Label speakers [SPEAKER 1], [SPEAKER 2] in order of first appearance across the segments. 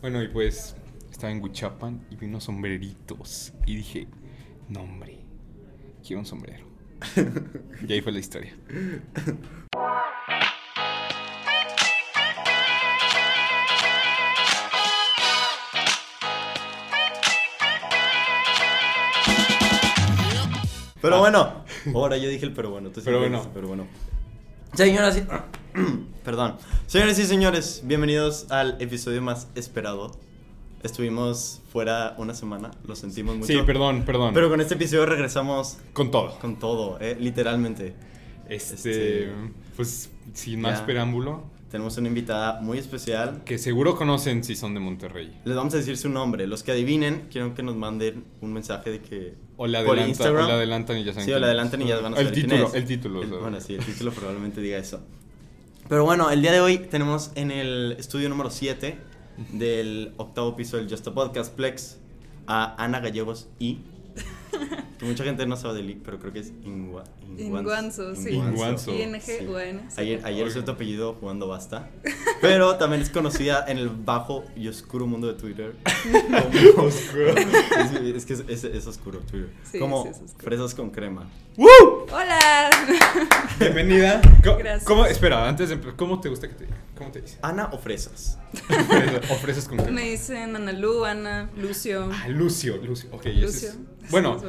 [SPEAKER 1] Bueno, y pues estaba en Huichapan y vi unos sombreritos. Y dije, no, hombre, quiero un sombrero. y ahí fue la historia.
[SPEAKER 2] Pero bueno, ahora yo dije el pero bueno, tú sí
[SPEAKER 1] Ah. Pero
[SPEAKER 2] dijiste,
[SPEAKER 1] bueno.
[SPEAKER 2] pero bueno. Señoras y... Perdón. Señores y señores, bienvenidos al episodio más esperado. Estuvimos fuera una semana, lo sentimos mucho.
[SPEAKER 1] Sí, perdón, perdón.
[SPEAKER 2] Pero con este episodio regresamos
[SPEAKER 1] con todo.
[SPEAKER 2] con todo, eh, literalmente.
[SPEAKER 1] Este,
[SPEAKER 2] Este,
[SPEAKER 1] pues sin más
[SPEAKER 2] ya.
[SPEAKER 1] preámbulo,
[SPEAKER 2] Tenemos una invitada muy especial.
[SPEAKER 1] que seguro conocen si son de Monterrey.
[SPEAKER 2] Les vamos a decir su nombre. Los que adivinen, quiero que nos manden un mensaje de que...
[SPEAKER 1] O la
[SPEAKER 2] por
[SPEAKER 1] adelantan, o
[SPEAKER 2] Instagram.
[SPEAKER 1] la adelantan y ya saben.
[SPEAKER 2] Sí, o
[SPEAKER 1] quién
[SPEAKER 2] la
[SPEAKER 1] es.
[SPEAKER 2] adelantan y ya van a
[SPEAKER 1] el
[SPEAKER 2] saber quién
[SPEAKER 1] título,
[SPEAKER 2] es.
[SPEAKER 1] El título, o
[SPEAKER 2] El-
[SPEAKER 1] sea.
[SPEAKER 2] Bueno, sí, el título probablemente diga eso. Pero bueno, el día de hoy tenemos en el estudio número 7 del octavo piso del Just a Podcast Plex a Ana Gallegos y... que mucha gente no sabe de Lee, pero creo que es Ingua,
[SPEAKER 3] Inguanzo, sí.
[SPEAKER 1] Inguanzo.
[SPEAKER 2] Sí.
[SPEAKER 3] ING, sí.
[SPEAKER 2] Ayer, ayer
[SPEAKER 1] Oigan.
[SPEAKER 2] usé tu apellido jugando basta. Pero también es conocida en el bajo y oscuro mundo de Twitter. como- es, es que es, es- es oscuro Twitter.
[SPEAKER 3] Sí,
[SPEAKER 2] como
[SPEAKER 3] sí, es oscuro.
[SPEAKER 2] fresas con crema.
[SPEAKER 1] ¡Woo!
[SPEAKER 3] Hola.
[SPEAKER 1] Bienvenida. Co-
[SPEAKER 3] Gracias.
[SPEAKER 1] ¿Cómo, espera, antes de empe- ¿cómo te gusta que te diga? ¿Cómo te dice?
[SPEAKER 2] Ana o fresas.
[SPEAKER 1] Ofreces- Ofreces con crema.
[SPEAKER 3] Me dicen Ana Lu, Ana, Lucio.
[SPEAKER 1] Ah, Lucio, Lucio. Ok, ese
[SPEAKER 3] Lucio.
[SPEAKER 1] es- Bueno,
[SPEAKER 3] Es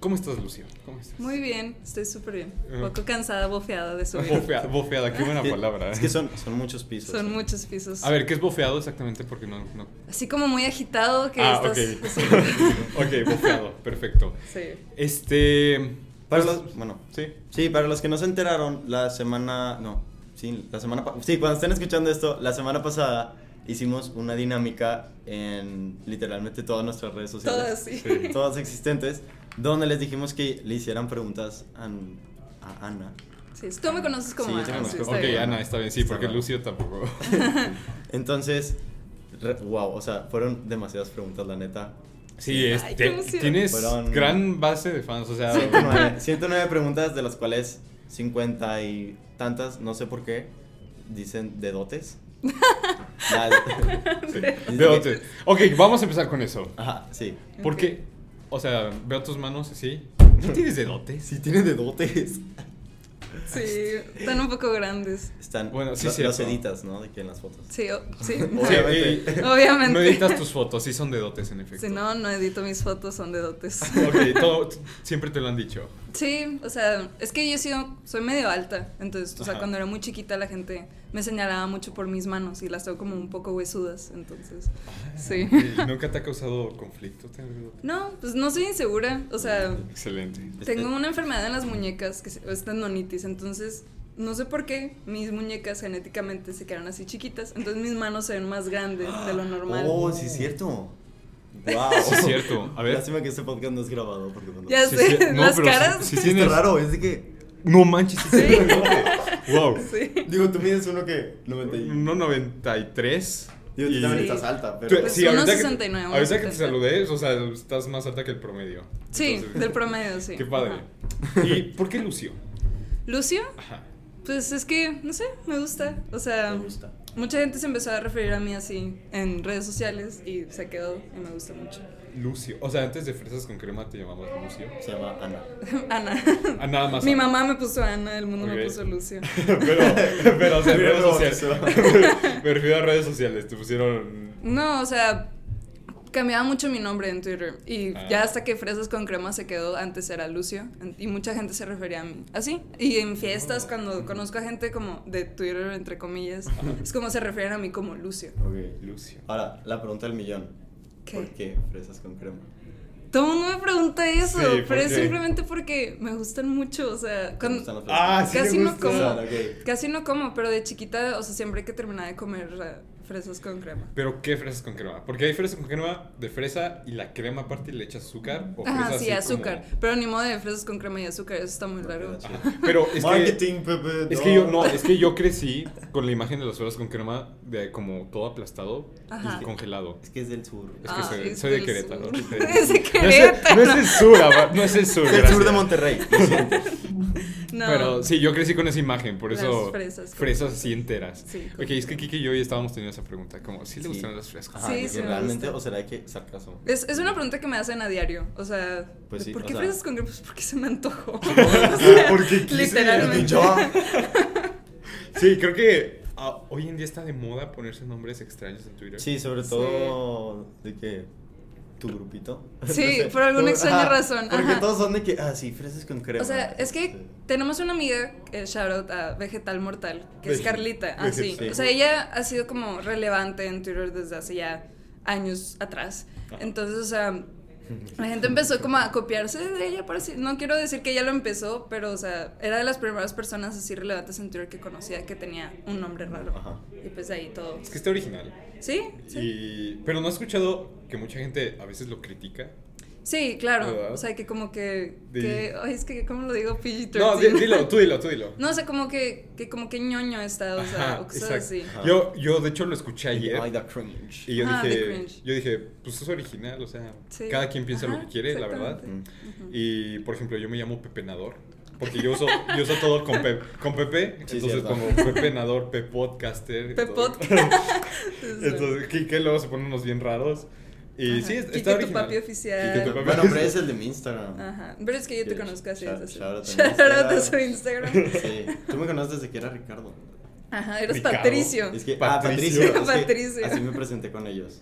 [SPEAKER 1] ¿cómo estás, Lucio? ¿Cómo estás?
[SPEAKER 3] Muy bien, estoy súper bien.
[SPEAKER 1] Ah.
[SPEAKER 3] Un poco cansada, bofeada de subir.
[SPEAKER 1] Bofea- bofeada, qué buena
[SPEAKER 2] Que-
[SPEAKER 1] palabra.
[SPEAKER 2] Es
[SPEAKER 1] eh.
[SPEAKER 2] que son, son muchos pisos. ¿eh?
[SPEAKER 3] Son muchos pisos.
[SPEAKER 1] A ver, ¿qué es bofeado exactamente? Porque no. no-
[SPEAKER 3] Así como muy agitado que
[SPEAKER 1] Ah,
[SPEAKER 3] estás.
[SPEAKER 1] ok. ok, bofeado, perfecto.
[SPEAKER 3] Sí.
[SPEAKER 1] Este.
[SPEAKER 2] Para
[SPEAKER 1] pues,
[SPEAKER 2] los, bueno,
[SPEAKER 1] Sí.
[SPEAKER 2] sí, para los que no se enteraron, la semana. No, sí, la semana. pa- Sí, cuando estén escuchando esto, la semana pasada hicimos una dinámica en literalmente todas nuestras redes sociales.
[SPEAKER 3] Todas, sí.
[SPEAKER 1] Sí.
[SPEAKER 2] todas existentes, donde les dijimos que le hicieran preguntas a, An- a Ana.
[SPEAKER 3] Sí, Tú me conoces como
[SPEAKER 2] Sí, yo te
[SPEAKER 3] Ana.
[SPEAKER 2] conozco.
[SPEAKER 3] sí,
[SPEAKER 1] Ok,
[SPEAKER 3] está bien.
[SPEAKER 1] Ana, está bien, sí,
[SPEAKER 2] Está
[SPEAKER 1] porque
[SPEAKER 2] raro.
[SPEAKER 1] Lucio tampoco.
[SPEAKER 2] Entonces, re- wow, o sea, fueron demasiadas preguntas, la neta.
[SPEAKER 1] Sí,
[SPEAKER 3] Ay,
[SPEAKER 1] este,
[SPEAKER 3] qué emoción.
[SPEAKER 1] tienes
[SPEAKER 2] Fueron-
[SPEAKER 1] gran base de fans, o
[SPEAKER 2] ah,
[SPEAKER 1] sea.
[SPEAKER 2] 109, 109 preguntas, de las cuales 50 y tantas, no sé por qué, dicen dedotes. Las-
[SPEAKER 1] sí.
[SPEAKER 2] Dice
[SPEAKER 1] Beote.
[SPEAKER 2] que-
[SPEAKER 1] Ok, vamos a empezar con eso.
[SPEAKER 2] Ajá, sí.
[SPEAKER 1] Porque, o sea, veo tus manos así. ¿No tienes dedotes?
[SPEAKER 2] Sí, tiene dedotes.
[SPEAKER 3] Sí, están un poco grandes.
[SPEAKER 2] Están
[SPEAKER 1] Bueno, sí,
[SPEAKER 2] lo- los,
[SPEAKER 1] cierto.
[SPEAKER 2] editas, ¿no? De que en las fotos.
[SPEAKER 3] Sí, o- sí.
[SPEAKER 1] Sí,
[SPEAKER 2] Obviamente.
[SPEAKER 1] eh,
[SPEAKER 3] Obviamente.
[SPEAKER 1] No editas tus fotos, sí son dedotes en efecto.
[SPEAKER 3] Si no, no edito mis fotos, son de dotes.
[SPEAKER 1] Ok, todo, siempre te lo han dicho.
[SPEAKER 3] Sí, o sea, es que yo he sido- soy medio alta, entonces, o sea,
[SPEAKER 1] Ajá.
[SPEAKER 3] cuando era muy chiquita la gente me señalaba mucho por mis manos y las tengo como un poco huesudas, entonces, sí.
[SPEAKER 1] ¿Y ¿Nunca te ha causado conflicto tener dedotes?
[SPEAKER 3] No, pues no soy insegura, o sea,
[SPEAKER 1] Excelente.
[SPEAKER 3] tengo una enfermedad en las muñecas, que se- es tendonitis, entonces, no sé por qué mis muñecas genéticamente se quedaron así chiquitas, entonces mis manos se ven más grandes de lo normal.
[SPEAKER 2] Oh, sí, es cierto. Wow.
[SPEAKER 1] Sí, es cierto. A ver.
[SPEAKER 2] Lástima que este podcast no es grabado. Porque cuando-
[SPEAKER 3] Ya
[SPEAKER 1] Sí,
[SPEAKER 3] sé,
[SPEAKER 1] sí, no,
[SPEAKER 3] las
[SPEAKER 1] pero sí-
[SPEAKER 3] caras.
[SPEAKER 1] sí
[SPEAKER 2] Es
[SPEAKER 1] tienes-
[SPEAKER 2] raro, es de que.
[SPEAKER 1] No manches, sí tienes dedotes. Wow.
[SPEAKER 3] Sí.
[SPEAKER 2] Digo, tú mides uno que. 90 y-
[SPEAKER 1] 1.93.
[SPEAKER 2] Digo, tú
[SPEAKER 1] y-
[SPEAKER 2] también
[SPEAKER 3] Sí.
[SPEAKER 2] estás alta,
[SPEAKER 1] Tú-
[SPEAKER 2] pero.
[SPEAKER 3] Pues
[SPEAKER 1] sí, ahorita, que,
[SPEAKER 3] 1.69,
[SPEAKER 1] ahorita que te
[SPEAKER 3] 1.70.
[SPEAKER 1] saludé, o sea, estás más alta que el promedio.
[SPEAKER 3] Sí,
[SPEAKER 1] Entonces,
[SPEAKER 3] del promedio, sí.
[SPEAKER 1] Qué padre.
[SPEAKER 3] Ajá.
[SPEAKER 1] ¿Y por qué Lucio?
[SPEAKER 3] Lucio,
[SPEAKER 1] Ajá.
[SPEAKER 3] pues es que, no sé, me gusta, o sea...
[SPEAKER 2] Me gusta.
[SPEAKER 3] Mucha gente se empezó a referir a mí así en redes sociales y se quedó y me gusta mucho.
[SPEAKER 1] Lucio. O sea, antes de fresas con crema te llamamos Lucio.
[SPEAKER 2] Se llama Ana.
[SPEAKER 3] Ana.
[SPEAKER 1] Ah, nada más.
[SPEAKER 3] Mi
[SPEAKER 1] Ana.
[SPEAKER 3] mamá me puso Ana, el mundo
[SPEAKER 1] Ok.
[SPEAKER 3] me puso Lucio.
[SPEAKER 1] pero, pero, o sea, en
[SPEAKER 2] Mira
[SPEAKER 1] redes
[SPEAKER 2] cómo
[SPEAKER 1] sociales. Me refiero a redes sociales. Te pusieron.
[SPEAKER 3] No, o sea, cambiaba mucho mi nombre en Twitter y
[SPEAKER 1] Ah.
[SPEAKER 3] ya hasta que Fresas con Crema se quedó, antes era Lucio en- y mucha gente se refería a mí así. Y en fiestas, cuando conozco a gente como de Twitter, entre comillas, es como se refieren a mí como Lucio.
[SPEAKER 2] Ok.
[SPEAKER 1] Lucio.
[SPEAKER 2] Ahora, la pregunta del millón.
[SPEAKER 3] ¿Qué?
[SPEAKER 2] ¿Por qué fresas con crema?
[SPEAKER 3] Todo el mundo me pregunta eso,
[SPEAKER 1] Sí, ¿por
[SPEAKER 3] pero es
[SPEAKER 1] qué?
[SPEAKER 3] simplemente porque me gustan mucho, o sea,
[SPEAKER 2] ¿Te
[SPEAKER 3] cuando-
[SPEAKER 2] gustan las fresas?
[SPEAKER 1] Ah, sí.
[SPEAKER 3] Casi
[SPEAKER 1] le
[SPEAKER 3] no
[SPEAKER 1] gusta.
[SPEAKER 3] como.
[SPEAKER 2] Ah, ok.
[SPEAKER 3] Casi no como, pero de chiquita, o sea, siempre que terminaba de comer eh, fresas con crema.
[SPEAKER 1] Pero, ¿qué fresas con crema? Porque hay fresas con crema de fresa y la crema aparte le echas azúcar. O fresa
[SPEAKER 3] Ajá, sí,
[SPEAKER 1] así como-
[SPEAKER 3] azúcar. Pero ni modo de fresas con crema y azúcar, eso está muy largo.
[SPEAKER 2] Sí.
[SPEAKER 1] Ajá. Pero es que.
[SPEAKER 2] Marketing, Pepe.
[SPEAKER 1] Es que yo no, es que yo crecí con la imagen de las fresas con crema de como todo aplastado
[SPEAKER 3] Ajá.
[SPEAKER 1] y congelado.
[SPEAKER 2] Es que es del sur.
[SPEAKER 1] Es que
[SPEAKER 3] Ah,
[SPEAKER 1] soy,
[SPEAKER 3] es
[SPEAKER 1] soy de
[SPEAKER 3] del
[SPEAKER 1] Querétaro.
[SPEAKER 3] sur.
[SPEAKER 1] ¿no?
[SPEAKER 3] Es de
[SPEAKER 1] No es el-
[SPEAKER 3] Querétaro.
[SPEAKER 1] No es el sur, Ava- no es el sur.
[SPEAKER 2] Es del sur
[SPEAKER 1] gracias.
[SPEAKER 2] de Monterrey. lo siento.
[SPEAKER 3] No.
[SPEAKER 1] Pero sí, yo crecí con esa imagen, por
[SPEAKER 3] Las
[SPEAKER 1] eso
[SPEAKER 3] fresas con
[SPEAKER 1] así enteras.
[SPEAKER 3] Sí, con
[SPEAKER 1] ok, es que Kike y yo ya estábamos teniendo esa pregunta, como, ¿sí le
[SPEAKER 2] Sí.
[SPEAKER 1] gustan las fresas?
[SPEAKER 2] Ajá,
[SPEAKER 3] Sí,
[SPEAKER 2] de
[SPEAKER 3] sí
[SPEAKER 2] que
[SPEAKER 3] me
[SPEAKER 2] ¿Realmente
[SPEAKER 3] gusta.
[SPEAKER 2] o será que sarcasmo?
[SPEAKER 3] Es, es una pregunta que me hacen a diario. O sea,
[SPEAKER 2] Pues sí,
[SPEAKER 3] ¿por
[SPEAKER 2] o
[SPEAKER 3] qué
[SPEAKER 2] sea-
[SPEAKER 3] fresas con grapefruit? Pues porque se me antojó. O
[SPEAKER 1] Ah,
[SPEAKER 3] sea, literalmente.
[SPEAKER 2] Yo.
[SPEAKER 1] Sí, creo que ah, hoy en día está de moda ponerse nombres extraños en Twitter.
[SPEAKER 2] Sí, sobre todo de que tu grupito.
[SPEAKER 3] Sí, por alguna
[SPEAKER 2] Por-
[SPEAKER 3] extraña
[SPEAKER 2] ajá,
[SPEAKER 3] razón,
[SPEAKER 2] Porque
[SPEAKER 3] ajá.
[SPEAKER 2] todos son de que, ah, sí, fresas con crema.
[SPEAKER 3] O sea, es que
[SPEAKER 2] este,
[SPEAKER 3] tenemos una amiga, eh, shout out a Vegetal Mortal, que es
[SPEAKER 1] Vege-
[SPEAKER 3] Carlita, así.
[SPEAKER 2] Sí.
[SPEAKER 3] O sea, ella ha sido como relevante en Twitter desde hace ya años atrás. Entonces, o sea, la gente empezó como a copiarse de ella, por así- No quiero decir que ella lo empezó, pero, o sea, era de las primeras personas así relevantes en Twitter que conocía que tenía un nombre raro.
[SPEAKER 2] Este, Ajá.
[SPEAKER 3] Y pues ahí todo.
[SPEAKER 1] Es que está original.
[SPEAKER 3] ¿Sí? Sí,
[SPEAKER 1] Y, pero no he escuchado que mucha gente a veces lo critica.
[SPEAKER 3] Sí, claro.
[SPEAKER 1] ¿Verdad?
[SPEAKER 3] O sea, que como que...
[SPEAKER 1] Di-
[SPEAKER 3] que- ay, es que, ¿cómo lo digo? PG-13.
[SPEAKER 1] No, di- dilo, tú dilo, tú dilo.
[SPEAKER 3] No, o sea, como que, que como que ñoño está, o sea,
[SPEAKER 1] Ajá,
[SPEAKER 3] o cosas
[SPEAKER 1] exacto.
[SPEAKER 3] así.
[SPEAKER 2] Ajá.
[SPEAKER 1] Yo, yo, de hecho, lo escuché
[SPEAKER 2] de que,
[SPEAKER 1] ayer.
[SPEAKER 2] Ay, da cringe.
[SPEAKER 1] Y yo
[SPEAKER 3] Ah, de
[SPEAKER 1] dije,
[SPEAKER 3] cringe.
[SPEAKER 1] yo dije, pues es original, o sea,
[SPEAKER 3] Sí.
[SPEAKER 1] cada quien piensa lo
[SPEAKER 3] Ajá,
[SPEAKER 1] que quiere, la verdad.
[SPEAKER 2] Mm.
[SPEAKER 3] exactamente. Ujú.
[SPEAKER 1] Y, por ejemplo, yo me llamo Pepenador, porque yo uso, yo uso todo con, Pepe, con Pepe,
[SPEAKER 2] Sí,
[SPEAKER 1] entonces
[SPEAKER 2] cierto.
[SPEAKER 1] como Pepenador, Pepodcaster. todo.
[SPEAKER 3] Pepot.
[SPEAKER 1] Entonces, Kike luego se pone unos bien raros. Y sí, es- está
[SPEAKER 3] Kike, tu
[SPEAKER 1] original.
[SPEAKER 3] papi oficial.
[SPEAKER 1] Kike, tu papi.
[SPEAKER 2] Bueno, hombre, es el de mi Instagram.
[SPEAKER 3] Eh, Ajá. Pero es que yo te
[SPEAKER 2] Yes.
[SPEAKER 3] conozco así.
[SPEAKER 2] Shout-
[SPEAKER 3] desde hace-
[SPEAKER 2] shout out a mi
[SPEAKER 3] Shout out a su
[SPEAKER 2] Instagram.
[SPEAKER 3] Instagram.
[SPEAKER 2] Sí, tú me conoces desde que era Ricardo.
[SPEAKER 3] Ajá, eres
[SPEAKER 1] Ricardo.
[SPEAKER 3] Patricio.
[SPEAKER 2] Es que,
[SPEAKER 1] Patricio.
[SPEAKER 2] Ah, Patricio. es que
[SPEAKER 3] Patricio.
[SPEAKER 2] así me presenté con ellos.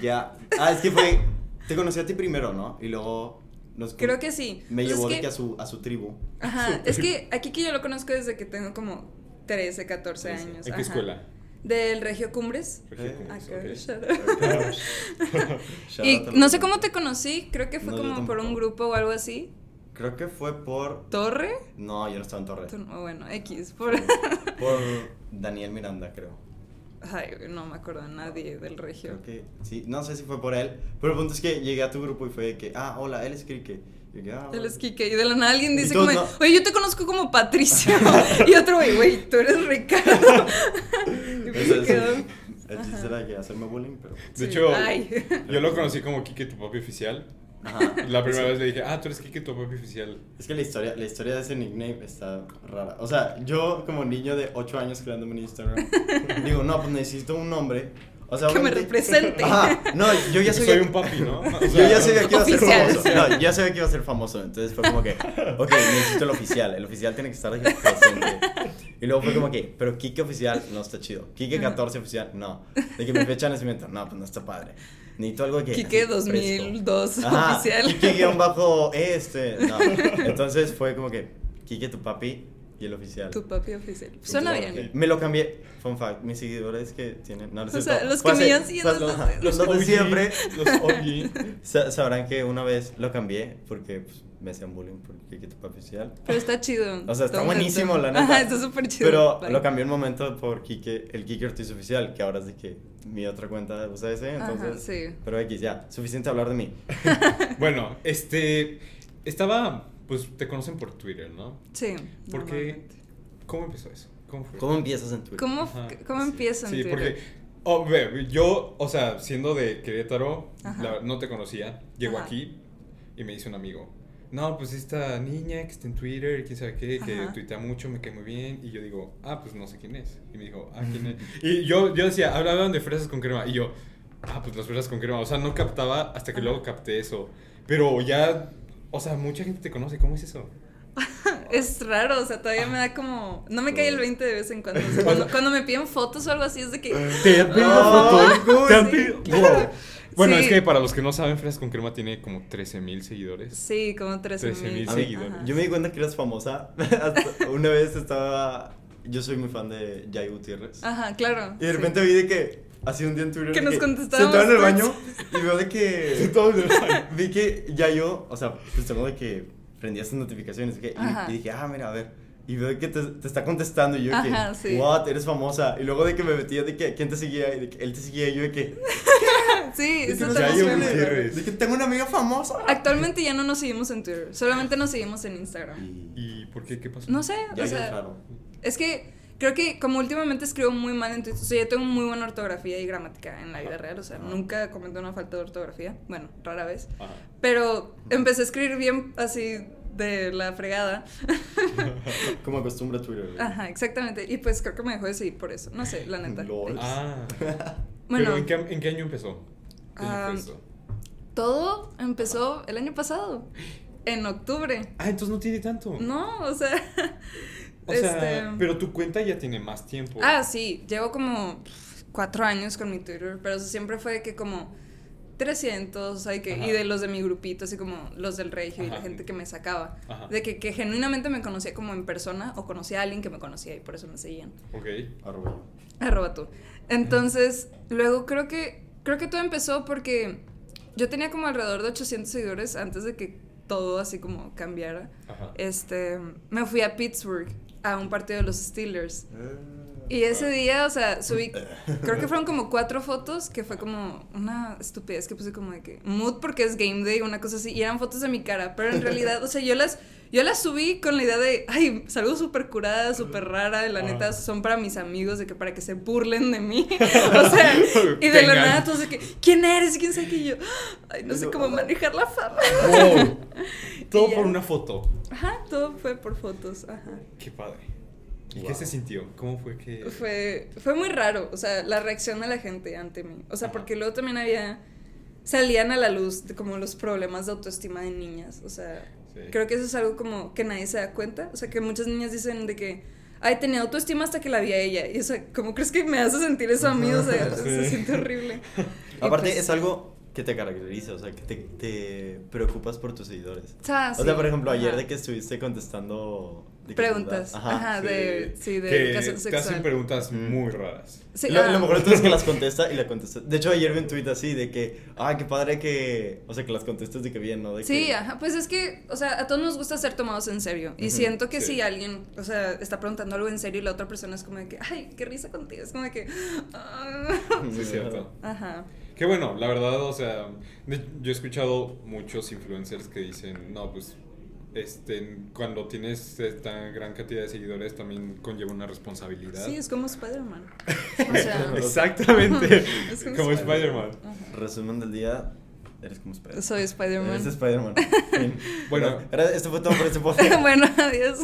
[SPEAKER 2] Ya. Ah, es que fue. Te conocí a ti primero, ¿no? Y luego. Nos,
[SPEAKER 3] Creo que sí.
[SPEAKER 2] Me
[SPEAKER 3] O sea,
[SPEAKER 2] llevó
[SPEAKER 3] es
[SPEAKER 2] de
[SPEAKER 3] que-
[SPEAKER 2] que a su, a su tribu.
[SPEAKER 3] Ajá, es que a Kike yo lo conozco desde que tengo como 13, 14
[SPEAKER 2] Trece.
[SPEAKER 3] años.
[SPEAKER 1] ¿En
[SPEAKER 3] ajá. Ah,
[SPEAKER 1] qué escuela?
[SPEAKER 3] Del Regio Cumbres.
[SPEAKER 1] Regio
[SPEAKER 2] Eh,
[SPEAKER 1] Cumbres,
[SPEAKER 3] Acá,
[SPEAKER 1] ok.
[SPEAKER 3] shout out.
[SPEAKER 2] Shout
[SPEAKER 3] Y
[SPEAKER 2] out a los
[SPEAKER 3] no sé
[SPEAKER 2] de-
[SPEAKER 3] cómo te conocí, creo que fue
[SPEAKER 2] No, yo
[SPEAKER 3] como por un
[SPEAKER 2] tampoco.
[SPEAKER 3] grupo o algo así.
[SPEAKER 2] Creo que fue por.
[SPEAKER 3] ¿Torre?
[SPEAKER 2] No, yo no estaba en Torre.
[SPEAKER 3] Tú no- Bueno, X. Por...
[SPEAKER 2] Por Daniel Miranda, creo.
[SPEAKER 3] Ay, no me acuerdo a nadie del regio.
[SPEAKER 2] Creo que. Sí, no sé si fue por él. Pero el punto es que llegué a tu grupo y fue de que. Ah, hola, él es Kike. Y yo que, ah,
[SPEAKER 3] Él
[SPEAKER 2] hola.
[SPEAKER 3] es Kike. Y de la nada alguien
[SPEAKER 2] Y
[SPEAKER 3] dice
[SPEAKER 2] todos,
[SPEAKER 3] como,
[SPEAKER 2] no.
[SPEAKER 3] oye, yo te conozco como Patricio. y otro, güey, güey, tú eres Ricardo. y
[SPEAKER 2] Ese
[SPEAKER 3] me
[SPEAKER 2] es
[SPEAKER 3] quedo,
[SPEAKER 2] el- El chiste era que hacerme bullying, pero.
[SPEAKER 1] De
[SPEAKER 3] sí,
[SPEAKER 1] hecho,
[SPEAKER 3] ay.
[SPEAKER 1] yo lo conocí como Kike, tu papi oficial.
[SPEAKER 2] Ajá.
[SPEAKER 1] La primera vez le dije, ah, tú eres Kike, tu papi oficial.
[SPEAKER 2] Es que la historia, la historia de ese nickname está rara. O sea, yo como niño de 8 años creándome en Instagram, digo, no, pues necesito un nombre. O sea,
[SPEAKER 3] Que me
[SPEAKER 2] obviamente-
[SPEAKER 3] represente.
[SPEAKER 2] Ajá, no, yo ya
[SPEAKER 1] Pues
[SPEAKER 2] sabía.
[SPEAKER 1] soy un papi, ¿no? O
[SPEAKER 2] yo
[SPEAKER 1] sea,
[SPEAKER 2] ya sabía que iba a ser
[SPEAKER 3] Oficial.
[SPEAKER 2] famoso. No, yo ya sabía que iba a ser famoso. Entonces fue como que, ok, necesito el oficial. El oficial tiene que estar aquí presente. Y luego fue como que, pero Kike oficial no está chido. Kike 14 oficial, no. De que mi fecha de nacimiento, no, pues no está padre. Necesito algo que.
[SPEAKER 3] Kike
[SPEAKER 2] así, fresco.
[SPEAKER 3] 2002
[SPEAKER 2] Ajá,
[SPEAKER 3] oficial.
[SPEAKER 2] Kike guión bajo este. No. Entonces fue como que Kike tu papi y el oficial.
[SPEAKER 3] Tu papi oficial.
[SPEAKER 2] Entonces,
[SPEAKER 3] Suena
[SPEAKER 2] bueno,
[SPEAKER 3] bien.
[SPEAKER 2] Me lo cambié. Fun fact, mis seguidores que tienen. No, no es
[SPEAKER 3] O
[SPEAKER 2] cierto.
[SPEAKER 3] sea, los
[SPEAKER 2] Fue
[SPEAKER 3] que me
[SPEAKER 2] hace-
[SPEAKER 3] llevan siguiendo
[SPEAKER 2] fue-
[SPEAKER 3] desde
[SPEAKER 2] ajá,
[SPEAKER 3] hace-
[SPEAKER 2] Los de
[SPEAKER 1] OG,
[SPEAKER 2] siempre
[SPEAKER 1] Los OG.
[SPEAKER 2] sa- sabrán que una vez lo cambié porque pues, me hacían bullying por Kike tu papi oficial.
[SPEAKER 3] Pero está chido.
[SPEAKER 2] O sea, está
[SPEAKER 3] Don't
[SPEAKER 2] buenísimo,
[SPEAKER 3] hate
[SPEAKER 2] la
[SPEAKER 3] them.
[SPEAKER 2] neta.
[SPEAKER 3] Ajá, está súper chido.
[SPEAKER 2] Pero
[SPEAKER 3] Bye.
[SPEAKER 2] lo cambié un momento por Kike, el Kike Ortiz oficial, que ahora es de que mi otra cuenta usa ese.
[SPEAKER 3] Ajá,
[SPEAKER 2] Entonces,
[SPEAKER 3] sí.
[SPEAKER 2] pero X, ya, suficiente hablar de mí.
[SPEAKER 1] Bueno, este. Estaba. Pues te conocen por Twitter, ¿no?
[SPEAKER 3] Sí.
[SPEAKER 1] ¿Por qué?
[SPEAKER 3] normalmente.
[SPEAKER 1] ¿Cómo empezó eso? ¿Cómo fue?
[SPEAKER 2] ¿Cómo empiezas en Twitter?
[SPEAKER 3] ¿Cómo,
[SPEAKER 1] Ajá,
[SPEAKER 3] ¿cómo empieza en
[SPEAKER 1] Sí,
[SPEAKER 3] Twitter?
[SPEAKER 1] porque. oh, ve, yo, o sea, siendo de Querétaro,
[SPEAKER 3] Ajá.
[SPEAKER 1] la- no te conocía. Llego
[SPEAKER 3] Ajá.
[SPEAKER 1] aquí y me dice un amigo. No, pues esta niña que está en Twitter, quién sabe qué, que
[SPEAKER 3] Ajá.
[SPEAKER 1] tuitea mucho, me cae muy bien. Y yo digo, ah, pues no sé quién es. Y me dijo, ah, quién es. Y yo, yo decía, hablaban de fresas con crema. Y yo, ah, pues las fresas con crema. O sea, no captaba hasta que luego capté eso. Pero ya, o sea, mucha gente te conoce. ¿Cómo es eso?
[SPEAKER 3] Es raro, o sea, todavía me da como. No me cae el 20 de vez en cuando. o sea, cuando, cuando me piden fotos o algo así, es de que.
[SPEAKER 1] Te han pedido
[SPEAKER 2] Ah,
[SPEAKER 1] fotos. Te han pedido. Wow. Bueno,
[SPEAKER 3] Sí.
[SPEAKER 1] es que para los que no saben, Fresas con Crema tiene como 13 mil seguidores.
[SPEAKER 3] Sí, como 13 mil.
[SPEAKER 1] 13,000
[SPEAKER 2] A mí-
[SPEAKER 1] seguidores.
[SPEAKER 2] Yo me di cuenta que eras famosa. Hasta Una vez estaba. Yo soy muy fan de Jay Gutiérrez.
[SPEAKER 3] Ajá, claro.
[SPEAKER 2] Y de
[SPEAKER 3] Ah, sí.
[SPEAKER 2] repente vi de que. Así un día en Twitter.
[SPEAKER 3] Que
[SPEAKER 2] de
[SPEAKER 3] nos contestábamos
[SPEAKER 2] Sentado en el
[SPEAKER 3] todos.
[SPEAKER 2] baño. Y veo de que.
[SPEAKER 1] Todos de verdad.
[SPEAKER 2] vi que Yayo. O sea, pues tengo de que prendía esas notificaciones. de que-
[SPEAKER 3] Ajá.
[SPEAKER 2] y, y dije, ah, mira, a ver. Y veo de que te, te está contestando. Y yo de que.
[SPEAKER 3] Ajá, sí.
[SPEAKER 2] What, eres famosa. Y luego de que me metía de que. ¿Quién te seguía? Y de que él te seguía. Y yo de que.
[SPEAKER 3] Sí,
[SPEAKER 2] de que
[SPEAKER 3] eso
[SPEAKER 2] no
[SPEAKER 1] ya
[SPEAKER 3] también
[SPEAKER 1] hay
[SPEAKER 3] fue
[SPEAKER 1] un
[SPEAKER 3] muy
[SPEAKER 1] cierre.
[SPEAKER 3] raro.
[SPEAKER 2] De que tengo una amiga famosa.
[SPEAKER 3] Actualmente ya no nos seguimos en Twitter, solamente nos seguimos en Instagram.
[SPEAKER 1] ¿Y por qué? ¿Qué pasó?
[SPEAKER 3] No sé, o
[SPEAKER 2] Yayo es
[SPEAKER 3] sea,
[SPEAKER 2] raro.
[SPEAKER 3] es que creo que como últimamente escribo muy mal en Twitter, o sea, yo tengo muy buena ortografía y gramática en la vida real, o sea,
[SPEAKER 2] Ajá.
[SPEAKER 3] nunca cometo una falta de ortografía, bueno, rara vez.
[SPEAKER 1] Ajá.
[SPEAKER 3] Pero empecé a escribir bien así de la fregada.
[SPEAKER 2] Como acostumbra Twitter. güey.
[SPEAKER 3] Ajá, exactamente. Y pues creo que me dejó de seguir por eso. No sé, la neta.
[SPEAKER 2] Lol.
[SPEAKER 1] Ah.
[SPEAKER 3] Bueno,
[SPEAKER 1] ¿Pero en qué, en qué año empezó? ¿Qué año
[SPEAKER 3] Ah,
[SPEAKER 1] fue esto?
[SPEAKER 3] todo empezó el año pasado, en octubre.
[SPEAKER 1] Ah, entonces no tiene tanto.
[SPEAKER 3] No, o sea.
[SPEAKER 1] O sea, pero tu cuenta ya tiene más tiempo.
[SPEAKER 3] Ah, sí, llevo como pff, cuatro años con mi Twitter, pero eso siempre fue de que como 300, hay que,
[SPEAKER 1] Ajá.
[SPEAKER 3] y de los de mi grupito, así como los del Regio y la
[SPEAKER 1] Ajá. Ah.
[SPEAKER 3] gente que me sacaba,
[SPEAKER 1] Ajá.
[SPEAKER 3] de que, que genuinamente me conocía como en persona o conocía a alguien que me conocía y por eso me seguían.
[SPEAKER 1] Ok.
[SPEAKER 2] Arroba yo.
[SPEAKER 3] Arroba tú. Entonces, luego creo que, creo que todo empezó porque yo tenía como alrededor de 800 seguidores antes de que todo así como cambiara.
[SPEAKER 1] Ajá.
[SPEAKER 3] Este, me fui a Pittsburgh a un partido de los Steelers. Y
[SPEAKER 1] Eh,
[SPEAKER 2] Ah.
[SPEAKER 3] ese día, o sea, subí, creo que fueron como cuatro fotos, que fue como una estupidez que puse como de que mood porque es game day, una cosa así, y eran fotos de mi cara, pero en realidad, o sea, yo las, yo las subí con la idea de, ay, salgo súper curada, súper rara, la neta,
[SPEAKER 1] Ah.
[SPEAKER 3] son para mis amigos, de que para que se burlen de mí, o sea, y de la
[SPEAKER 1] Tengan.
[SPEAKER 3] nada todos de que, ¿quién eres? ¿Quién sabe que yo? Ay, no sé
[SPEAKER 2] Pero,
[SPEAKER 3] cómo
[SPEAKER 2] ah.
[SPEAKER 3] manejar la fama.
[SPEAKER 1] Wow.
[SPEAKER 3] Y
[SPEAKER 1] Todo
[SPEAKER 3] ya.
[SPEAKER 1] por una foto.
[SPEAKER 3] Ajá, todo fue por fotos, ajá.
[SPEAKER 1] Qué padre. ¿Y
[SPEAKER 2] Wow.
[SPEAKER 1] qué se sintió? ¿Cómo fue que.?
[SPEAKER 2] Eh,
[SPEAKER 3] fue, fue muy raro, o sea, la reacción de la gente ante mí. O sea,
[SPEAKER 1] Ajá.
[SPEAKER 3] porque luego también había. Salían a la luz de como los problemas de autoestima de niñas. O sea,
[SPEAKER 1] Sí.
[SPEAKER 3] creo que eso es algo como que nadie se da cuenta. O sea, que muchas niñas dicen de que. Ay, tenía autoestima hasta que la vi a ella. Y o sea, ¿cómo crees que me hace sentir eso a mí? O sea,
[SPEAKER 1] Sí.
[SPEAKER 3] se siente horrible. Y
[SPEAKER 2] Aparte,
[SPEAKER 3] pues,
[SPEAKER 2] es algo que te caracteriza, o sea, que te, te preocupas por tus seguidores.
[SPEAKER 3] O sea,
[SPEAKER 2] O
[SPEAKER 3] Ah, sí,
[SPEAKER 2] sea, por ejemplo, ayer
[SPEAKER 3] ajá.
[SPEAKER 2] de que estuviste contestando... de que-
[SPEAKER 3] Preguntas. Ajá, de. Sí, de
[SPEAKER 1] que
[SPEAKER 3] educación
[SPEAKER 1] te hacen
[SPEAKER 3] sexual.
[SPEAKER 1] preguntas
[SPEAKER 2] Mm.
[SPEAKER 1] muy raras.
[SPEAKER 3] Sí,
[SPEAKER 2] lo,
[SPEAKER 3] ah.
[SPEAKER 2] lo mejor de todo es que las contesta y la contesta. De hecho, ayer vi un tweet así de que, ah, qué padre que. O sea, que las contestes de que bien, ¿no? De
[SPEAKER 3] Sí,
[SPEAKER 2] que,
[SPEAKER 3] ajá, pues es que, o sea, a todos nos gusta ser tomados en serio. Y
[SPEAKER 2] Ujú,
[SPEAKER 3] siento que
[SPEAKER 1] sí.
[SPEAKER 3] si alguien, o sea, está preguntando algo en serio y la otra persona es como de que, ay, qué risa contigo. Es como de que. ah.
[SPEAKER 2] Mm.
[SPEAKER 1] Sí, es cierto.
[SPEAKER 3] Ajá.
[SPEAKER 1] Que bueno, la verdad, o sea, de- yo he escuchado muchos influencers que dicen, no, pues, este, cuando tienes esta gran cantidad de seguidores también conlleva una responsabilidad.
[SPEAKER 3] Sí, es como Spider-Man. O sea,
[SPEAKER 1] Exactamente,
[SPEAKER 3] Es Ah. como
[SPEAKER 1] como
[SPEAKER 3] Spider-Man.
[SPEAKER 1] Spider-Man.
[SPEAKER 2] Resumen del día, eres como Spider-Man.
[SPEAKER 3] soy
[SPEAKER 2] Eres
[SPEAKER 3] Spider-Man.
[SPEAKER 2] Spider-Man. Fin.
[SPEAKER 1] Bueno.
[SPEAKER 2] Era- esto fue todo por este podcast.
[SPEAKER 3] bueno, adiós.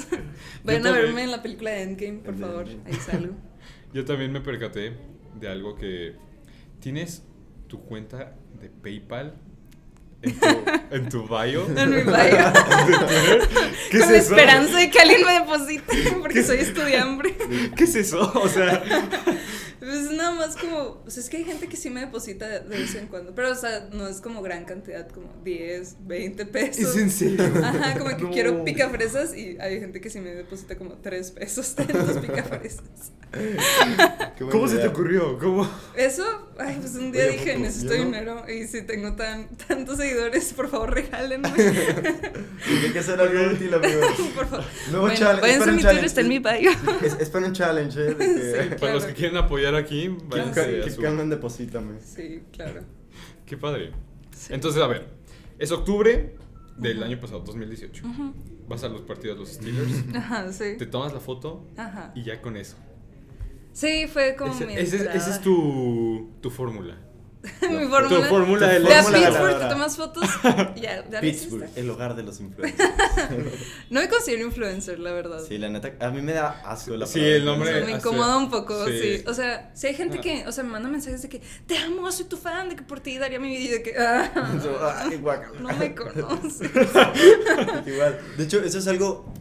[SPEAKER 3] Vayan a
[SPEAKER 1] también.
[SPEAKER 3] verme en la película de Endgame, por
[SPEAKER 2] El de
[SPEAKER 3] favor.
[SPEAKER 2] Endgame.
[SPEAKER 3] Ahí salgo.
[SPEAKER 1] Yo también me percaté de algo que tienes tu cuenta de PayPal en tu, en tu bio.
[SPEAKER 3] En mi bio.
[SPEAKER 1] ¿Qué
[SPEAKER 3] Con
[SPEAKER 1] es eso?
[SPEAKER 3] la esperanza de que alguien me deposite, porque soy estudiante.
[SPEAKER 1] ¿Qué es eso? O sea,
[SPEAKER 3] Pues nada más como, o sea, es que hay gente que sí me deposita de de vez en cuando, pero o sea, no es como gran cantidad, como 10, 20
[SPEAKER 1] es
[SPEAKER 3] pesos.
[SPEAKER 1] en serio.
[SPEAKER 3] Ajá, como que
[SPEAKER 1] No.
[SPEAKER 3] quiero picafresas y hay gente que sí me deposita como 3 pesos de los picafresas.
[SPEAKER 2] Qué buena
[SPEAKER 1] ¿Cómo se te
[SPEAKER 2] idea.
[SPEAKER 1] ocurrió? ¿Cómo?
[SPEAKER 3] Eso, ay, pues un día
[SPEAKER 2] Oye,
[SPEAKER 3] dije,
[SPEAKER 2] poco,
[SPEAKER 3] necesito
[SPEAKER 2] yo no.
[SPEAKER 3] dinero y si tengo tan, tantos seguidores, por favor, regálenme.
[SPEAKER 2] Hay que hacer algo útil, amigo.
[SPEAKER 3] por favor.
[SPEAKER 2] Luego
[SPEAKER 3] Bueno,
[SPEAKER 2] challenge- espera
[SPEAKER 3] váyanse a
[SPEAKER 2] un
[SPEAKER 3] mi Twitter,
[SPEAKER 2] challenge.
[SPEAKER 3] está en mi bio.
[SPEAKER 2] Es, espera un challenge, ¿eh? De que,
[SPEAKER 3] Sí.
[SPEAKER 1] Para los que quieren apoyar aquí,
[SPEAKER 2] que,
[SPEAKER 1] váyanse
[SPEAKER 2] que,
[SPEAKER 1] a
[SPEAKER 2] que
[SPEAKER 1] su-
[SPEAKER 2] Carmen deposítame.
[SPEAKER 3] Sí, claro.
[SPEAKER 1] Qué padre.
[SPEAKER 3] Sí.
[SPEAKER 1] Entonces, a ver, es octubre del
[SPEAKER 3] Ujú.
[SPEAKER 1] año pasado, 2018.
[SPEAKER 3] Ujú.
[SPEAKER 1] Vas a los partidos de los Steelers,
[SPEAKER 3] Ajá, sí.
[SPEAKER 1] te tomas la foto
[SPEAKER 3] Ajá.
[SPEAKER 1] y ya con eso.
[SPEAKER 3] Sí, fue como
[SPEAKER 1] Ese-
[SPEAKER 3] mi
[SPEAKER 1] ese, es- esa
[SPEAKER 3] entrada.
[SPEAKER 1] es tu, tu fórmula.
[SPEAKER 3] mi
[SPEAKER 2] Tu
[SPEAKER 1] Tu
[SPEAKER 3] fórmula.
[SPEAKER 1] fórmula
[SPEAKER 2] Tu
[SPEAKER 1] de
[SPEAKER 3] Ve a
[SPEAKER 2] Fórmula
[SPEAKER 3] Pittsburgh, te
[SPEAKER 2] ganadora.
[SPEAKER 3] tomas fotos. Ya, ya lo
[SPEAKER 2] Pittsburgh,
[SPEAKER 3] hiciste.
[SPEAKER 2] el hogar de los influencers.
[SPEAKER 3] No me considero influencer, la verdad.
[SPEAKER 2] Sí, la neta, a mí me da asco la
[SPEAKER 1] Sí,
[SPEAKER 2] palabra
[SPEAKER 1] el nombre-
[SPEAKER 3] O sea,
[SPEAKER 2] influencer.
[SPEAKER 3] me
[SPEAKER 1] hace-
[SPEAKER 3] incomoda un poco, sí.
[SPEAKER 1] sí.
[SPEAKER 3] O sea, si hay gente
[SPEAKER 1] Ah.
[SPEAKER 3] que, o sea, me manda mensajes de que te amo, soy tu fan, de que por ti daría mi vida y de que ah,
[SPEAKER 2] So, ay, guácala.
[SPEAKER 3] no me conoces.
[SPEAKER 2] Igual. De hecho, eso es algo.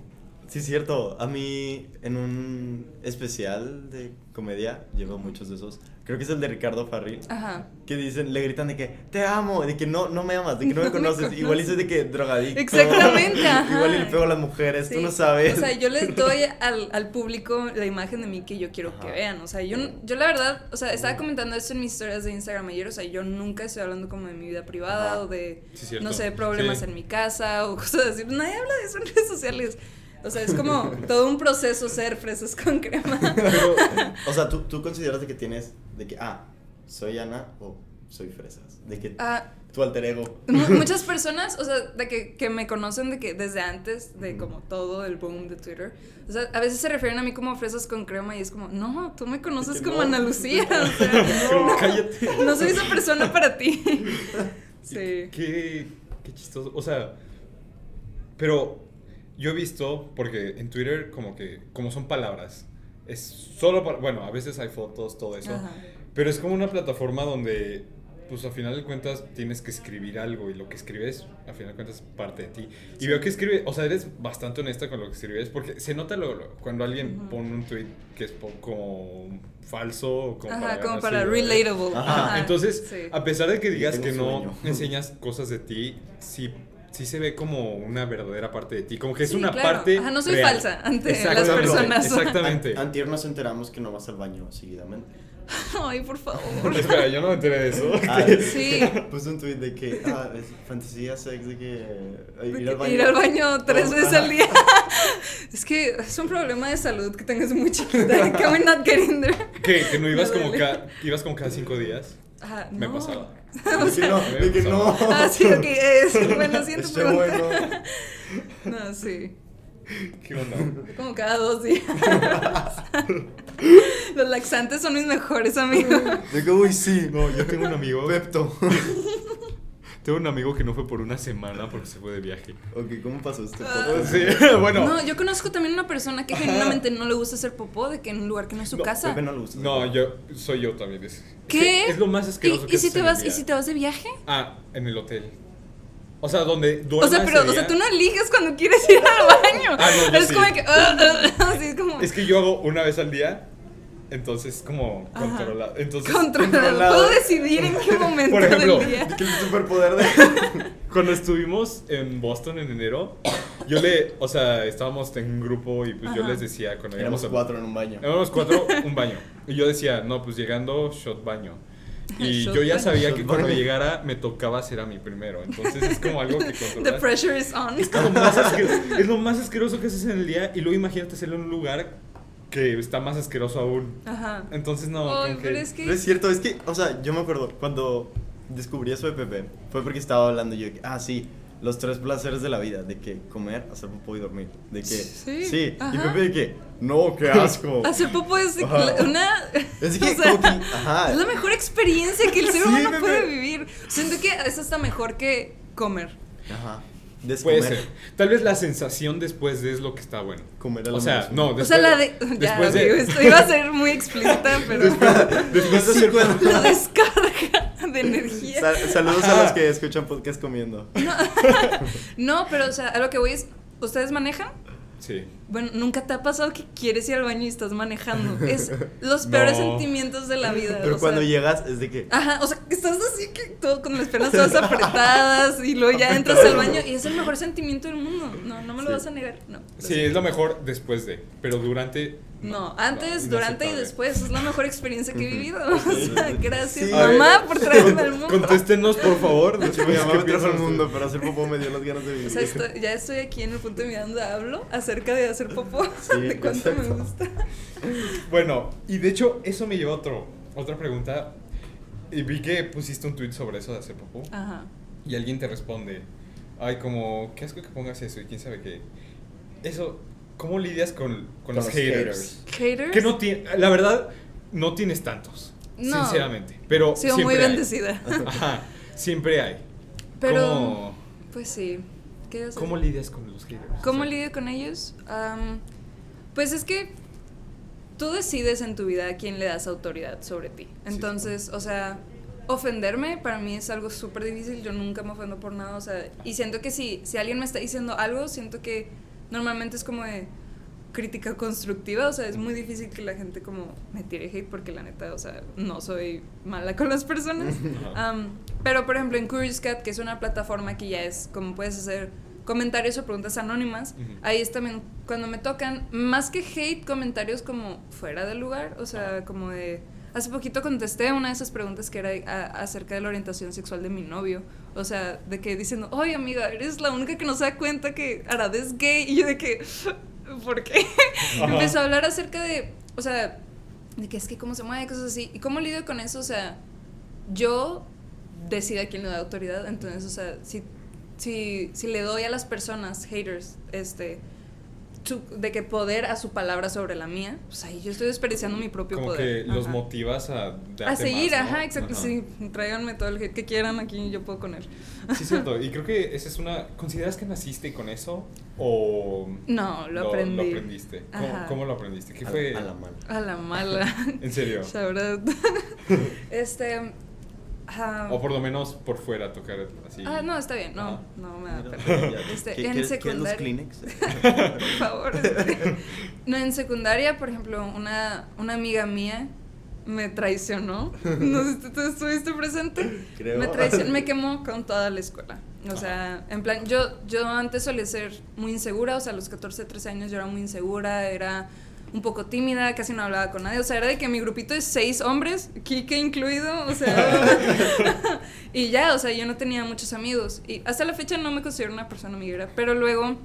[SPEAKER 2] Sí, es cierto. A mí, en un especial de comedia, llevo muchos de esos. Creo que es el de Ricardo Farril.
[SPEAKER 3] Ajá.
[SPEAKER 2] Que dicen, le gritan de que te amo, de que no, no me amas, de que no me
[SPEAKER 3] No me
[SPEAKER 2] conoces. Igual
[SPEAKER 3] conoces.
[SPEAKER 2] hice de que drogadicto.
[SPEAKER 3] Exactamente, ajá.
[SPEAKER 2] Igual y le pego a las mujeres, tú
[SPEAKER 3] Sí.
[SPEAKER 2] no sabes.
[SPEAKER 3] O sea, yo les doy al, al público la imagen de mí que yo quiero que
[SPEAKER 2] Ajá.
[SPEAKER 3] vean. O sea, yo, yo la verdad, o sea, estaba comentando esto en mis historias de Instagram ayer. O sea, yo nunca estoy hablando como de mi vida privada
[SPEAKER 2] Ajá.
[SPEAKER 3] o de,
[SPEAKER 1] Sí, cierto.
[SPEAKER 3] no sé, problemas
[SPEAKER 1] Sí.
[SPEAKER 3] en mi casa o cosas así. Nadie habla de eso en redes sociales. O sea, es como todo un proceso ser fresas con crema.
[SPEAKER 2] Pero, o sea, ¿tú, tú consideras de que tienes, de que, ah, soy Ana o soy Fresas. De que
[SPEAKER 3] Ah,
[SPEAKER 2] tu alter ego.
[SPEAKER 3] mu- muchas personas, o sea, de que, que me conocen de que desde antes de como todo el boom de Twitter, o sea, a veces se refieren a mí como fresas con crema y es como, no, tú me conoces
[SPEAKER 2] que
[SPEAKER 3] como
[SPEAKER 2] no.
[SPEAKER 3] Ana Lucía, o sea,
[SPEAKER 1] No, cállate.
[SPEAKER 3] no soy esa persona para ti. Sí.
[SPEAKER 1] Qué, qué chistoso. O sea, pero yo he visto, porque en Twitter como que, como son palabras, es solo, para, bueno, a veces hay fotos, todo eso,
[SPEAKER 3] Ajá.
[SPEAKER 1] pero es como una plataforma donde, pues a final de cuentas tienes que escribir algo y lo que escribes, a final de cuentas, es parte de ti. Y veo que escribe, o sea, eres bastante honesta con lo que escribes, porque se nota luego, luego, cuando alguien
[SPEAKER 3] Ujú.
[SPEAKER 1] pone un tweet que es po- como falso, o como
[SPEAKER 3] Ajá, como
[SPEAKER 1] ganar
[SPEAKER 3] para
[SPEAKER 1] seguidores.
[SPEAKER 3] relatable.
[SPEAKER 1] Ajá,
[SPEAKER 3] Ajá,
[SPEAKER 1] entonces,
[SPEAKER 3] sí.
[SPEAKER 1] a pesar de que digas
[SPEAKER 2] Tengo
[SPEAKER 1] que no
[SPEAKER 2] sueño.
[SPEAKER 1] enseñas cosas de ti, sí, sí se ve como una verdadera parte de ti, como que es
[SPEAKER 3] Sí,
[SPEAKER 1] una
[SPEAKER 3] claro.
[SPEAKER 1] parte
[SPEAKER 3] Ajá, no soy
[SPEAKER 1] real.
[SPEAKER 3] falsa ante las
[SPEAKER 1] Exactamente,
[SPEAKER 3] personas.
[SPEAKER 1] Exactamente.
[SPEAKER 2] Antier nos enteramos que no vas al baño seguidamente.
[SPEAKER 3] Ay, por favor.
[SPEAKER 1] Espera, yo no me enteré de eso.
[SPEAKER 2] Ah,
[SPEAKER 3] Sí.
[SPEAKER 2] Puse un tweet de que, ah, es fantasía sex, de que eh, ir al baño.
[SPEAKER 3] Ir al baño tres
[SPEAKER 2] Ajá.
[SPEAKER 3] veces al día. Es que es un problema de salud que tengas muy chiquita. Que we're not getting there.
[SPEAKER 1] Que, que no ibas
[SPEAKER 3] Me
[SPEAKER 1] como,
[SPEAKER 3] duele.
[SPEAKER 1] ca- ibas como cada cinco días.
[SPEAKER 3] Ajá,
[SPEAKER 1] Me
[SPEAKER 3] Ah, no.
[SPEAKER 1] pasaba.
[SPEAKER 2] De que no, de que no.
[SPEAKER 3] Ah, sí, ok. eh, sí, bueno, siento
[SPEAKER 2] Está
[SPEAKER 3] pregunta.
[SPEAKER 2] bueno.
[SPEAKER 3] No, sí.
[SPEAKER 1] ¿Qué onda?
[SPEAKER 3] Como cada dos días. Los laxantes son mis mejores amigos.
[SPEAKER 2] De que, uy, sí.
[SPEAKER 1] No, yo tengo un amigo.
[SPEAKER 2] Pepto.
[SPEAKER 1] Tengo un amigo que no fue por una semana porque se fue de viaje.
[SPEAKER 2] ok, ¿cómo pasó este
[SPEAKER 3] Ah.
[SPEAKER 2] podcast?
[SPEAKER 1] Sí, bueno.
[SPEAKER 3] No, yo conozco también una persona que genuinamente no le gusta hacer popó de que en un lugar que no es su
[SPEAKER 1] No,
[SPEAKER 3] casa.
[SPEAKER 2] Pepe no le gusta.
[SPEAKER 1] No, yo soy yo también. Es, es
[SPEAKER 3] ¿Qué?
[SPEAKER 1] que Es, lo más asqueroso
[SPEAKER 3] ¿Y,
[SPEAKER 1] que
[SPEAKER 3] y si
[SPEAKER 1] haces
[SPEAKER 3] te
[SPEAKER 1] en el
[SPEAKER 3] vas ¿Y
[SPEAKER 1] día.
[SPEAKER 3] si te vas de viaje?
[SPEAKER 1] Ah, en el hotel. O sea, donde
[SPEAKER 3] O
[SPEAKER 1] duermas
[SPEAKER 3] sea, pero
[SPEAKER 1] ese
[SPEAKER 3] o sea,
[SPEAKER 1] día.
[SPEAKER 3] tú no eliges cuando quieres ir al baño.
[SPEAKER 1] Ah, no, yo
[SPEAKER 3] es
[SPEAKER 1] sí.
[SPEAKER 3] como que. ah, ah, ah, así es como.
[SPEAKER 1] Es que yo hago una vez al día, entonces como
[SPEAKER 3] Ajá.
[SPEAKER 1] controla, entonces
[SPEAKER 3] controlado. Puedo decidir en qué
[SPEAKER 1] pues,
[SPEAKER 3] momento
[SPEAKER 1] Por ejemplo,
[SPEAKER 3] del día.
[SPEAKER 2] Que es el superpoder de.
[SPEAKER 1] Cuando estuvimos en Boston en enero, yo le, o sea, estábamos en un grupo y pues yo
[SPEAKER 3] Ajá.
[SPEAKER 1] les decía cuando llegamos
[SPEAKER 2] Éramos
[SPEAKER 1] a-
[SPEAKER 2] cuatro en un baño.
[SPEAKER 1] Éramos cuatro, un baño. Y yo decía, no, pues llegando, shot baño. Y
[SPEAKER 3] Shot
[SPEAKER 1] yo ya
[SPEAKER 3] baño.
[SPEAKER 1] sabía que
[SPEAKER 2] Shot
[SPEAKER 1] cuando
[SPEAKER 2] baño.
[SPEAKER 1] llegara me tocaba hacer a mí primero. Entonces es como algo que
[SPEAKER 3] The
[SPEAKER 1] controlas.
[SPEAKER 3] pressure is on.
[SPEAKER 1] Es lo, más asqueroso, es lo más asqueroso que haces en el día y luego imagínate hacerlo en un lugar que está más asqueroso aún.
[SPEAKER 3] Ajá.
[SPEAKER 1] Entonces no.
[SPEAKER 3] Ay,
[SPEAKER 1] como
[SPEAKER 3] pero
[SPEAKER 1] que-
[SPEAKER 3] es que.
[SPEAKER 2] No es cierto, es que, o sea, yo me acuerdo cuando descubrí eso de Pepe, fue porque estaba hablando yo, de que, ah, sí, los tres placeres de la vida, de que comer, hacer popó y dormir, de que,
[SPEAKER 3] Sí,
[SPEAKER 2] sí, y
[SPEAKER 3] ajá.
[SPEAKER 2] Pepe de que, no, qué asco.
[SPEAKER 3] Hacer popó es
[SPEAKER 2] Ajá.
[SPEAKER 3] la- una.
[SPEAKER 2] Es que,
[SPEAKER 3] o sea,
[SPEAKER 2] como que-
[SPEAKER 1] Ah.
[SPEAKER 2] ajá.
[SPEAKER 3] Es la mejor experiencia que el ser
[SPEAKER 2] Sí,
[SPEAKER 3] humano
[SPEAKER 2] bebé.
[SPEAKER 3] puede vivir. Siento que es hasta mejor que comer.
[SPEAKER 2] Ajá.
[SPEAKER 1] Puede
[SPEAKER 2] Descomer,
[SPEAKER 1] ser. Tal vez la sensación después de es lo que está bueno.
[SPEAKER 2] Comer a la
[SPEAKER 1] O sea,
[SPEAKER 2] mano.
[SPEAKER 1] no, después,
[SPEAKER 3] o sea, la de. Ya,
[SPEAKER 1] después
[SPEAKER 3] digo,
[SPEAKER 1] de,
[SPEAKER 3] esto iba a ser muy explícita, pero.
[SPEAKER 2] Después de hacer
[SPEAKER 3] la descarga de energía.
[SPEAKER 2] Sal- saludos a los que escuchan podcast comiendo.
[SPEAKER 3] No, pero, o sea, a lo que voy es. ¿Ustedes manejan?
[SPEAKER 1] Sí.
[SPEAKER 3] Bueno, nunca te ha pasado que quieres ir al baño y estás manejando. Es los peores
[SPEAKER 1] No.
[SPEAKER 3] sentimientos de la vida.
[SPEAKER 2] Pero
[SPEAKER 3] o
[SPEAKER 2] cuando
[SPEAKER 3] sea, Ah.
[SPEAKER 2] llegas es de que
[SPEAKER 3] Ajá, o sea, que estás así que todo con las piernas todas apretadas y luego ya entras al baño y es el mejor sentimiento del mundo. No, no me lo
[SPEAKER 2] Sí.
[SPEAKER 3] vas a negar. No.
[SPEAKER 1] Sí, es lo mejor después de. Pero durante.
[SPEAKER 3] No, antes, durante y
[SPEAKER 1] inaceptable.
[SPEAKER 3] después es la mejor experiencia que he vivido.
[SPEAKER 2] Sí,
[SPEAKER 3] O sea,
[SPEAKER 2] sí.
[SPEAKER 3] gracias
[SPEAKER 2] Sí.
[SPEAKER 1] A ver,
[SPEAKER 3] mamá por traerme al mundo.
[SPEAKER 1] Contéstenos, por favor.
[SPEAKER 2] de hecho,
[SPEAKER 1] después,
[SPEAKER 2] mi
[SPEAKER 1] ¿qué
[SPEAKER 2] mamá me trajo al
[SPEAKER 1] piensas?
[SPEAKER 2] mundo, pero hacer popó me dio las ganas de vivir.
[SPEAKER 3] O sea, estoy- ya estoy aquí en el punto de mi donde hablo acerca de hacer popó,
[SPEAKER 2] Sí,
[SPEAKER 3] de cuánto me
[SPEAKER 2] exacto.
[SPEAKER 3] gusta.
[SPEAKER 1] Bueno, y de hecho, eso me llevó a otro, otra pregunta. Y vi que pusiste un tweet sobre eso de hacer popó.
[SPEAKER 3] Ajá.
[SPEAKER 1] Y alguien te responde, ay, como, qué asco que pongas eso y quién sabe qué. Eso, ¿cómo lidias con, con los, haters?
[SPEAKER 3] Haters.
[SPEAKER 1] Que no tiene, la verdad, no tienes tantos,
[SPEAKER 3] No.
[SPEAKER 1] sinceramente. Pero
[SPEAKER 3] Sigo
[SPEAKER 1] siempre
[SPEAKER 3] muy
[SPEAKER 1] hay.
[SPEAKER 3] bendecida.
[SPEAKER 1] Ajá, siempre hay.
[SPEAKER 3] Pero,
[SPEAKER 1] ¿Cómo,
[SPEAKER 3] pues sí. ¿Qué ibas a
[SPEAKER 1] cómo
[SPEAKER 3] decir?
[SPEAKER 1] lidias con los haters?
[SPEAKER 3] ¿Cómo
[SPEAKER 1] O sea,
[SPEAKER 3] lidio con ellos? Am, pues es que tú decides en tu vida a quién le das autoridad sobre ti. Entonces, o sea, ofenderme para mí es algo súper difícil. Yo nunca me ofendo por nada. O sea, y siento que si, si alguien me está diciendo algo, siento que normalmente es como de crítica constructiva, o sea, es muy difícil que la gente como me tire hate porque la neta, o sea, no soy mala con las personas.
[SPEAKER 1] Ajá.
[SPEAKER 3] Am, pero por ejemplo en Curious Cat, que es una plataforma que ya es como puedes hacer comentarios o preguntas anónimas,
[SPEAKER 1] Ujú.
[SPEAKER 3] ahí es también cuando me tocan, más que hate, comentarios como fuera del lugar, o sea, como de... Hace poquito contesté una de esas preguntas que era a- acerca de la orientación sexual de mi novio. O sea, de que diciendo, oye amiga, eres la única que no se da cuenta que Arad es gay. Y yo de que, ¿por qué?
[SPEAKER 1] Ajá.
[SPEAKER 3] Empezó a hablar acerca de, o sea, de que es que cómo se mueve, cosas así. ¿Y cómo lidio con eso? O sea, yo decido a quién le da autoridad. Entonces, o sea, si, si, si le doy a las personas, haters, este, su- de que poder a su palabra sobre la mía, pues ahí yo estoy desperdiciando mi propio
[SPEAKER 1] Como
[SPEAKER 3] poder.
[SPEAKER 1] que los
[SPEAKER 3] Ajá.
[SPEAKER 1] motivas a... darte
[SPEAKER 3] A seguir,
[SPEAKER 1] más, ¿no?
[SPEAKER 3] ajá, exacto, sí. Tráiganme todo el hate que quieran aquí, yo puedo con él.
[SPEAKER 1] Sí, es cierto. Y creo que esa es una... ¿Consideras que naciste con eso? ¿O
[SPEAKER 3] No, lo,
[SPEAKER 1] lo
[SPEAKER 3] aprendí.
[SPEAKER 1] aprendiste? ¿Cómo,
[SPEAKER 3] Ajá.
[SPEAKER 1] cómo lo aprendiste? ¿Qué
[SPEAKER 2] a,
[SPEAKER 1] fue?
[SPEAKER 2] a la mano.
[SPEAKER 3] A la mala.
[SPEAKER 1] ¿En serio?
[SPEAKER 3] Sabrás. este. ah,
[SPEAKER 1] O por lo menos por fuera tocar así.
[SPEAKER 3] ah, no, está bien, no,
[SPEAKER 1] Ajá.
[SPEAKER 3] no me da pena. Este, en
[SPEAKER 2] ¿Quieres los
[SPEAKER 3] secundaria-
[SPEAKER 2] Kleenex?
[SPEAKER 3] Por favor. este. No, en secundaria, por ejemplo, una, una amiga mía me traicionó. No sé si tú estuviste presente.
[SPEAKER 2] Creo.
[SPEAKER 3] Me traicionó, me quemó con toda la escuela. O sea, en plan, yo, yo antes solía ser muy insegura, o sea, a los 14, 13 años yo era muy insegura, era un poco tímida, casi no hablaba con nadie, o sea, era de que mi grupito es seis hombres, Kike incluido, o sea, y ya, o sea, yo no tenía muchos amigos, y hasta la fecha no me considero una persona amiguera, pero luego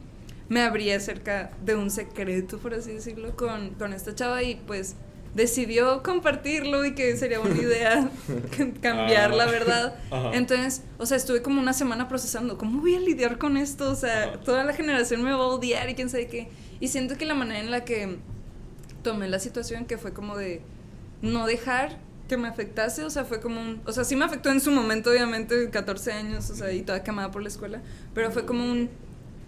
[SPEAKER 3] me abrí acerca de un secreto, por así decirlo, con, con esta chava y pues decidió compartirlo y que sería buena idea cambiar la
[SPEAKER 1] Ah.
[SPEAKER 3] verdad.
[SPEAKER 1] Ajá.
[SPEAKER 3] Entonces, o sea, estuve como una semana procesando, ¿cómo voy a lidiar con esto? O sea,
[SPEAKER 1] Ajá.
[SPEAKER 3] toda la generación me va a odiar y quién sabe qué. Y siento que la manera en la que tomé la situación, que fue como de no dejar que me afectase, o sea, fue como un, o sea, sí me afectó en su momento, obviamente, 14 años, o sea, y toda quemada por la escuela, pero fue como un,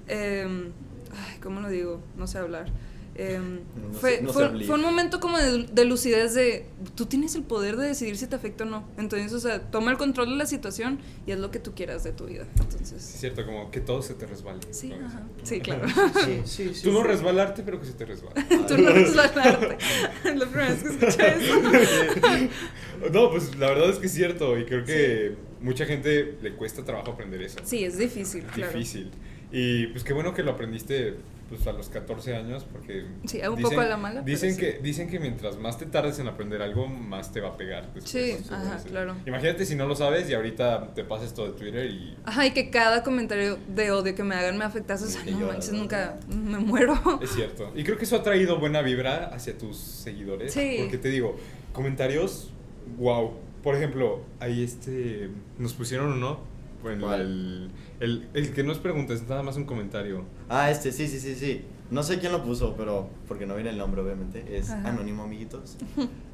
[SPEAKER 3] em, ay, ¿cómo lo digo? No sé hablar. Em,
[SPEAKER 2] No
[SPEAKER 3] fue,
[SPEAKER 2] sé- no sé
[SPEAKER 3] fue-
[SPEAKER 2] hablar.
[SPEAKER 3] fue un momento como de, de lucidez de tú tienes el poder de decidir si te afecta o no. Entonces, o sea, toma el control de la situación y haz lo que tú quieras de tu vida.
[SPEAKER 1] Sí,
[SPEAKER 3] Entonces,
[SPEAKER 1] es cierto, como que todo se te resbale.
[SPEAKER 3] sí,
[SPEAKER 1] Con eso.
[SPEAKER 3] ajá. Sí, claro.
[SPEAKER 2] Sí, sí, sí.
[SPEAKER 1] Tú no
[SPEAKER 2] sí.
[SPEAKER 1] resbalarte, pero que se te resbala.
[SPEAKER 3] Tú no eres la arte. Es la primera vez que escucho eso.
[SPEAKER 1] No, pues la verdad es que es cierto y creo que mucha gente le cuesta trabajo aprender eso.
[SPEAKER 3] Sí, es difícil, claro.
[SPEAKER 1] Difícil. Y pues qué bueno que lo aprendiste pues a los 14 años porque
[SPEAKER 3] Sí, un poco a la mala, pero
[SPEAKER 1] Dicen
[SPEAKER 3] sí.
[SPEAKER 1] que dicen que mientras más te tardes en aprender algo, más te va a pegar después.
[SPEAKER 3] Sí,
[SPEAKER 1] Entonces,
[SPEAKER 3] ajá, claro.
[SPEAKER 1] Imagínate si no lo sabes y ahorita te pasas todo de Twitter y
[SPEAKER 3] Ajá, y que cada comentario de odio que me hagan me afectase. O sea,
[SPEAKER 2] Y
[SPEAKER 3] no
[SPEAKER 2] lloras,
[SPEAKER 3] manches,
[SPEAKER 2] ¿no?
[SPEAKER 3] nunca me muero.
[SPEAKER 1] Es cierto. Y creo que eso ha traído buena vibra hacia tus seguidores.
[SPEAKER 3] Sí.
[SPEAKER 1] Porque te digo, comentarios, wow. Por ejemplo, ahí este. Nos pusieron uno. Bueno,
[SPEAKER 2] ¿Cuál?
[SPEAKER 1] el, el, el que no es pregunta, es nada más un comentario.
[SPEAKER 2] Ah, este, sí, sí, sí, sí. No sé quién lo puso, pero porque no viene el nombre, obviamente. Es
[SPEAKER 3] Ajá.
[SPEAKER 2] anónimo, amiguitos.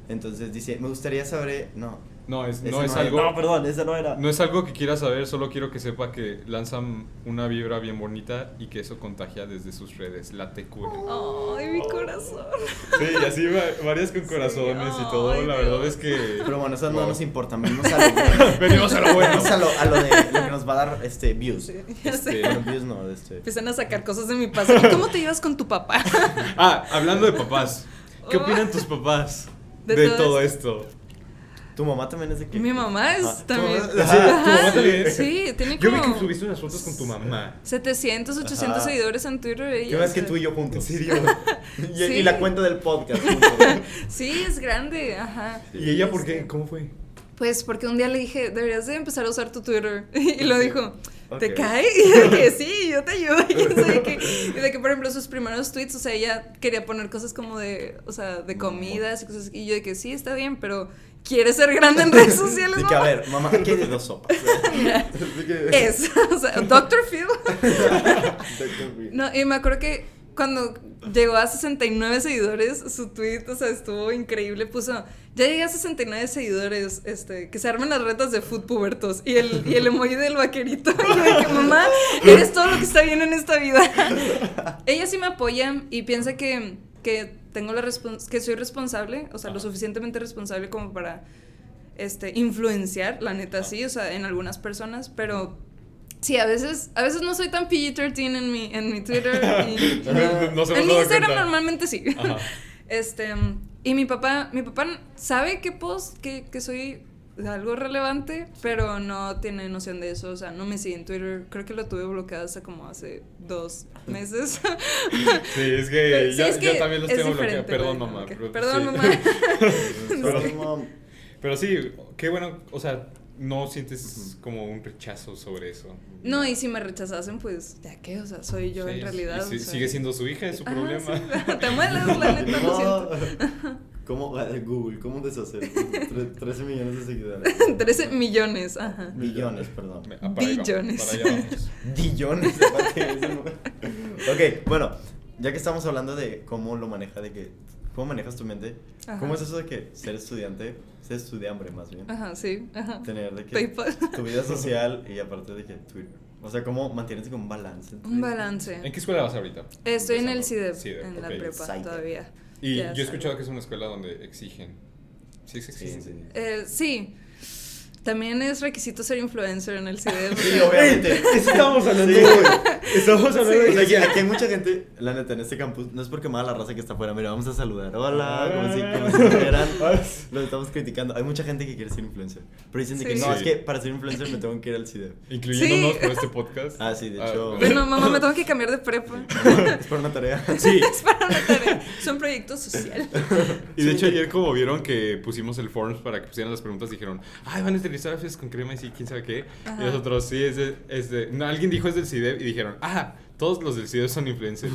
[SPEAKER 2] Entonces dice, me gustaría saber... No,
[SPEAKER 1] No, es,
[SPEAKER 2] ese
[SPEAKER 1] no es
[SPEAKER 2] era.
[SPEAKER 1] algo.
[SPEAKER 2] No, perdón, ese no era.
[SPEAKER 1] No es algo que quiera saber, solo quiero que sepa que lanzan una vibra bien bonita y que eso contagia desde sus redes, la TQ.
[SPEAKER 3] Ay, mi corazón.
[SPEAKER 1] Sí, y así va- varias con
[SPEAKER 3] Sí,
[SPEAKER 1] corazones y todo.
[SPEAKER 3] ay,
[SPEAKER 1] la
[SPEAKER 3] Dios.
[SPEAKER 1] verdad es que.
[SPEAKER 2] Pero bueno, eso no
[SPEAKER 1] Wow.
[SPEAKER 2] nos importa. Venimos a lo bueno.
[SPEAKER 1] Venimos a lo bueno.
[SPEAKER 2] Venimos a lo, a lo de lo que nos va a dar este, views.
[SPEAKER 3] Sí, Pues ya sé.
[SPEAKER 2] Bueno, views no, este...
[SPEAKER 3] Empiezan a sacar cosas de mi pasado. ¿Cómo te llevas con tu papá?
[SPEAKER 1] Ah, hablando de papás. ¿Qué opinan tus papás de,
[SPEAKER 3] De
[SPEAKER 1] todo,
[SPEAKER 3] todo
[SPEAKER 1] esto?
[SPEAKER 2] ¿Tu mamá también es de qué?
[SPEAKER 3] Mi mamá es
[SPEAKER 2] Ah,
[SPEAKER 3] también.
[SPEAKER 2] ¿tu mamá?
[SPEAKER 1] Sí,
[SPEAKER 2] Ah,
[SPEAKER 1] tu mamá también.
[SPEAKER 3] Sí, tiene
[SPEAKER 1] Yo vi
[SPEAKER 3] como
[SPEAKER 1] que subiste unas fotos con tu mamá.
[SPEAKER 3] 700, 800
[SPEAKER 2] Ajá.
[SPEAKER 3] seguidores en Twitter. ella,
[SPEAKER 2] Yo más
[SPEAKER 3] o
[SPEAKER 2] que
[SPEAKER 3] sea,
[SPEAKER 2] tú y yo
[SPEAKER 1] ¿En
[SPEAKER 2] juntos.
[SPEAKER 1] serio?
[SPEAKER 2] Y,
[SPEAKER 3] Sí.
[SPEAKER 2] y la cuenta del podcast. juntos.
[SPEAKER 3] Sí, es grande, ajá.
[SPEAKER 1] ¿Y ella por qué?
[SPEAKER 3] Este,
[SPEAKER 1] ¿Cómo fue?
[SPEAKER 3] Pues porque un día le dije, deberías de empezar a usar tu Twitter. Y lo dijo, ¿te
[SPEAKER 2] Ok.
[SPEAKER 3] cae? Y yo de que sí, yo te ayudo. Y, quién sabe qué. Y de que, por ejemplo, sus primeros tweets, o sea, ella quería poner cosas como de, o sea, de comidas y cosas. así. Y yo de que sí, está bien, pero ¿quieres ser grande en redes sociales?
[SPEAKER 2] De que, a
[SPEAKER 3] mamá?"
[SPEAKER 2] ver, mamá, aquí hay de dos sopas. De que-
[SPEAKER 3] Es, o sea, Dr. Phil.
[SPEAKER 2] De que-
[SPEAKER 3] No, y me acuerdo que cuando llegó a 69 seguidores, su tweet, o sea, estuvo increíble. Puso, ya llegué a 69 seguidores, este, que se armen las retas de food pubertos. Y el, y el emoji del vaquerito. Y yo dije, mamá, eres todo lo que está bien en esta vida. Ella sí me apoya y piensa que, que tengo la respons- que soy responsable, o sea, lo
[SPEAKER 1] Ajá.
[SPEAKER 3] suficientemente responsable como para este, influenciar, la neta sí, o sea, en algunas personas, pero sí, a veces, a veces no soy tan PG-13 en mi, en mi Twitter. y-
[SPEAKER 1] No- no se hemos
[SPEAKER 3] en mi
[SPEAKER 1] dado
[SPEAKER 3] Instagram
[SPEAKER 1] cuenta.
[SPEAKER 3] normalmente sí.
[SPEAKER 1] Ajá.
[SPEAKER 3] Este, y mi papá, mi papá sabe que post, que, que soy algo relevante, pero no tiene noción de eso, o sea, no me sigue en Twitter, creo que lo tuve bloqueado hasta como hace dos meses.
[SPEAKER 1] Sí, es que,
[SPEAKER 3] Sí,
[SPEAKER 1] yo,
[SPEAKER 3] es
[SPEAKER 1] yo
[SPEAKER 3] que
[SPEAKER 1] también los
[SPEAKER 3] es
[SPEAKER 1] tengo bloqueados.
[SPEAKER 3] diferente,
[SPEAKER 1] Perdón,
[SPEAKER 3] ¿no?
[SPEAKER 1] mamá.
[SPEAKER 3] Ok.
[SPEAKER 1] pero-
[SPEAKER 3] Perdón,
[SPEAKER 1] sí.
[SPEAKER 3] mamá.
[SPEAKER 2] Perdón, mamá.
[SPEAKER 1] Pero sí, qué bueno. O sea, no sientes como un rechazo sobre eso.
[SPEAKER 3] No, y si me rechazasen, pues, ¿ya qué? O sea, soy yo
[SPEAKER 1] Sí,
[SPEAKER 3] en realidad.
[SPEAKER 1] y si-
[SPEAKER 3] o sea.
[SPEAKER 1] sigue siendo su hija, es su
[SPEAKER 3] Ajá,
[SPEAKER 1] problema.
[SPEAKER 3] sí, te mueres, la neta, lo siento.
[SPEAKER 2] ¿Cómo? Google, ¿cómo deshacer? Tre- 13 millones de seguidores.
[SPEAKER 3] 13 millones, ajá.
[SPEAKER 2] Millones, perdón.
[SPEAKER 1] Me- ah, para ahí vamos,
[SPEAKER 3] Billones.
[SPEAKER 1] para allá vamos.
[SPEAKER 2] Dillones. aparte, es el número. ok, bueno. ya que estamos hablando de cómo lo maneja, de que, cómo manejas tu mente,
[SPEAKER 3] Ajá.
[SPEAKER 2] ¿cómo es eso de que ser estudiante, ser estudiambre más bien,
[SPEAKER 3] Ajá, sí. Ajá.
[SPEAKER 2] tener de que
[SPEAKER 3] PayPal.
[SPEAKER 2] tu vida social y aparte de que Twitter? O sea, ¿cómo mantienes como un balance? entre-
[SPEAKER 3] Un balance.
[SPEAKER 1] ¿En qué escuela vas ahorita?
[SPEAKER 3] Estoy en el
[SPEAKER 1] Empezando.
[SPEAKER 3] CIDEP,
[SPEAKER 1] CIDEP,
[SPEAKER 3] E en la
[SPEAKER 1] E ok.
[SPEAKER 3] prepa
[SPEAKER 2] CIDEP.
[SPEAKER 3] todavía.
[SPEAKER 1] Y
[SPEAKER 3] Ya
[SPEAKER 1] yo he
[SPEAKER 3] salgo.
[SPEAKER 1] escuchado que es una escuela donde exigen. Sí, sí,
[SPEAKER 2] Sí,
[SPEAKER 1] exigen.
[SPEAKER 2] sí.
[SPEAKER 3] Eh, sí. También es requisito ser influencer en el CIDEP.
[SPEAKER 2] Sí, obviamente.
[SPEAKER 4] Eso estábamos hablando,
[SPEAKER 2] Sí.
[SPEAKER 4] güey. Estábamos hablando
[SPEAKER 2] O sea,
[SPEAKER 4] de
[SPEAKER 2] que aquí hay mucha gente, la neta, en este campus, no es porque mala la raza que está afuera, mira, vamos a saludar, hola, como si, como si fueran, lo estamos criticando. Hay mucha gente que quiere ser influencer, pero dicen de que
[SPEAKER 3] Sí.
[SPEAKER 2] no,
[SPEAKER 1] Sí.
[SPEAKER 2] es que para ser influencer me tengo que ir al CIDEP.
[SPEAKER 1] Incluyéndonos
[SPEAKER 3] Sí.
[SPEAKER 1] por este podcast.
[SPEAKER 2] Ah, sí, de
[SPEAKER 1] Ah,
[SPEAKER 2] hecho.
[SPEAKER 3] Bueno, mamá, me tengo que cambiar de prepa.
[SPEAKER 2] Es para una tarea.
[SPEAKER 1] Sí,
[SPEAKER 3] es para una tarea. Es un proyecto social.
[SPEAKER 1] y de hecho ayer como vieron que pusimos el forms para que pusieran las preguntas, dijeron, ay, van a utilizar fresas con crema y sí, quién sabe qué.
[SPEAKER 3] Ajá.
[SPEAKER 1] Y nosotros, sí, es de... Es de no, alguien dijo es del CIDEP y dijeron, ah, todos los del CIDEP son influencers.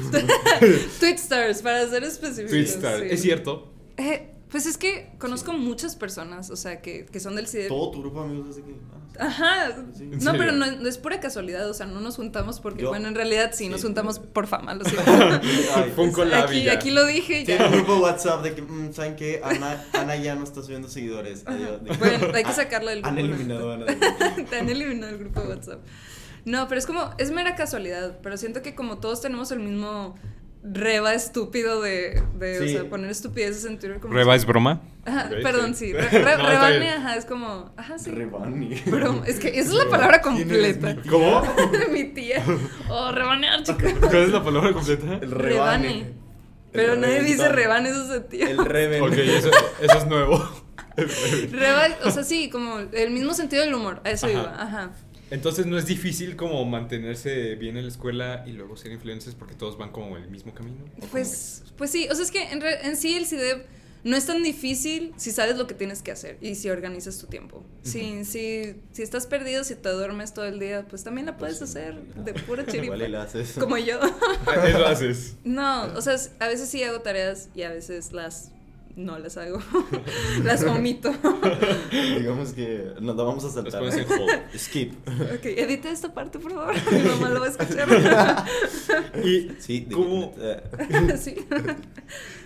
[SPEAKER 3] Twitstars, para ser específicos.
[SPEAKER 1] Twitstar,
[SPEAKER 3] sí.
[SPEAKER 1] es cierto.
[SPEAKER 3] Eh, pues es que conozco muchas personas, o sea, que, que son del CIDEP.
[SPEAKER 2] Todo tu grupo de amigos así que. ah, sí.
[SPEAKER 3] Ajá.
[SPEAKER 2] Sí.
[SPEAKER 1] ¿En
[SPEAKER 3] No,
[SPEAKER 1] serio?
[SPEAKER 3] pero no, no es pura casualidad, o sea, no nos juntamos porque,
[SPEAKER 2] Yo-
[SPEAKER 3] bueno, en realidad sí, nos
[SPEAKER 2] sí.
[SPEAKER 3] juntamos por fama, lo
[SPEAKER 2] ah.
[SPEAKER 3] siento. Pues,
[SPEAKER 2] Ay,
[SPEAKER 1] Fue un collab y
[SPEAKER 3] aquí,
[SPEAKER 1] ya.
[SPEAKER 3] aquí lo dije
[SPEAKER 2] Tiene un
[SPEAKER 3] ya.
[SPEAKER 2] grupo de WhatsApp de que, mm, ¿saben qué? Ana, Ana ya no está subiendo seguidores. Adiós. De que-
[SPEAKER 3] Bueno, hay que
[SPEAKER 2] Ah,
[SPEAKER 3] sacarla del
[SPEAKER 2] Han
[SPEAKER 3] grupo, la
[SPEAKER 2] eliminado a Ana.
[SPEAKER 3] Te han eliminado el grupo de WhatsApp. No, pero es como, es mera casualidad, pero siento que como todos tenemos el mismo reba estúpido de, de o
[SPEAKER 2] Sí.
[SPEAKER 3] sea, poner estupideces en Twitter. Como
[SPEAKER 1] ¿Reba es broma?
[SPEAKER 3] Ajá,
[SPEAKER 1] Ok,
[SPEAKER 3] perdón,
[SPEAKER 1] sí.
[SPEAKER 3] sí. Re- re-
[SPEAKER 1] No, está
[SPEAKER 3] rebane,
[SPEAKER 1] bien.
[SPEAKER 3] ajá, es como, ajá, sí.
[SPEAKER 2] Rebani.
[SPEAKER 3] Broma, es que esa es la palabra
[SPEAKER 2] ¿Quién eres,
[SPEAKER 3] completa.
[SPEAKER 2] mi tía?
[SPEAKER 1] ¿Cómo?
[SPEAKER 3] Mi tía. Oh, rebanear, chicos.
[SPEAKER 1] ¿Cuál es la palabra completa?
[SPEAKER 2] El
[SPEAKER 3] Rebane.
[SPEAKER 2] rebane.
[SPEAKER 3] Pero
[SPEAKER 2] El
[SPEAKER 3] nadie dice
[SPEAKER 2] reventón.
[SPEAKER 3] reban, eso es de tío.
[SPEAKER 2] El reben.
[SPEAKER 1] Ok, eso, eso es nuevo.
[SPEAKER 3] Reba, o sea, sí, como el mismo sentido del humor, a eso
[SPEAKER 1] Ajá.
[SPEAKER 3] iba, ajá.
[SPEAKER 1] Entonces no es difícil como mantenerse bien en la escuela y luego ser influencers porque todos van como el mismo camino. ¿O cómo es?
[SPEAKER 3] Pues, pues sí, o sea, es que en, re- en sí el CIDEP no es tan difícil si sabes lo que tienes que hacer y si organizas tu tiempo. Si, si, si estás perdido, si te duermes todo el día, pues también la puedes hacer de pura chiripa.
[SPEAKER 2] Igual y la haces.
[SPEAKER 3] Como yo.
[SPEAKER 1] Ah, eso haces.
[SPEAKER 3] No, o sea, a veces sí hago tareas y a veces las no las hago. las omito.
[SPEAKER 2] Digamos que nos la vamos a
[SPEAKER 1] Los
[SPEAKER 2] saltar.
[SPEAKER 1] pones en hold.
[SPEAKER 2] Skip.
[SPEAKER 3] ok, edita esta parte, por favor. Mi mamá lo va a escuchar.
[SPEAKER 1] Y,
[SPEAKER 2] Sí, de-
[SPEAKER 1] ¿Cómo?
[SPEAKER 2] eh,
[SPEAKER 3] sí.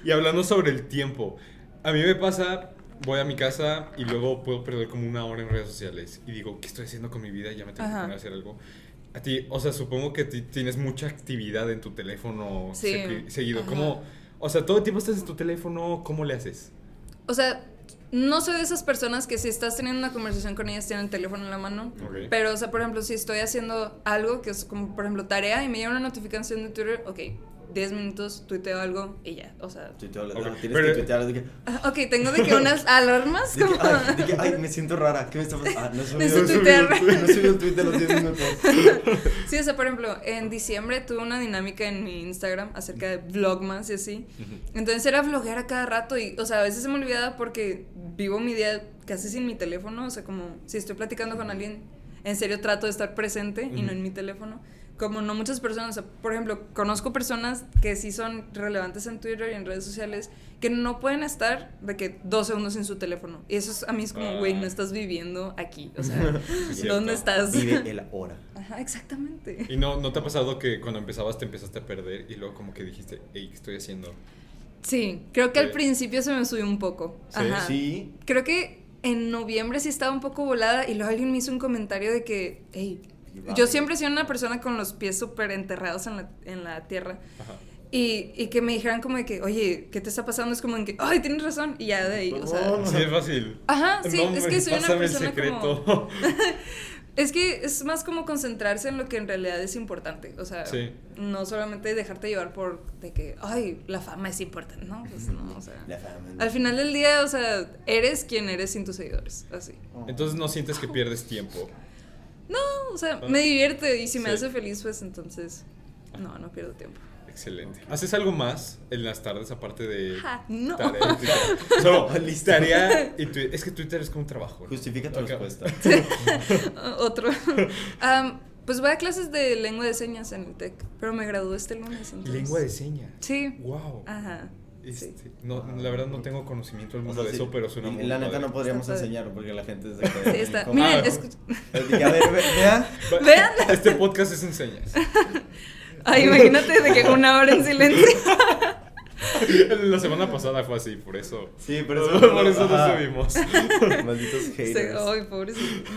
[SPEAKER 1] y hablando sobre el tiempo, a mí me pasa, voy a mi casa y luego puedo perder como una hora en redes sociales y digo, ¿qué estoy haciendo con mi vida? Ya me tengo
[SPEAKER 3] Ajá.
[SPEAKER 1] que poner a hacer algo. A ti, o sea, supongo que ti- tienes mucha actividad en tu teléfono
[SPEAKER 3] Sí.
[SPEAKER 1] segui- seguido.
[SPEAKER 3] Ajá.
[SPEAKER 1] ¿Cómo? O sea, todo el tiempo estás en tu teléfono, ¿cómo le haces?
[SPEAKER 3] O sea, no soy de esas personas que si estás teniendo una conversación con ellas tienen el teléfono en la mano.
[SPEAKER 1] Ok.
[SPEAKER 3] Pero, o sea, por ejemplo, si estoy haciendo algo que es como, por ejemplo, tarea y me llega una notificación de Twitter, ok, 10 minutos, tuiteo algo y ya. O sea,
[SPEAKER 2] tuiteo, no,
[SPEAKER 1] Ok,
[SPEAKER 2] Tienes
[SPEAKER 1] pero-
[SPEAKER 2] que tuitear de que,
[SPEAKER 3] ah, ok, tengo de que unas alarmas
[SPEAKER 2] de
[SPEAKER 3] como...
[SPEAKER 2] que, ay, de que, ay, me siento rara. ¿Qué me está pasando? Ah, no he subido,
[SPEAKER 3] Necesito
[SPEAKER 2] no he subido,
[SPEAKER 3] tuitear.
[SPEAKER 2] el tweet, no he subido el tweet de los 10 minutos.
[SPEAKER 3] Sí, o sea, por ejemplo, en diciembre tuve una dinámica en mi Instagram acerca de vlogmas y así. Entonces era vloguear a cada rato y, o sea, a veces se me olvidaba porque vivo mi día casi sin mi teléfono. O sea, como si estoy platicando con alguien, en serio trato de estar presente y no en mi teléfono. Como no muchas personas, o sea, por ejemplo, conozco personas que sí son relevantes en Twitter y en redes sociales que no pueden estar de que dos segundos en su teléfono. Y eso es- a mí es como, güey,
[SPEAKER 1] Ah.
[SPEAKER 3] no estás viviendo aquí. O sea, ¿dónde
[SPEAKER 1] cierto.
[SPEAKER 3] estás?
[SPEAKER 2] Vive el ahora.
[SPEAKER 3] Ajá, exactamente.
[SPEAKER 1] ¿Y no, no te ha pasado que cuando empezabas te empezaste a perder y luego como que dijiste, hey, ¿qué estoy haciendo?
[SPEAKER 3] Sí, creo que
[SPEAKER 1] Sí.
[SPEAKER 3] al principio se me subió un poco.
[SPEAKER 1] Sí,
[SPEAKER 3] Ajá.
[SPEAKER 2] Sí.
[SPEAKER 3] Creo que en noviembre sí estaba un poco volada y luego alguien me hizo un comentario de que, hey, yo siempre he sido una persona con los pies súper enterrados en la, en la tierra.
[SPEAKER 1] Ajá.
[SPEAKER 3] Y, y que me dijeran como de que, oye, ¿qué te está pasando? Es como en que, ay, tienes razón. Y ya de ahí, o sea...
[SPEAKER 2] No.
[SPEAKER 1] Sí, es fácil.
[SPEAKER 3] Ajá, Ah, sí,
[SPEAKER 1] No,
[SPEAKER 3] es
[SPEAKER 1] hombre,
[SPEAKER 3] que soy una
[SPEAKER 1] pásame el
[SPEAKER 3] persona
[SPEAKER 1] secreto.
[SPEAKER 3] como... Es que es más como concentrarse en lo que en realidad es importante. O sea,
[SPEAKER 1] Sí.
[SPEAKER 3] no solamente dejarte llevar por de que, ay, la fama es importante, ¿no? Pues no, o sea.
[SPEAKER 2] La fama.
[SPEAKER 3] Al final del día, o sea, eres quien eres sin tus seguidores, así.
[SPEAKER 1] Entonces no sientes que pierdes tiempo.
[SPEAKER 3] No, o sea, me divierte y si me
[SPEAKER 1] Ah. Sí.
[SPEAKER 3] hace feliz, pues entonces, no, no pierdo tiempo.
[SPEAKER 1] Excelente. ¿Haces algo más en las tardes aparte de
[SPEAKER 3] Ja, no.
[SPEAKER 1] tarea? Solo
[SPEAKER 2] Listo.
[SPEAKER 1] tarea y tu- es que Twitter es como un trabajo. ¿no?
[SPEAKER 2] Justifica tu
[SPEAKER 1] Ok.
[SPEAKER 2] respuesta.
[SPEAKER 3] Otro. Am, pues voy a clases de lengua de señas en el TEC, pero me gradué este lunes. Entonces.
[SPEAKER 1] Lengua de señas.
[SPEAKER 3] Sí.
[SPEAKER 1] Wow.
[SPEAKER 3] Ajá.
[SPEAKER 1] Este,
[SPEAKER 3] Ah, Sí.
[SPEAKER 1] no, la verdad no tengo conocimiento
[SPEAKER 2] O
[SPEAKER 1] alguno
[SPEAKER 2] sea,
[SPEAKER 1] de
[SPEAKER 2] sí,
[SPEAKER 1] eso, pero suena
[SPEAKER 2] y
[SPEAKER 1] muy
[SPEAKER 2] La neta
[SPEAKER 1] padre.
[SPEAKER 2] no podríamos
[SPEAKER 3] Está padre.
[SPEAKER 2] enseñarlo porque la gente es de
[SPEAKER 3] Sí, está.
[SPEAKER 2] ¿Cómo?
[SPEAKER 3] Miren,
[SPEAKER 1] Ah,
[SPEAKER 2] pues,
[SPEAKER 3] escu-
[SPEAKER 2] Así que, A ver, ve- vea.
[SPEAKER 1] Va-
[SPEAKER 3] Vean.
[SPEAKER 1] Este podcast es en señas.
[SPEAKER 3] Ay, imagínate de que una hora en silencio.
[SPEAKER 1] La semana pasada fue así, por eso.
[SPEAKER 2] Sí,
[SPEAKER 1] Por
[SPEAKER 2] pero
[SPEAKER 1] eso, por eso nos subimos.
[SPEAKER 2] Malditos
[SPEAKER 3] Sí,
[SPEAKER 2] haters.
[SPEAKER 3] Ay, pobrecito.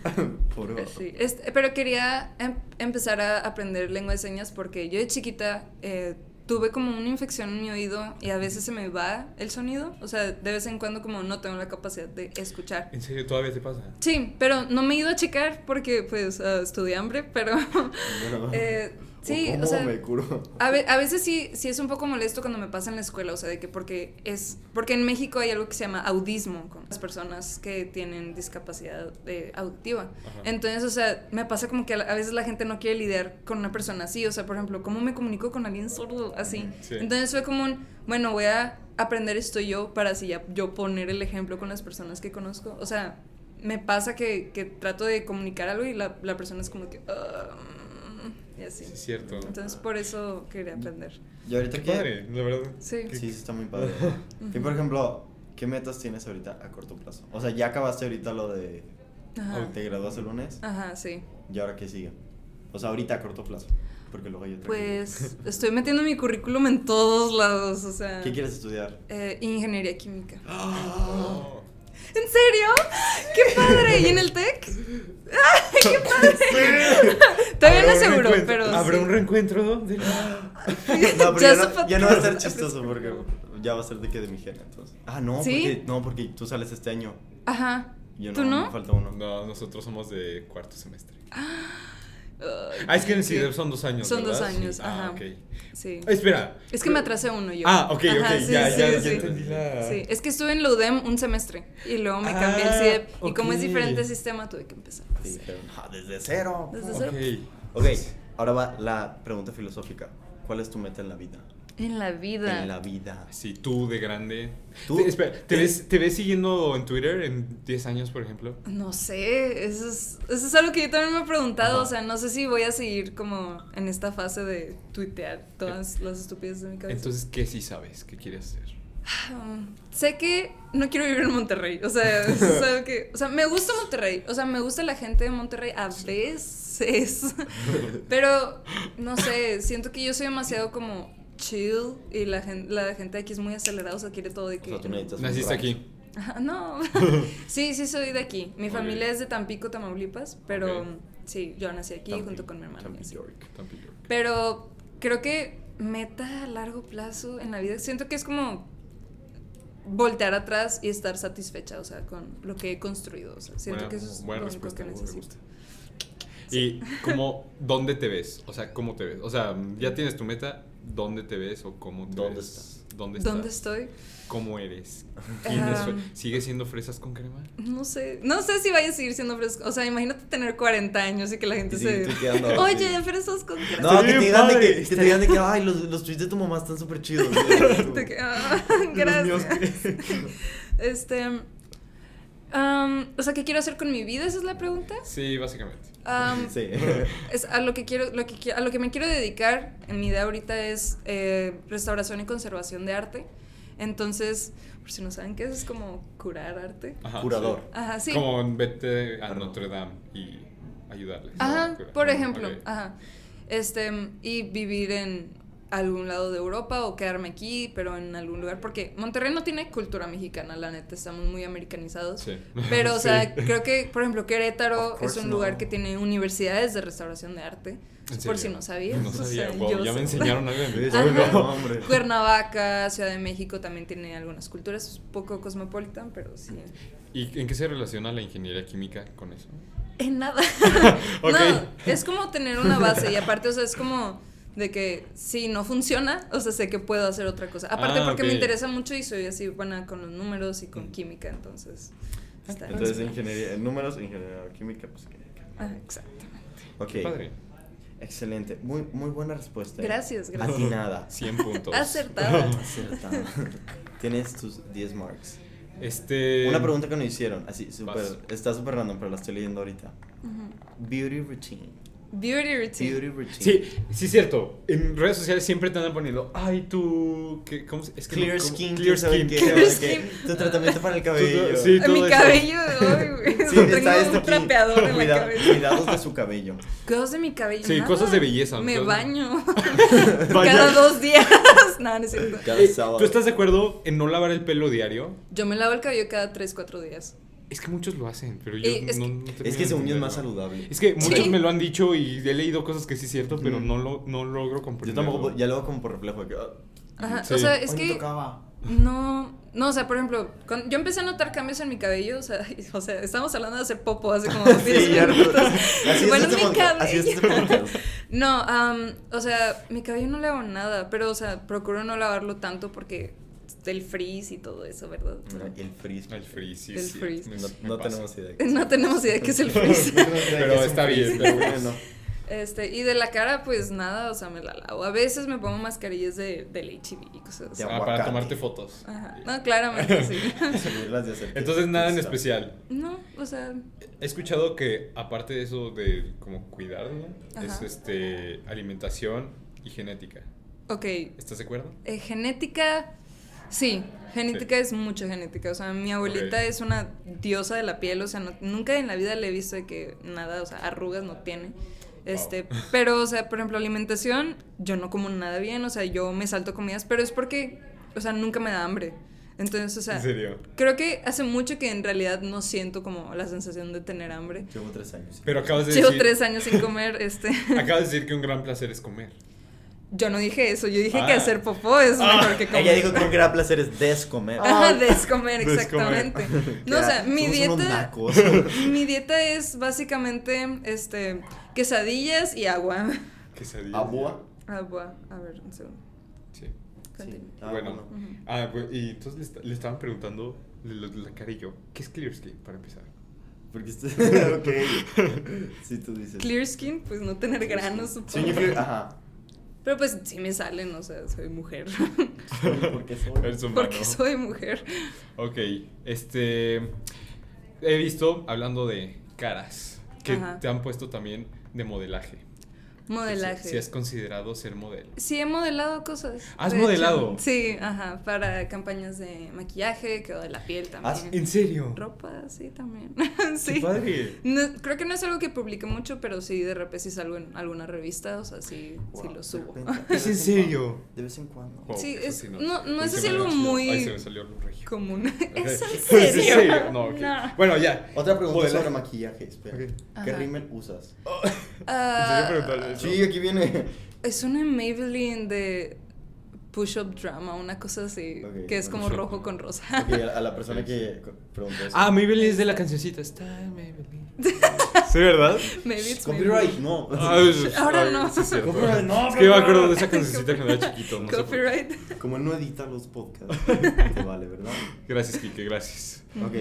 [SPEAKER 2] Por favor.
[SPEAKER 3] Sí, este, pero quería em- empezar a aprender lengua de señas porque yo de chiquita eh, tuve como una infección en mi oído y a veces se me va el sonido. O sea, de vez en cuando como no tengo la capacidad de escuchar.
[SPEAKER 1] ¿En serio todavía te pasa?
[SPEAKER 3] Sí, pero no me he ido a checar porque pues ah, estudié hambre, pero...
[SPEAKER 2] Bueno.
[SPEAKER 3] eh, sí,
[SPEAKER 2] Ah. ¿Cómo
[SPEAKER 3] o sea...
[SPEAKER 2] me curo?
[SPEAKER 3] A, ve- a veces sí, sí es un poco molesto cuando me pasa en la escuela, o sea, de que porque es, porque en México hay algo que se llama audismo con las personas que tienen discapacidad eh, auditiva.
[SPEAKER 1] Ajá.
[SPEAKER 3] Entonces, o sea, me pasa como que a la- a veces la gente no quiere lidiar con una persona así, o sea, por ejemplo, ¿cómo me comunico con alguien sordo así?
[SPEAKER 1] Sí.
[SPEAKER 3] Entonces fue como un, bueno, voy a aprender esto yo para así ya yo poner el ejemplo con las personas que conozco, o sea... Me pasa que, que trato de comunicar algo y la, la persona es como que... "Ah, mm", y así.
[SPEAKER 1] Sí, es cierto.
[SPEAKER 3] Entonces por eso quería aprender.
[SPEAKER 2] Yo ahorita
[SPEAKER 1] Qué
[SPEAKER 2] que...
[SPEAKER 1] padre, la verdad.
[SPEAKER 3] Sí.
[SPEAKER 2] Sí, sí, está muy padre. Y por ejemplo, ¿qué metas tienes ahorita a corto plazo? O sea, ya acabaste ahorita lo de...
[SPEAKER 3] Ajá.
[SPEAKER 2] Te graduaste el lunes
[SPEAKER 3] Ajá, sí.
[SPEAKER 2] y ahora qué sigue. O sea, ahorita a corto plazo. Porque luego hay otra.
[SPEAKER 3] Pues estoy metiendo mi currículum en todos lados, o sea.
[SPEAKER 2] ¿Qué quieres estudiar?
[SPEAKER 3] eh, ingeniería química.
[SPEAKER 1] Oh.
[SPEAKER 3] ¿En serio? ¡Qué padre! ¿Y en el TEC? ¡Ay, qué padre! Todavía no
[SPEAKER 1] ¿Habrá un
[SPEAKER 3] seguro,
[SPEAKER 1] reencuentro-
[SPEAKER 3] pero
[SPEAKER 1] ¿Habrá
[SPEAKER 3] sí.
[SPEAKER 1] un reencuentro? De...
[SPEAKER 2] No, pero
[SPEAKER 3] Ya
[SPEAKER 2] ya,
[SPEAKER 3] se
[SPEAKER 2] no, ya no va a ser
[SPEAKER 3] pateó.
[SPEAKER 2] chistoso porque ya va a ser de que de mi género entonces. Ah, no,
[SPEAKER 3] ¿Sí?
[SPEAKER 2] porque, no, porque tú sales este año.
[SPEAKER 3] Ajá.
[SPEAKER 2] Yo no,
[SPEAKER 3] ¿Tú no?
[SPEAKER 2] Me falta uno.
[SPEAKER 1] No, nosotros somos de cuarto semestre.
[SPEAKER 3] Ay,
[SPEAKER 1] Ah, es que en el
[SPEAKER 3] sí.
[SPEAKER 1] CIDEP son dos años.
[SPEAKER 3] Ah, Son dos
[SPEAKER 1] ¿verdad? Sí.
[SPEAKER 3] años,
[SPEAKER 1] Ah,
[SPEAKER 3] ajá.
[SPEAKER 1] ok. Ah,
[SPEAKER 3] Sí.
[SPEAKER 1] Espera.
[SPEAKER 3] Es que me atrasé uno yo.
[SPEAKER 1] Ah, ok, ok,
[SPEAKER 3] Ajá,
[SPEAKER 1] ya,
[SPEAKER 3] sí,
[SPEAKER 1] ya,
[SPEAKER 3] sí,
[SPEAKER 1] ya
[SPEAKER 3] sí.
[SPEAKER 1] entendí la.
[SPEAKER 2] Ah.
[SPEAKER 3] Sí, es que estuve en la UDEM un semestre y luego me
[SPEAKER 1] Ah,
[SPEAKER 3] cambié al CIDEP. Y como es
[SPEAKER 1] ok.
[SPEAKER 3] diferente el sistema, tuve que empezar.
[SPEAKER 2] Te dijeron, "Ah, desde cero.
[SPEAKER 3] Desde
[SPEAKER 1] Ok.
[SPEAKER 2] Ok, ahora va la pregunta filosófica. ¿Cuál es tu meta en la vida?
[SPEAKER 3] En la vida.
[SPEAKER 2] En la vida.
[SPEAKER 1] Sí, tú de grande.
[SPEAKER 2] Tú-
[SPEAKER 1] Te- espera, ¿te ves, ¿te ves siguiendo en Twitter en 10 años, por ejemplo?
[SPEAKER 3] No sé, eso es, eso es algo que yo también me he preguntado.
[SPEAKER 2] Ajá.
[SPEAKER 3] O sea, no sé si voy a seguir como en esta fase de tuitear todas las estupideces de mi cabeza.
[SPEAKER 1] Entonces, ¿qué sí sabes? ¿Qué quieres hacer?
[SPEAKER 3] Um, sé que no quiero vivir en Monterrey. O sea, eso es algo que- o sea, me gusta Monterrey. O sea, me gusta la gente de Monterrey a veces. Pero, no sé, siento que yo soy demasiado como chill y la gente, la gente de aquí es muy acelerada. O sea, quiere todo de
[SPEAKER 2] O
[SPEAKER 3] que...
[SPEAKER 2] sea, tú necesitas un
[SPEAKER 1] Naciste
[SPEAKER 2] rancho.
[SPEAKER 1] aquí.
[SPEAKER 3] Ajá, No, sí, sí soy de aquí. Mi
[SPEAKER 1] Ok.
[SPEAKER 3] familia es de Tampico, Tamaulipas, pero
[SPEAKER 1] Ok.
[SPEAKER 3] sí, yo nací aquí
[SPEAKER 2] Tampi-
[SPEAKER 3] junto con mi hermano.
[SPEAKER 2] Tampi
[SPEAKER 3] y así.
[SPEAKER 2] York.
[SPEAKER 1] Tampico.
[SPEAKER 3] Pero creo que meta a largo plazo en la vida, siento que es como voltear atrás y estar satisfecha, o sea, con lo que he construido. O sea, siento
[SPEAKER 1] Buena-
[SPEAKER 3] que eso es
[SPEAKER 1] buena
[SPEAKER 3] lo único
[SPEAKER 1] respuesta,
[SPEAKER 3] que
[SPEAKER 1] me
[SPEAKER 3] necesito.
[SPEAKER 1] gusta. ¿Y cómo, dónde te ves? O sea, ¿cómo te ves? O sea, ya tienes tu meta, ¿dónde te ves o cómo te
[SPEAKER 2] ¿Dónde
[SPEAKER 1] ves?
[SPEAKER 2] estás?
[SPEAKER 1] ¿Dónde estás?
[SPEAKER 3] ¿Dónde estoy?
[SPEAKER 1] ¿Cómo eres? ¿Quién es-
[SPEAKER 3] Um,
[SPEAKER 1] ¿Sigues siendo fresas con crema?
[SPEAKER 3] No sé, no sé si vaya a seguir siendo fresco. O sea, imagínate tener 40 años y que la gente
[SPEAKER 2] Y
[SPEAKER 3] se...
[SPEAKER 2] seguir tuiteando,
[SPEAKER 3] Oye,
[SPEAKER 2] sí.
[SPEAKER 3] frescos con crema".
[SPEAKER 2] No, que
[SPEAKER 1] bien
[SPEAKER 2] te, digan de
[SPEAKER 1] padre.
[SPEAKER 2] que, que te digan de que, ay, los, los tweets de tu mamá están súper chidos.
[SPEAKER 3] De que, "Ah, gracias. Este. um, o sea, ¿qué quiero hacer con mi vida? Esa es la pregunta.
[SPEAKER 1] Sí, básicamente.
[SPEAKER 3] Um,
[SPEAKER 2] Sí.
[SPEAKER 3] es a lo que quiero, lo que qui- a lo que me quiero dedicar en mi idea ahorita es eh, restauración y conservación de arte. Entonces, por si no saben qué es, es como curar arte.
[SPEAKER 1] Ajá,
[SPEAKER 2] Curador.
[SPEAKER 1] sí.
[SPEAKER 3] Ajá, sí.
[SPEAKER 1] Como en vete a
[SPEAKER 2] Perdón.
[SPEAKER 1] Notre Dame y ayudarles.
[SPEAKER 3] Ajá,
[SPEAKER 1] Cura.
[SPEAKER 3] por ejemplo,
[SPEAKER 1] Ok.
[SPEAKER 3] ajá. Este, y vivir en algún lado de Europa o quedarme aquí, pero en algún lugar, porque Monterrey no tiene cultura mexicana, la neta, estamos muy americanizados.
[SPEAKER 1] Sí.
[SPEAKER 3] Pero, o sea,
[SPEAKER 1] Sí.
[SPEAKER 3] creo que, por ejemplo,
[SPEAKER 2] Of
[SPEAKER 3] Querétaro es
[SPEAKER 2] course
[SPEAKER 3] un
[SPEAKER 2] no.
[SPEAKER 3] lugar que tiene universidades de restauración de arte,
[SPEAKER 1] ¿En
[SPEAKER 3] por
[SPEAKER 1] serio?
[SPEAKER 3] si no sabías.
[SPEAKER 1] No
[SPEAKER 3] o sea,
[SPEAKER 1] sabía, wow,
[SPEAKER 3] yo
[SPEAKER 1] ya me
[SPEAKER 3] sé.
[SPEAKER 1] enseñaron algo de mi
[SPEAKER 3] Ah,
[SPEAKER 2] Ajá.
[SPEAKER 1] pueblo.
[SPEAKER 2] No, hombre.
[SPEAKER 3] Cuernavaca, Ciudad de México también tiene algunas culturas, es poco cosmopolitan, pero sí.
[SPEAKER 1] ¿Y en qué se relaciona la ingeniería química con eso?
[SPEAKER 3] En nada.
[SPEAKER 1] Ok.
[SPEAKER 3] No, es como tener una base y aparte, o sea, es como de que si no funciona, o sea, sé que puedo hacer otra cosa. Aparte
[SPEAKER 1] Ah,
[SPEAKER 3] porque
[SPEAKER 1] ok.
[SPEAKER 3] me interesa mucho y soy así buena con los números y con química, entonces.
[SPEAKER 1] Ah,
[SPEAKER 3] Está
[SPEAKER 2] Entonces, ingeniería, en números, ingeniería química, pues que.
[SPEAKER 3] Ah, exacto.
[SPEAKER 1] Qué
[SPEAKER 2] Ok,
[SPEAKER 1] Padre.
[SPEAKER 2] excelente. Muy, muy buena respuesta. ¿eh?
[SPEAKER 3] Gracias, gracias.
[SPEAKER 2] Atinada.
[SPEAKER 1] 100 puntos.
[SPEAKER 3] Acertada.
[SPEAKER 2] Acertada. Tienes tus 10 marks.
[SPEAKER 1] Este.
[SPEAKER 2] Una pregunta que nos hicieron, así,
[SPEAKER 1] vas.
[SPEAKER 2] super, está súper random, pero la estoy leyendo ahorita.
[SPEAKER 3] Ujú.
[SPEAKER 2] Beauty routine.
[SPEAKER 3] Beauty routine.
[SPEAKER 2] Beauty routine.
[SPEAKER 1] Sí, sí, es cierto. En redes sociales siempre te andan poniendo, ay, tú. ¿qué, ¿Cómo se- es que
[SPEAKER 2] Clear
[SPEAKER 1] no- cómo-
[SPEAKER 2] skin,
[SPEAKER 1] Clear
[SPEAKER 2] quién sabe
[SPEAKER 1] skin.
[SPEAKER 2] qué,
[SPEAKER 3] Clear
[SPEAKER 2] o sea, que
[SPEAKER 3] skin.
[SPEAKER 2] Tu tratamiento para el cabello.
[SPEAKER 1] sí.
[SPEAKER 3] Ay, Mi
[SPEAKER 1] todo eso.
[SPEAKER 3] cabello, ay, güey.
[SPEAKER 2] Sí, está
[SPEAKER 3] Tengo
[SPEAKER 2] este
[SPEAKER 3] un
[SPEAKER 2] aquí.
[SPEAKER 3] trapeador en la
[SPEAKER 2] Cuida-
[SPEAKER 3] cabeza.
[SPEAKER 2] Cuidados de su cabello.
[SPEAKER 3] Cosas de mi cabello.
[SPEAKER 1] Sí,
[SPEAKER 3] nada.
[SPEAKER 1] cosas de belleza,
[SPEAKER 3] Me
[SPEAKER 1] cosas-
[SPEAKER 3] baño.
[SPEAKER 1] Vaya.
[SPEAKER 3] Cada dos días. No, no es cierto.
[SPEAKER 2] Cada
[SPEAKER 1] Eh,
[SPEAKER 2] sábado.
[SPEAKER 1] ¿Tú estás de acuerdo en no lavar el pelo diario?
[SPEAKER 3] Yo me lavo el cabello cada 3, 4 días.
[SPEAKER 1] Es que muchos lo hacen, pero yo
[SPEAKER 3] Eh, es
[SPEAKER 1] no,
[SPEAKER 3] que-
[SPEAKER 1] no termino
[SPEAKER 2] Es que
[SPEAKER 1] de
[SPEAKER 2] según yo es más
[SPEAKER 1] entenderlo.
[SPEAKER 2] saludable.
[SPEAKER 1] Es que muchos
[SPEAKER 3] Sí.
[SPEAKER 1] me lo han dicho y he leído cosas que sí es cierto, pero no, lo, no logro
[SPEAKER 2] Mm. Yo
[SPEAKER 1] comprender.
[SPEAKER 2] tampoco, pues, ya lo hago como por reflejo. de que, ah,
[SPEAKER 3] Ajá.
[SPEAKER 1] Sí.
[SPEAKER 3] O sea, es
[SPEAKER 2] hoy me
[SPEAKER 3] que.
[SPEAKER 2] tocaba.
[SPEAKER 3] No, no, o sea, por ejemplo, cuando yo empecé a notar cambios en mi cabello, o sea, y- o sea estamos hablando de hacer popo hace como 10
[SPEAKER 2] Sí, ya.
[SPEAKER 3] minutos.
[SPEAKER 2] Así es
[SPEAKER 3] Bueno,
[SPEAKER 2] este
[SPEAKER 3] mi
[SPEAKER 2] podcast. Así es este
[SPEAKER 3] cabello.
[SPEAKER 2] podcast.
[SPEAKER 3] No, am, o sea, mi cabello no le hago nada, pero, o sea, procuro no lavarlo tanto porque el frizz y todo eso, ¿verdad?
[SPEAKER 2] El frizz.
[SPEAKER 1] El frizz, sí,
[SPEAKER 3] El
[SPEAKER 1] sí,
[SPEAKER 3] frizz.
[SPEAKER 1] me-
[SPEAKER 2] No,
[SPEAKER 1] me
[SPEAKER 2] no
[SPEAKER 1] pasa.
[SPEAKER 2] tenemos idea.
[SPEAKER 3] No tenemos idea qué es el frizz.
[SPEAKER 1] Pero está bien, pero bueno.
[SPEAKER 3] Este, y de la cara, pues nada, o sea, me la lavo. A veces me pongo mascarillas de, del HIV y cosas así.
[SPEAKER 2] Ya.
[SPEAKER 1] Ah, para
[SPEAKER 2] Aguacate.
[SPEAKER 1] tomarte fotos.
[SPEAKER 3] Ajá. No, claramente sí.
[SPEAKER 1] Entonces, nada en especial.
[SPEAKER 3] No, o sea,
[SPEAKER 1] He escuchado que, aparte de eso de como cuidarlo, es
[SPEAKER 3] Ajá.
[SPEAKER 1] este, alimentación y genética.
[SPEAKER 3] ok,
[SPEAKER 1] ¿Estás de acuerdo?
[SPEAKER 3] Eh, genética, sí, genética es mucho genética. O sea, mi abuelita
[SPEAKER 1] Ok.
[SPEAKER 3] es una diosa de la piel, o sea, no- nunca en la vida le he visto de que nada, o sea, arrugas no tiene. Este, pero, o sea, por ejemplo, alimentación, yo no como nada bien, o sea, yo me salto comidas, pero es porque, o sea, nunca me da hambre. Entonces, o sea,
[SPEAKER 1] En serio.
[SPEAKER 3] creo que hace mucho que en realidad no siento como la sensación de tener hambre.
[SPEAKER 2] Llevo tres años.
[SPEAKER 1] Pero acabas de
[SPEAKER 3] Llevo
[SPEAKER 1] decir.
[SPEAKER 3] tres años sin comer, este.
[SPEAKER 1] Acabas de decir que un gran placer es comer.
[SPEAKER 3] Yo no dije eso, yo dije que
[SPEAKER 1] Ah.
[SPEAKER 3] hacer popó es mejor que comer.
[SPEAKER 2] Ella dijo que un gran placer es descomer.
[SPEAKER 3] Ajá, descomer,
[SPEAKER 1] Descomer.
[SPEAKER 3] Ah, exactamente. No, o sea, mi
[SPEAKER 2] Somos unos
[SPEAKER 3] dieta.
[SPEAKER 2] nacos.
[SPEAKER 3] Mi dieta es básicamente este quesadillas y agua.
[SPEAKER 1] Quesadillas.
[SPEAKER 2] Agua.
[SPEAKER 3] Agua. A ver, un segundo.
[SPEAKER 1] Sí.
[SPEAKER 3] Continúa.
[SPEAKER 2] Ah,
[SPEAKER 1] bueno.
[SPEAKER 2] bueno.
[SPEAKER 3] Ujú.
[SPEAKER 1] Ah, pues, y entonces le, esta- le estaban preguntando de lo- de la cara y yo, ¿qué es Clearsky para empezar?
[SPEAKER 2] Porque estoy. ok. Si tú dices.
[SPEAKER 3] Clear skin, pues no tener granos,
[SPEAKER 2] Sí, yo
[SPEAKER 3] supongo.
[SPEAKER 2] creo- Ajá.
[SPEAKER 3] Pero pues sí me salen, o sea, soy mujer.
[SPEAKER 2] Porque soy.
[SPEAKER 1] Eres humano.
[SPEAKER 3] Porque soy mujer.
[SPEAKER 1] Ok, este. He visto, hablando de caras, que
[SPEAKER 3] Ajá.
[SPEAKER 1] te han puesto también de modelaje.
[SPEAKER 3] Modelaje.
[SPEAKER 1] Si, si has considerado ser modelo.
[SPEAKER 3] Sí, he modelado cosas.
[SPEAKER 1] ¿Has
[SPEAKER 3] de hecho.
[SPEAKER 1] modelado?
[SPEAKER 3] Sí, ajá. Para campañas de maquillaje, quedó de la piel también.
[SPEAKER 2] ¿Has-
[SPEAKER 1] serio?
[SPEAKER 3] Ropa, sí, también.
[SPEAKER 1] ¡Qué
[SPEAKER 3] sí.
[SPEAKER 1] padre!
[SPEAKER 3] No, creo que no es algo que publique mucho, pero sí de repente si salgo en alguna revista, o sea, sí,
[SPEAKER 2] Wow,
[SPEAKER 3] sí lo
[SPEAKER 2] de
[SPEAKER 3] subo.
[SPEAKER 2] repente, de
[SPEAKER 1] ¿Es
[SPEAKER 2] vez
[SPEAKER 1] en serio?
[SPEAKER 2] cuando, De vez en cuando.
[SPEAKER 1] Oh,
[SPEAKER 3] Sí,
[SPEAKER 1] eso
[SPEAKER 3] es-
[SPEAKER 1] sí,
[SPEAKER 3] no- no
[SPEAKER 1] Uy,
[SPEAKER 3] es
[SPEAKER 1] se
[SPEAKER 3] así
[SPEAKER 1] me
[SPEAKER 3] algo
[SPEAKER 1] salió-
[SPEAKER 3] muy-
[SPEAKER 1] Ay, se me salió el regio.
[SPEAKER 3] Común. ¿Es en
[SPEAKER 1] ¿Es en
[SPEAKER 3] serio?
[SPEAKER 1] serio? No, ok.
[SPEAKER 3] No.
[SPEAKER 1] Bueno, ya.
[SPEAKER 2] Otra pregunta
[SPEAKER 1] Modelaje.
[SPEAKER 2] sobre maquillaje. Espera.
[SPEAKER 1] Ok.
[SPEAKER 2] ¿Qué
[SPEAKER 3] Ajá.
[SPEAKER 2] rímel usas?
[SPEAKER 3] Ah,
[SPEAKER 1] ¿En serio preguntarle eso?
[SPEAKER 2] Sí, aquí viene.
[SPEAKER 3] es una Maybelline de push-up drama, una cosa así,
[SPEAKER 2] Ok,
[SPEAKER 3] que es
[SPEAKER 2] bueno,
[SPEAKER 3] como
[SPEAKER 1] sí.
[SPEAKER 3] rojo con rosa.
[SPEAKER 2] Ok, a a la persona que preguntó eso.
[SPEAKER 1] Ah, Maybelline es de la cancioncita. Está Maybelline. ¿Sí, verdad?
[SPEAKER 3] Maybe it's
[SPEAKER 2] Copyright, no.
[SPEAKER 1] Ay, sí,
[SPEAKER 3] Ahora
[SPEAKER 1] ay,
[SPEAKER 3] no.
[SPEAKER 1] sí es cierto.
[SPEAKER 2] Copyright, no,
[SPEAKER 1] Es que yo me acuerdo de esa
[SPEAKER 3] copyright.
[SPEAKER 1] cancioncita cuando era chiquito. No
[SPEAKER 3] Maybelline.
[SPEAKER 1] sé por qué.
[SPEAKER 3] Copyright.
[SPEAKER 2] Como él no edita los podcasts, te vale, ¿verdad?
[SPEAKER 1] Gracias, Kike, gracias.
[SPEAKER 2] Ok.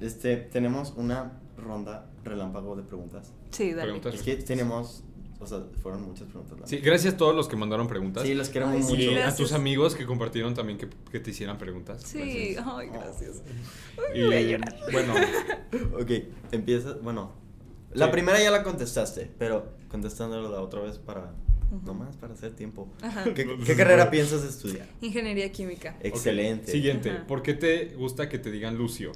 [SPEAKER 2] Este, tenemos una ronda relámpago de preguntas.
[SPEAKER 3] Sí, dale.
[SPEAKER 1] Preguntas.
[SPEAKER 2] Es que tenemos, o sea, fueron muchas preguntas. ¿no?
[SPEAKER 1] Sí, gracias a todos los que mandaron preguntas.
[SPEAKER 2] Sí, los queremos
[SPEAKER 3] Ay, sí,
[SPEAKER 2] mucho.
[SPEAKER 1] y a
[SPEAKER 3] gracias.
[SPEAKER 1] tus amigos que compartieron también que, que te hicieran preguntas.
[SPEAKER 3] Sí,
[SPEAKER 1] Gracias.
[SPEAKER 3] ay, gracias.
[SPEAKER 1] Y,
[SPEAKER 3] voy a llorar.
[SPEAKER 1] Bueno,
[SPEAKER 2] Ok, empieza, bueno. La
[SPEAKER 1] Sí.
[SPEAKER 2] primera ya la contestaste, pero contestándolo la otra vez para, nomás para hacer tiempo.
[SPEAKER 3] Ajá.
[SPEAKER 2] ¿Qué, qué carrera piensas estudiar?
[SPEAKER 3] Ingeniería química.
[SPEAKER 2] Excelente.
[SPEAKER 1] ok, Siguiente.
[SPEAKER 3] Ajá.
[SPEAKER 1] ¿Por qué te gusta que te digan Lucio?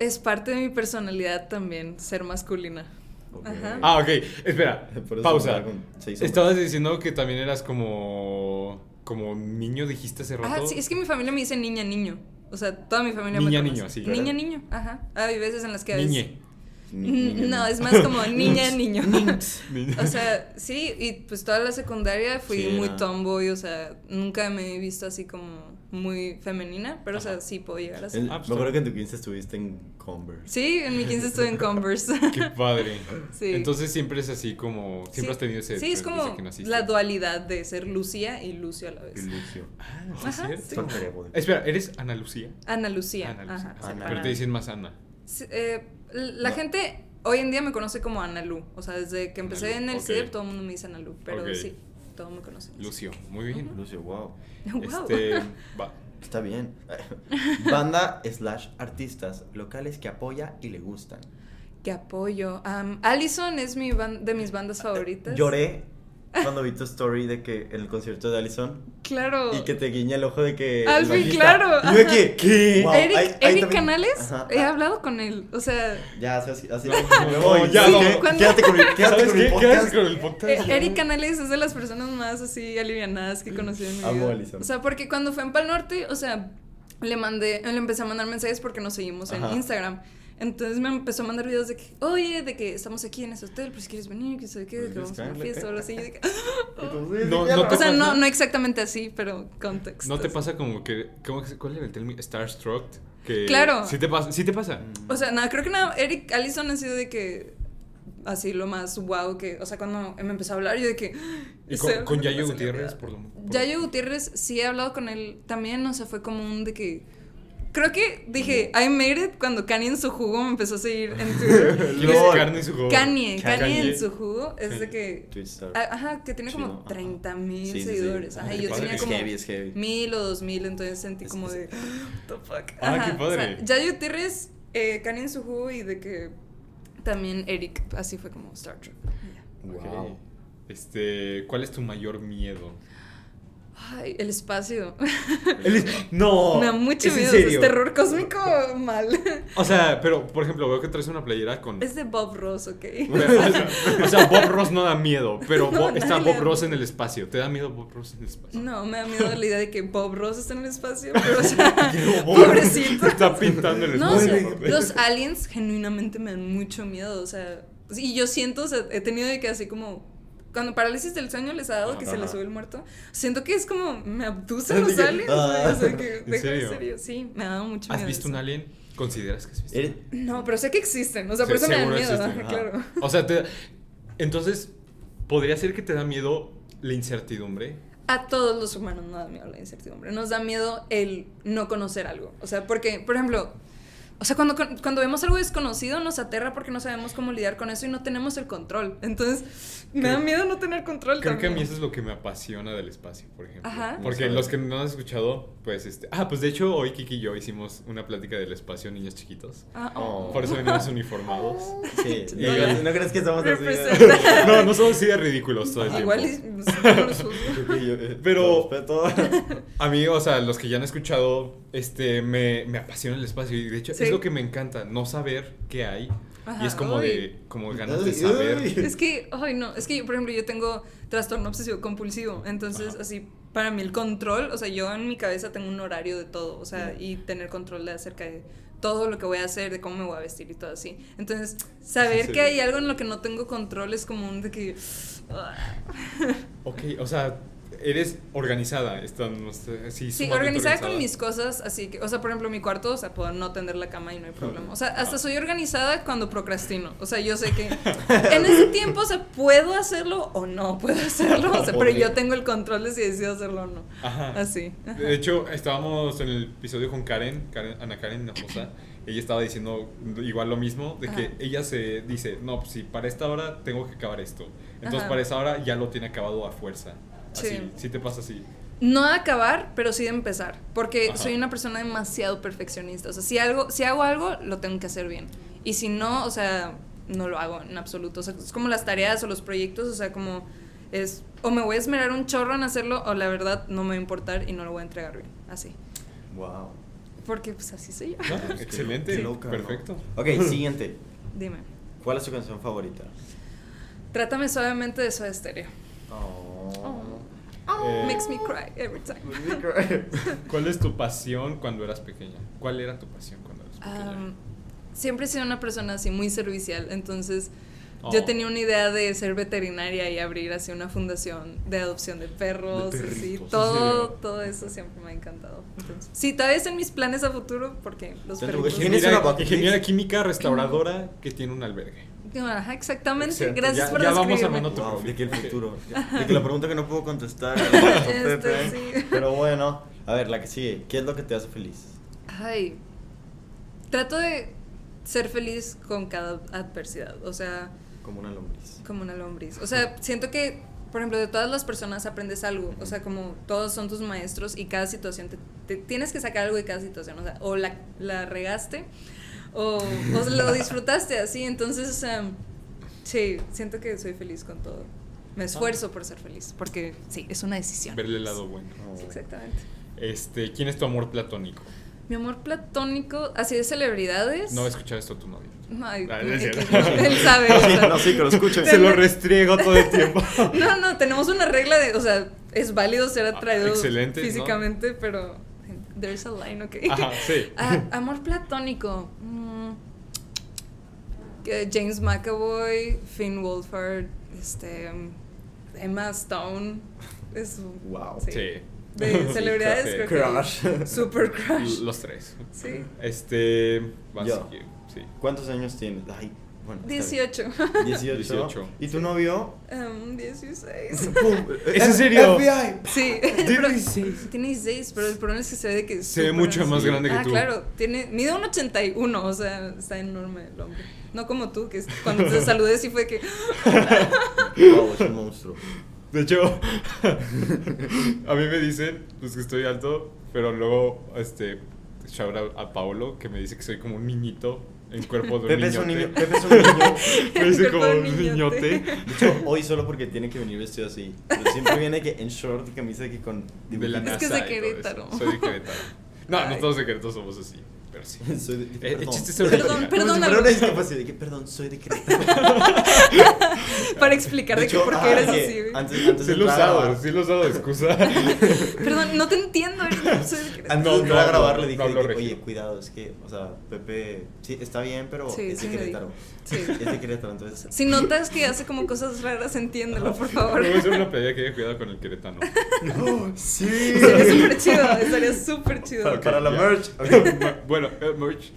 [SPEAKER 3] Es parte de mi personalidad también, ser masculina.
[SPEAKER 2] Ok.
[SPEAKER 3] Ajá.
[SPEAKER 1] Ah, ok. Espera.
[SPEAKER 2] Por eso
[SPEAKER 1] Pausa.
[SPEAKER 2] me con seis hombres.
[SPEAKER 1] Estabas diciendo que también eras como. Como niño, dijiste hace rato.
[SPEAKER 3] Ajá, Ah, sí, es que mi familia me dice niña, niño. O sea, toda mi familia
[SPEAKER 1] Niña,
[SPEAKER 3] me conoce.
[SPEAKER 1] niño, así, ¿verdad?
[SPEAKER 3] Niña, niño, ajá. Ah, Hay veces en las que... a veces-
[SPEAKER 1] Niñe.
[SPEAKER 2] Ni-
[SPEAKER 3] Mm,
[SPEAKER 2] niño,
[SPEAKER 3] No,
[SPEAKER 2] niño.
[SPEAKER 3] es más como niña, niño.
[SPEAKER 1] Niña.
[SPEAKER 3] O sea, sí, y pues toda la secundaria fui
[SPEAKER 2] Sí,
[SPEAKER 3] muy
[SPEAKER 2] era-
[SPEAKER 3] tomboy, o sea, nunca me he visto así como muy femenina, pero o sea, sí puedo llegar
[SPEAKER 1] Ah,
[SPEAKER 3] a ser.
[SPEAKER 2] El- me acuerdo que en tu 15 estuviste en Converse.
[SPEAKER 3] Sí, en mi 15 estuve en Converse.
[SPEAKER 1] Qué padre.
[SPEAKER 3] Sí.
[SPEAKER 1] Entonces siempre es así como. Siempre
[SPEAKER 3] Sí.
[SPEAKER 1] has tenido ese.
[SPEAKER 3] Sí, es
[SPEAKER 1] desde
[SPEAKER 3] como
[SPEAKER 1] que naciste.
[SPEAKER 3] la dualidad de ser Lucía y Lucio a la vez.
[SPEAKER 2] Lucio.
[SPEAKER 1] Ah, sí,
[SPEAKER 3] Ajá,
[SPEAKER 1] es
[SPEAKER 3] sí.
[SPEAKER 1] cierto.
[SPEAKER 2] Verbo.
[SPEAKER 1] Espera, ¿eres Ana Lucía?
[SPEAKER 3] Ana Lucía.
[SPEAKER 1] Ana Lucía. Ah,
[SPEAKER 2] Ana.
[SPEAKER 3] Ajá,
[SPEAKER 1] Pero
[SPEAKER 3] separada.
[SPEAKER 1] te dicen más Ana.
[SPEAKER 3] Sí, eh, la
[SPEAKER 2] No.
[SPEAKER 3] gente hoy en día me conoce como Analu. O sea, desde que empecé
[SPEAKER 1] Analu,
[SPEAKER 3] en el
[SPEAKER 1] ok.
[SPEAKER 3] CIDEP todo el mundo me dice Analu. Pero
[SPEAKER 1] Ok.
[SPEAKER 3] sí, todo me conoce.
[SPEAKER 1] Lucio. Muy bien.
[SPEAKER 2] Lucio, wow.
[SPEAKER 3] Wow.
[SPEAKER 1] Este. Va.
[SPEAKER 2] Está bien. Banda slash artistas locales que apoya y le gustan.
[SPEAKER 3] Que apoyo. Am, Allison es mi ban- de mis bandas favoritas.
[SPEAKER 2] Lloré cuando vi tu story de que en el concierto de Allison
[SPEAKER 3] Claro.
[SPEAKER 2] y que te guiña el ojo de que.
[SPEAKER 3] Al
[SPEAKER 2] el
[SPEAKER 3] fin,
[SPEAKER 2] bajista.
[SPEAKER 3] Ah, claro,
[SPEAKER 2] Y yo de
[SPEAKER 3] ajá.
[SPEAKER 2] que, ¿qué? Wow,
[SPEAKER 3] Eric,
[SPEAKER 2] ahí- ahí
[SPEAKER 3] Eric
[SPEAKER 2] también-
[SPEAKER 3] Canales, eh, ah.
[SPEAKER 2] Ajá.
[SPEAKER 3] he hablado con él. O sea,
[SPEAKER 2] Ya, así, así.
[SPEAKER 1] no,
[SPEAKER 2] voy,
[SPEAKER 1] ya,
[SPEAKER 2] ¿sí?
[SPEAKER 1] no.
[SPEAKER 2] ¿Qué?
[SPEAKER 3] Cuando-
[SPEAKER 2] Quédate con mi, quédate
[SPEAKER 1] ¿Sabes
[SPEAKER 2] con mi
[SPEAKER 1] qué?
[SPEAKER 2] podcast.
[SPEAKER 1] ¿Qué con el podcast?
[SPEAKER 3] Eh, Eric Canales es de las personas más así alivianadas que he conocido en mi
[SPEAKER 2] Amo
[SPEAKER 3] vida.
[SPEAKER 2] a Alison.
[SPEAKER 3] O sea, porque cuando fue en Pal Norte, o sea, le mandé, le empecé a mandar mensajes porque nos seguimos en
[SPEAKER 2] Ajá.
[SPEAKER 3] Instagram. Entonces me empezó a mandar videos de que, oye, de que estamos aquí en ese hotel, pero si quieres venir, que sé qué,
[SPEAKER 1] Pues,
[SPEAKER 3] de que vamos a una fiesta o algo así. Y yo de que,
[SPEAKER 2] Entonces,
[SPEAKER 1] No,
[SPEAKER 2] ya
[SPEAKER 1] no
[SPEAKER 3] O
[SPEAKER 1] te-
[SPEAKER 3] sea, no, no exactamente así, pero contexto.
[SPEAKER 1] ¿No te pasa como que. ¿cómo que se- ¿Cuál era el término? Starstruck. Que
[SPEAKER 3] Claro.
[SPEAKER 1] Sí te pasa. Sí te pasa.
[SPEAKER 3] O sea, nada, creo que nada, Eric Allison ha sido de que así lo más wow que, o sea, cuando me empezó a hablar yo de que
[SPEAKER 1] Y con,
[SPEAKER 3] estoy
[SPEAKER 1] con
[SPEAKER 3] hablando con
[SPEAKER 1] Yayo
[SPEAKER 3] una
[SPEAKER 1] Gutiérrez,
[SPEAKER 3] celebridad.
[SPEAKER 1] por lo por-
[SPEAKER 3] Yayo Gutiérrez, sí he hablado con él también, o sea, fue como un de que... Creo que dije, I made it cuando Kanye en su jugo me empezó a seguir en Twitter.
[SPEAKER 1] ¿Quién es
[SPEAKER 2] Lord.
[SPEAKER 1] Carne y su jugo?
[SPEAKER 3] Kanye, Kanye
[SPEAKER 1] Kanye.
[SPEAKER 3] en su jugo es de que...
[SPEAKER 2] Twister.
[SPEAKER 3] a- Ajá, que ah, tiene
[SPEAKER 2] Chido,
[SPEAKER 3] como
[SPEAKER 2] ajá.
[SPEAKER 3] 30 mil
[SPEAKER 2] Sí, sí, sí.
[SPEAKER 3] seguidores. Ajá, y yo
[SPEAKER 1] Padre.
[SPEAKER 3] tenía
[SPEAKER 1] Es
[SPEAKER 3] como
[SPEAKER 2] heavy, es heavy.
[SPEAKER 3] mil o dos mil, entonces sentí
[SPEAKER 2] Es-
[SPEAKER 3] como
[SPEAKER 2] es-
[SPEAKER 3] de... "What the fuck?".
[SPEAKER 1] Ah, qué
[SPEAKER 3] o sea,
[SPEAKER 1] padre.
[SPEAKER 3] Yayo Gutiérrez, eh, Kanye en su jugo y de que también Eric, así fue como Star Trek. Ya.
[SPEAKER 1] Ok. Este, ¿cuál es tu mayor miedo?
[SPEAKER 3] Ay, el espacio.
[SPEAKER 4] El-
[SPEAKER 2] Oh,
[SPEAKER 4] no.
[SPEAKER 3] Me da mucho
[SPEAKER 4] es en
[SPEAKER 3] miedo. este
[SPEAKER 4] serio.
[SPEAKER 3] Es terror cósmico mal.
[SPEAKER 1] O sea, pero, por ejemplo, veo que traes una playera con.
[SPEAKER 3] Es de Bob Ross, ok.
[SPEAKER 1] O sea, Bob Ross no da miedo, pero
[SPEAKER 3] No,
[SPEAKER 1] Bob- está
[SPEAKER 3] nadie le
[SPEAKER 1] Bob
[SPEAKER 3] da
[SPEAKER 1] Ross en
[SPEAKER 3] miedo.
[SPEAKER 1] el espacio. ¿Te da miedo Bob Ross en el espacio?
[SPEAKER 3] No, me da miedo la idea de que Bob Ross está en el espacio, pero o sea,
[SPEAKER 1] Bob
[SPEAKER 3] pobrecito.
[SPEAKER 1] Está pintando el
[SPEAKER 3] No, o sea,
[SPEAKER 1] espacio. aparte.
[SPEAKER 3] los aliens genuinamente me dan mucho miedo, o sea, y yo siento, o sea, he tenido de que así como cuando parálisis del sueño les ha dado que se les sube el muerto, siento que es como me abducen los
[SPEAKER 2] Dije,
[SPEAKER 3] aliens,
[SPEAKER 2] ah.
[SPEAKER 3] o sea, que
[SPEAKER 1] ¿En
[SPEAKER 3] déjame
[SPEAKER 1] serio?
[SPEAKER 3] en serio, sí, me ha dado mucho miedo.
[SPEAKER 1] ¿Has visto un
[SPEAKER 3] eso.
[SPEAKER 1] alien? ¿Consideras que has visto?
[SPEAKER 2] Eric-
[SPEAKER 3] No, pero sé que existen, o sea, por
[SPEAKER 1] Sí,
[SPEAKER 3] eso me da
[SPEAKER 1] seguro
[SPEAKER 3] miedo,
[SPEAKER 1] existen,
[SPEAKER 3] ajá,
[SPEAKER 2] ajá.
[SPEAKER 3] claro.
[SPEAKER 1] O sea, te- entonces, ¿podría ser que te da miedo la incertidumbre?
[SPEAKER 3] A todos los humanos nos da miedo la incertidumbre. Nos da miedo el no conocer algo. O sea, porque, por ejemplo, o sea, cuando, cuando vemos algo desconocido nos aterra porque no sabemos cómo lidiar con eso y no tenemos el control. Entonces, me da
[SPEAKER 1] Creo-
[SPEAKER 3] miedo no tener control
[SPEAKER 1] Creo que a
[SPEAKER 3] también.
[SPEAKER 1] mí eso es lo que me apasiona del espacio, por ejemplo.
[SPEAKER 3] Ajá.
[SPEAKER 1] Porque
[SPEAKER 2] No sabes.
[SPEAKER 1] los que no han escuchado, pues este. Ah, pues de hecho, hoy Kiki y yo hicimos una plática del espacio, niños chiquitos.
[SPEAKER 3] Ah, oh.
[SPEAKER 1] Por eso venimos uniformados.
[SPEAKER 2] Sí,
[SPEAKER 3] No,
[SPEAKER 2] no, creas- no crees que estamos así.
[SPEAKER 3] Representa.
[SPEAKER 1] No, no somos así de ridículos todo el tiempo.
[SPEAKER 3] Igual y- pues, no los juzgo.
[SPEAKER 1] Pero-
[SPEAKER 2] Pero. eh, Respeto.
[SPEAKER 1] A mí, o sea, los que ya han escuchado, este, me, me apasiona el espacio. Y de hecho,
[SPEAKER 3] Sí.
[SPEAKER 1] es lo que me encanta, no saber qué hay. y
[SPEAKER 3] Ajá,
[SPEAKER 1] es como
[SPEAKER 3] uy.
[SPEAKER 1] de, como ganas de
[SPEAKER 2] Ay,
[SPEAKER 1] saber.
[SPEAKER 2] ay.
[SPEAKER 3] Es que, ay no, es que yo, por ejemplo, yo tengo trastorno obsesivo compulsivo, entonces
[SPEAKER 1] Ajá.
[SPEAKER 3] así para mí el control, o sea, yo en mi cabeza tengo un horario de todo, o sea, y tener control de acerca de todo lo que voy a hacer, de cómo me voy a vestir y todo así. Entonces, saber
[SPEAKER 1] Sí.
[SPEAKER 3] que hay algo en lo que no tengo control es como un de que ah.
[SPEAKER 1] Ok, o sea, eres organizada. Esta, no sé, sí,
[SPEAKER 3] Sí,
[SPEAKER 1] sumamente
[SPEAKER 3] organizada con mis cosas, así que, o sea, por ejemplo, mi cuarto, o sea, puedo no tender la cama y no hay problema. O sea, hasta soy organizada cuando procrastino. O sea, yo sé que en ese tiempo, o sea, puedo hacerlo o no puedo hacerlo, o sea, pero yo tengo el control de si decido hacerlo o no.
[SPEAKER 1] Ajá.
[SPEAKER 3] Así.
[SPEAKER 1] De hecho, estábamos en el episodio con Karen, Karen Ana Karen Hinojosa. Ella estaba diciendo igual lo mismo, de que
[SPEAKER 3] Ajá.
[SPEAKER 1] ella se dice, no, pues si para esta hora tengo que acabar esto. Entonces
[SPEAKER 3] Ajá.
[SPEAKER 1] para esa hora ya lo tiene acabado a fuerza. Así,
[SPEAKER 3] Sí.
[SPEAKER 1] sí, te pasa así.
[SPEAKER 3] No de acabar, pero sí de empezar, porque
[SPEAKER 1] Ajá.
[SPEAKER 3] soy una persona demasiado perfeccionista. O sea, si, algo, si hago algo, lo tengo que hacer bien. Y si no, o sea, no lo hago en absoluto. O sea, es como las tareas o los proyectos, o sea, como es, o me voy a esmerar un chorro en hacerlo, o la verdad no me va a importar y no lo voy a entregar bien. Así.
[SPEAKER 2] Wow.
[SPEAKER 3] Porque pues así soy yo.
[SPEAKER 1] ¿No?
[SPEAKER 2] Pues qué-
[SPEAKER 1] Excelente,
[SPEAKER 2] qué loca, ¿no?
[SPEAKER 1] perfecto.
[SPEAKER 2] Ok, siguiente.
[SPEAKER 3] Dime.
[SPEAKER 2] ¿Cuál es tu canción favorita?
[SPEAKER 3] Trátame suavemente de Soda Stereo.
[SPEAKER 2] Oh.
[SPEAKER 3] Ah,
[SPEAKER 1] Eh,
[SPEAKER 3] Makes me cry every time.
[SPEAKER 1] ¿Cuál es tu pasión cuando eras pequeña? ¿Cuál era tu pasión cuando eras pequeña?
[SPEAKER 3] Am, siempre he sido una persona así muy servicial, entonces
[SPEAKER 1] Oh.
[SPEAKER 3] yo tenía una idea de ser veterinaria y abrir así una fundación de adopción de perros,
[SPEAKER 1] De
[SPEAKER 3] así,
[SPEAKER 1] perritos,
[SPEAKER 3] todo,
[SPEAKER 1] ¿en serio?
[SPEAKER 3] todo eso siempre me ha encantado. Entonces, sí, todavía es en mis planes a futuro porque los
[SPEAKER 2] Tanto
[SPEAKER 3] perritos...
[SPEAKER 2] ¿Tienes
[SPEAKER 1] Ingeniera-
[SPEAKER 2] una bucket list?
[SPEAKER 1] ingeniera química restauradora que tiene un albergue.
[SPEAKER 3] Ajá, exactamente,
[SPEAKER 1] Excelente,
[SPEAKER 3] gracias
[SPEAKER 1] ya-
[SPEAKER 3] por
[SPEAKER 1] ya vamos
[SPEAKER 3] describirme.
[SPEAKER 1] armando
[SPEAKER 2] Wow, de que el
[SPEAKER 1] Ok.
[SPEAKER 2] futuro. De que la pregunta que no puedo contestar.
[SPEAKER 3] Este, sí.
[SPEAKER 2] Pero bueno, a ver, la que sigue. ¿Qué es lo que te hace feliz?
[SPEAKER 3] Ay, trato de ser feliz con cada adversidad, o sea...
[SPEAKER 2] Como una lombriz.
[SPEAKER 3] Como una lombriz. O sea, siento que, por ejemplo, de todas las personas aprendes algo. O sea, como todos son tus maestros y cada situación, te, te- tienes que sacar algo de cada situación. O sea, o la, la regaste o, o lo disfrutaste así. Entonces, o sea, sí, siento que soy feliz con todo. me esfuerzo por ser feliz, porque sí, es una decisión.
[SPEAKER 1] Ah. Verle el lado bueno.
[SPEAKER 2] Oh.
[SPEAKER 3] Sí, exactamente.
[SPEAKER 1] Este, ¿quién es tu amor platónico?
[SPEAKER 3] Mi amor platónico, así de celebridades.
[SPEAKER 1] No va a escuchar esto tu novio.
[SPEAKER 3] Ay,
[SPEAKER 1] Ah, es
[SPEAKER 3] eh,
[SPEAKER 1] cierto.
[SPEAKER 3] que- él sabe. o sea.
[SPEAKER 2] No, sí, que lo escuchen.
[SPEAKER 1] Se lo restriego todo el tiempo.
[SPEAKER 3] No, no, tenemos una regla de, o sea, es válido ser
[SPEAKER 1] Ah,
[SPEAKER 3] atraído
[SPEAKER 1] excelente, ¿no?
[SPEAKER 3] físicamente, pero there's a line, ok.
[SPEAKER 1] Ajá, sí.
[SPEAKER 3] Ah, amor platónico. mm, que James McAvoy, Finn Wolfhard, este Emma Stone. Es
[SPEAKER 2] Wow.
[SPEAKER 3] sí.
[SPEAKER 1] Sí.
[SPEAKER 3] De celebridades,
[SPEAKER 1] Sí.
[SPEAKER 3] creo que-
[SPEAKER 2] Crush.
[SPEAKER 3] Super crush.
[SPEAKER 1] Los tres.
[SPEAKER 3] Sí.
[SPEAKER 1] Este. Vas
[SPEAKER 2] Yo.
[SPEAKER 1] sí, sí.
[SPEAKER 2] ¿Cuántos años tienes? Ay, bueno. está bien.
[SPEAKER 3] 18.
[SPEAKER 2] 18.
[SPEAKER 1] 18.
[SPEAKER 2] ¿Y tu novio?
[SPEAKER 3] Um, 16.
[SPEAKER 2] ¡Pum!
[SPEAKER 1] ¿Es en serio?
[SPEAKER 2] FBI.
[SPEAKER 3] Sí,
[SPEAKER 1] Tiene
[SPEAKER 3] pero-
[SPEAKER 1] 16.
[SPEAKER 3] tiene 16, pero el problema es que se ve de que es
[SPEAKER 1] Se ve
[SPEAKER 3] súper
[SPEAKER 1] mucho más
[SPEAKER 3] así.
[SPEAKER 1] grande que
[SPEAKER 3] ah,
[SPEAKER 1] tú.
[SPEAKER 3] claro, tiene, mide un 81, o sea, está enorme el hombre. No como tú, que es- cuando te saludé sí fue que
[SPEAKER 2] Wow, es un monstruo.
[SPEAKER 1] De hecho, a mí me dicen pues, que estoy alto, pero luego, este, shout out a Paolo, que me dice que soy como un niñito en cuerpo de un
[SPEAKER 2] Pepe es un niño.
[SPEAKER 1] niñote.
[SPEAKER 2] Pepe es un niño.
[SPEAKER 1] Me dice
[SPEAKER 3] En
[SPEAKER 1] como
[SPEAKER 3] cuerpo de
[SPEAKER 1] un
[SPEAKER 3] un
[SPEAKER 1] niñote.
[SPEAKER 3] niñote.
[SPEAKER 2] De hecho, hoy solo porque tiene que venir vestido así. Pero siempre viene que en short y camisa que con
[SPEAKER 1] De la
[SPEAKER 2] dibujitos.
[SPEAKER 1] NASA
[SPEAKER 3] que es de
[SPEAKER 1] y todo eso.
[SPEAKER 3] Querétaro.
[SPEAKER 1] Soy de Querétaro. No, no
[SPEAKER 3] Ay.
[SPEAKER 1] todos de Querétaro somos así, pero sí.
[SPEAKER 2] Soy de-
[SPEAKER 1] Eh, el
[SPEAKER 2] perdón.
[SPEAKER 1] chiste es sobre
[SPEAKER 3] Perdón,
[SPEAKER 1] la-
[SPEAKER 2] Como
[SPEAKER 3] perdón.
[SPEAKER 2] si fuera
[SPEAKER 3] perdónalo.
[SPEAKER 2] una discapacidad, de que, perdón, soy de Querétaro.
[SPEAKER 3] para explicar de, que
[SPEAKER 2] hecho,
[SPEAKER 3] por qué
[SPEAKER 2] ajá,
[SPEAKER 3] eres
[SPEAKER 2] que
[SPEAKER 3] así. güey.
[SPEAKER 2] Antes, antes
[SPEAKER 1] Sí lo he
[SPEAKER 2] entrar a
[SPEAKER 1] usado,
[SPEAKER 2] grabar-
[SPEAKER 1] sí lo he usado de excusa.
[SPEAKER 3] Perdón, no te entiendo. ahorita, soy de Querétaro.
[SPEAKER 2] Antes
[SPEAKER 1] No,
[SPEAKER 2] de entrar a
[SPEAKER 1] no,
[SPEAKER 2] grabar
[SPEAKER 1] no,
[SPEAKER 2] le dije,
[SPEAKER 1] no hablo
[SPEAKER 2] de que,
[SPEAKER 1] regio.
[SPEAKER 2] oye, cuidado, es que, o sea, Pepe, sí, está bien, pero
[SPEAKER 3] Sí,
[SPEAKER 2] es
[SPEAKER 3] sí
[SPEAKER 2] de
[SPEAKER 3] me
[SPEAKER 2] Querétaro.
[SPEAKER 3] Sí.
[SPEAKER 2] Es de Querétaro, entonces.
[SPEAKER 3] Si notas que hace como cosas raras, entiéndelo, por favor.
[SPEAKER 1] Luego hice una pedida que haya cuidado con el queretano.
[SPEAKER 2] ¡No! ¡Sí!
[SPEAKER 3] Sería súper chido, estaría súper chido.
[SPEAKER 2] Ok. Para la merch.
[SPEAKER 1] bueno, eh, merch.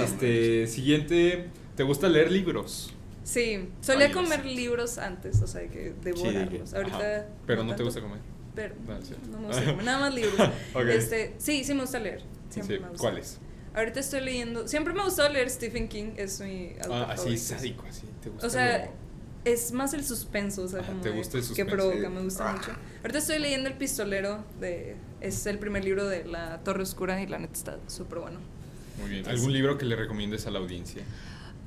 [SPEAKER 1] Este, siguiente. ¿Te gusta leer libros?
[SPEAKER 3] Sí, solía
[SPEAKER 1] Ay,
[SPEAKER 3] comer
[SPEAKER 1] sí.
[SPEAKER 3] libros antes, o sea, de que devorarlos.
[SPEAKER 2] que-
[SPEAKER 3] Ahorita.
[SPEAKER 1] Ajá, Pero no, te
[SPEAKER 3] tanto.
[SPEAKER 1] gusta comer.
[SPEAKER 3] Pero
[SPEAKER 1] Ah, sí.
[SPEAKER 3] no me gusta comer, nada más libros.
[SPEAKER 1] Ok.
[SPEAKER 3] este, sí, sí me gusta leer. Siempre
[SPEAKER 1] Sí,
[SPEAKER 3] me gusta.
[SPEAKER 1] ¿Cuáles?
[SPEAKER 3] Ahorita estoy leyendo. Siempre me ha gustado leer Stephen King, es mi autor
[SPEAKER 1] Ah, así
[SPEAKER 3] favorito.
[SPEAKER 1] sádico, así. ¿Te gusta
[SPEAKER 3] O sea,
[SPEAKER 1] lo-
[SPEAKER 3] es más el suspenso, o sea,
[SPEAKER 1] Ah,
[SPEAKER 3] como
[SPEAKER 1] ¿te
[SPEAKER 3] de-
[SPEAKER 1] gusta el
[SPEAKER 3] que
[SPEAKER 1] suspenso?
[SPEAKER 3] provoca,
[SPEAKER 1] Sí. Ah.
[SPEAKER 3] me gusta mucho. Ahorita estoy leyendo El Pistolero, de, es el primer libro de La Torre Oscura y la neta está súper bueno.
[SPEAKER 1] Muy bien. ¿Algún libro que le recomiendes a la audiencia?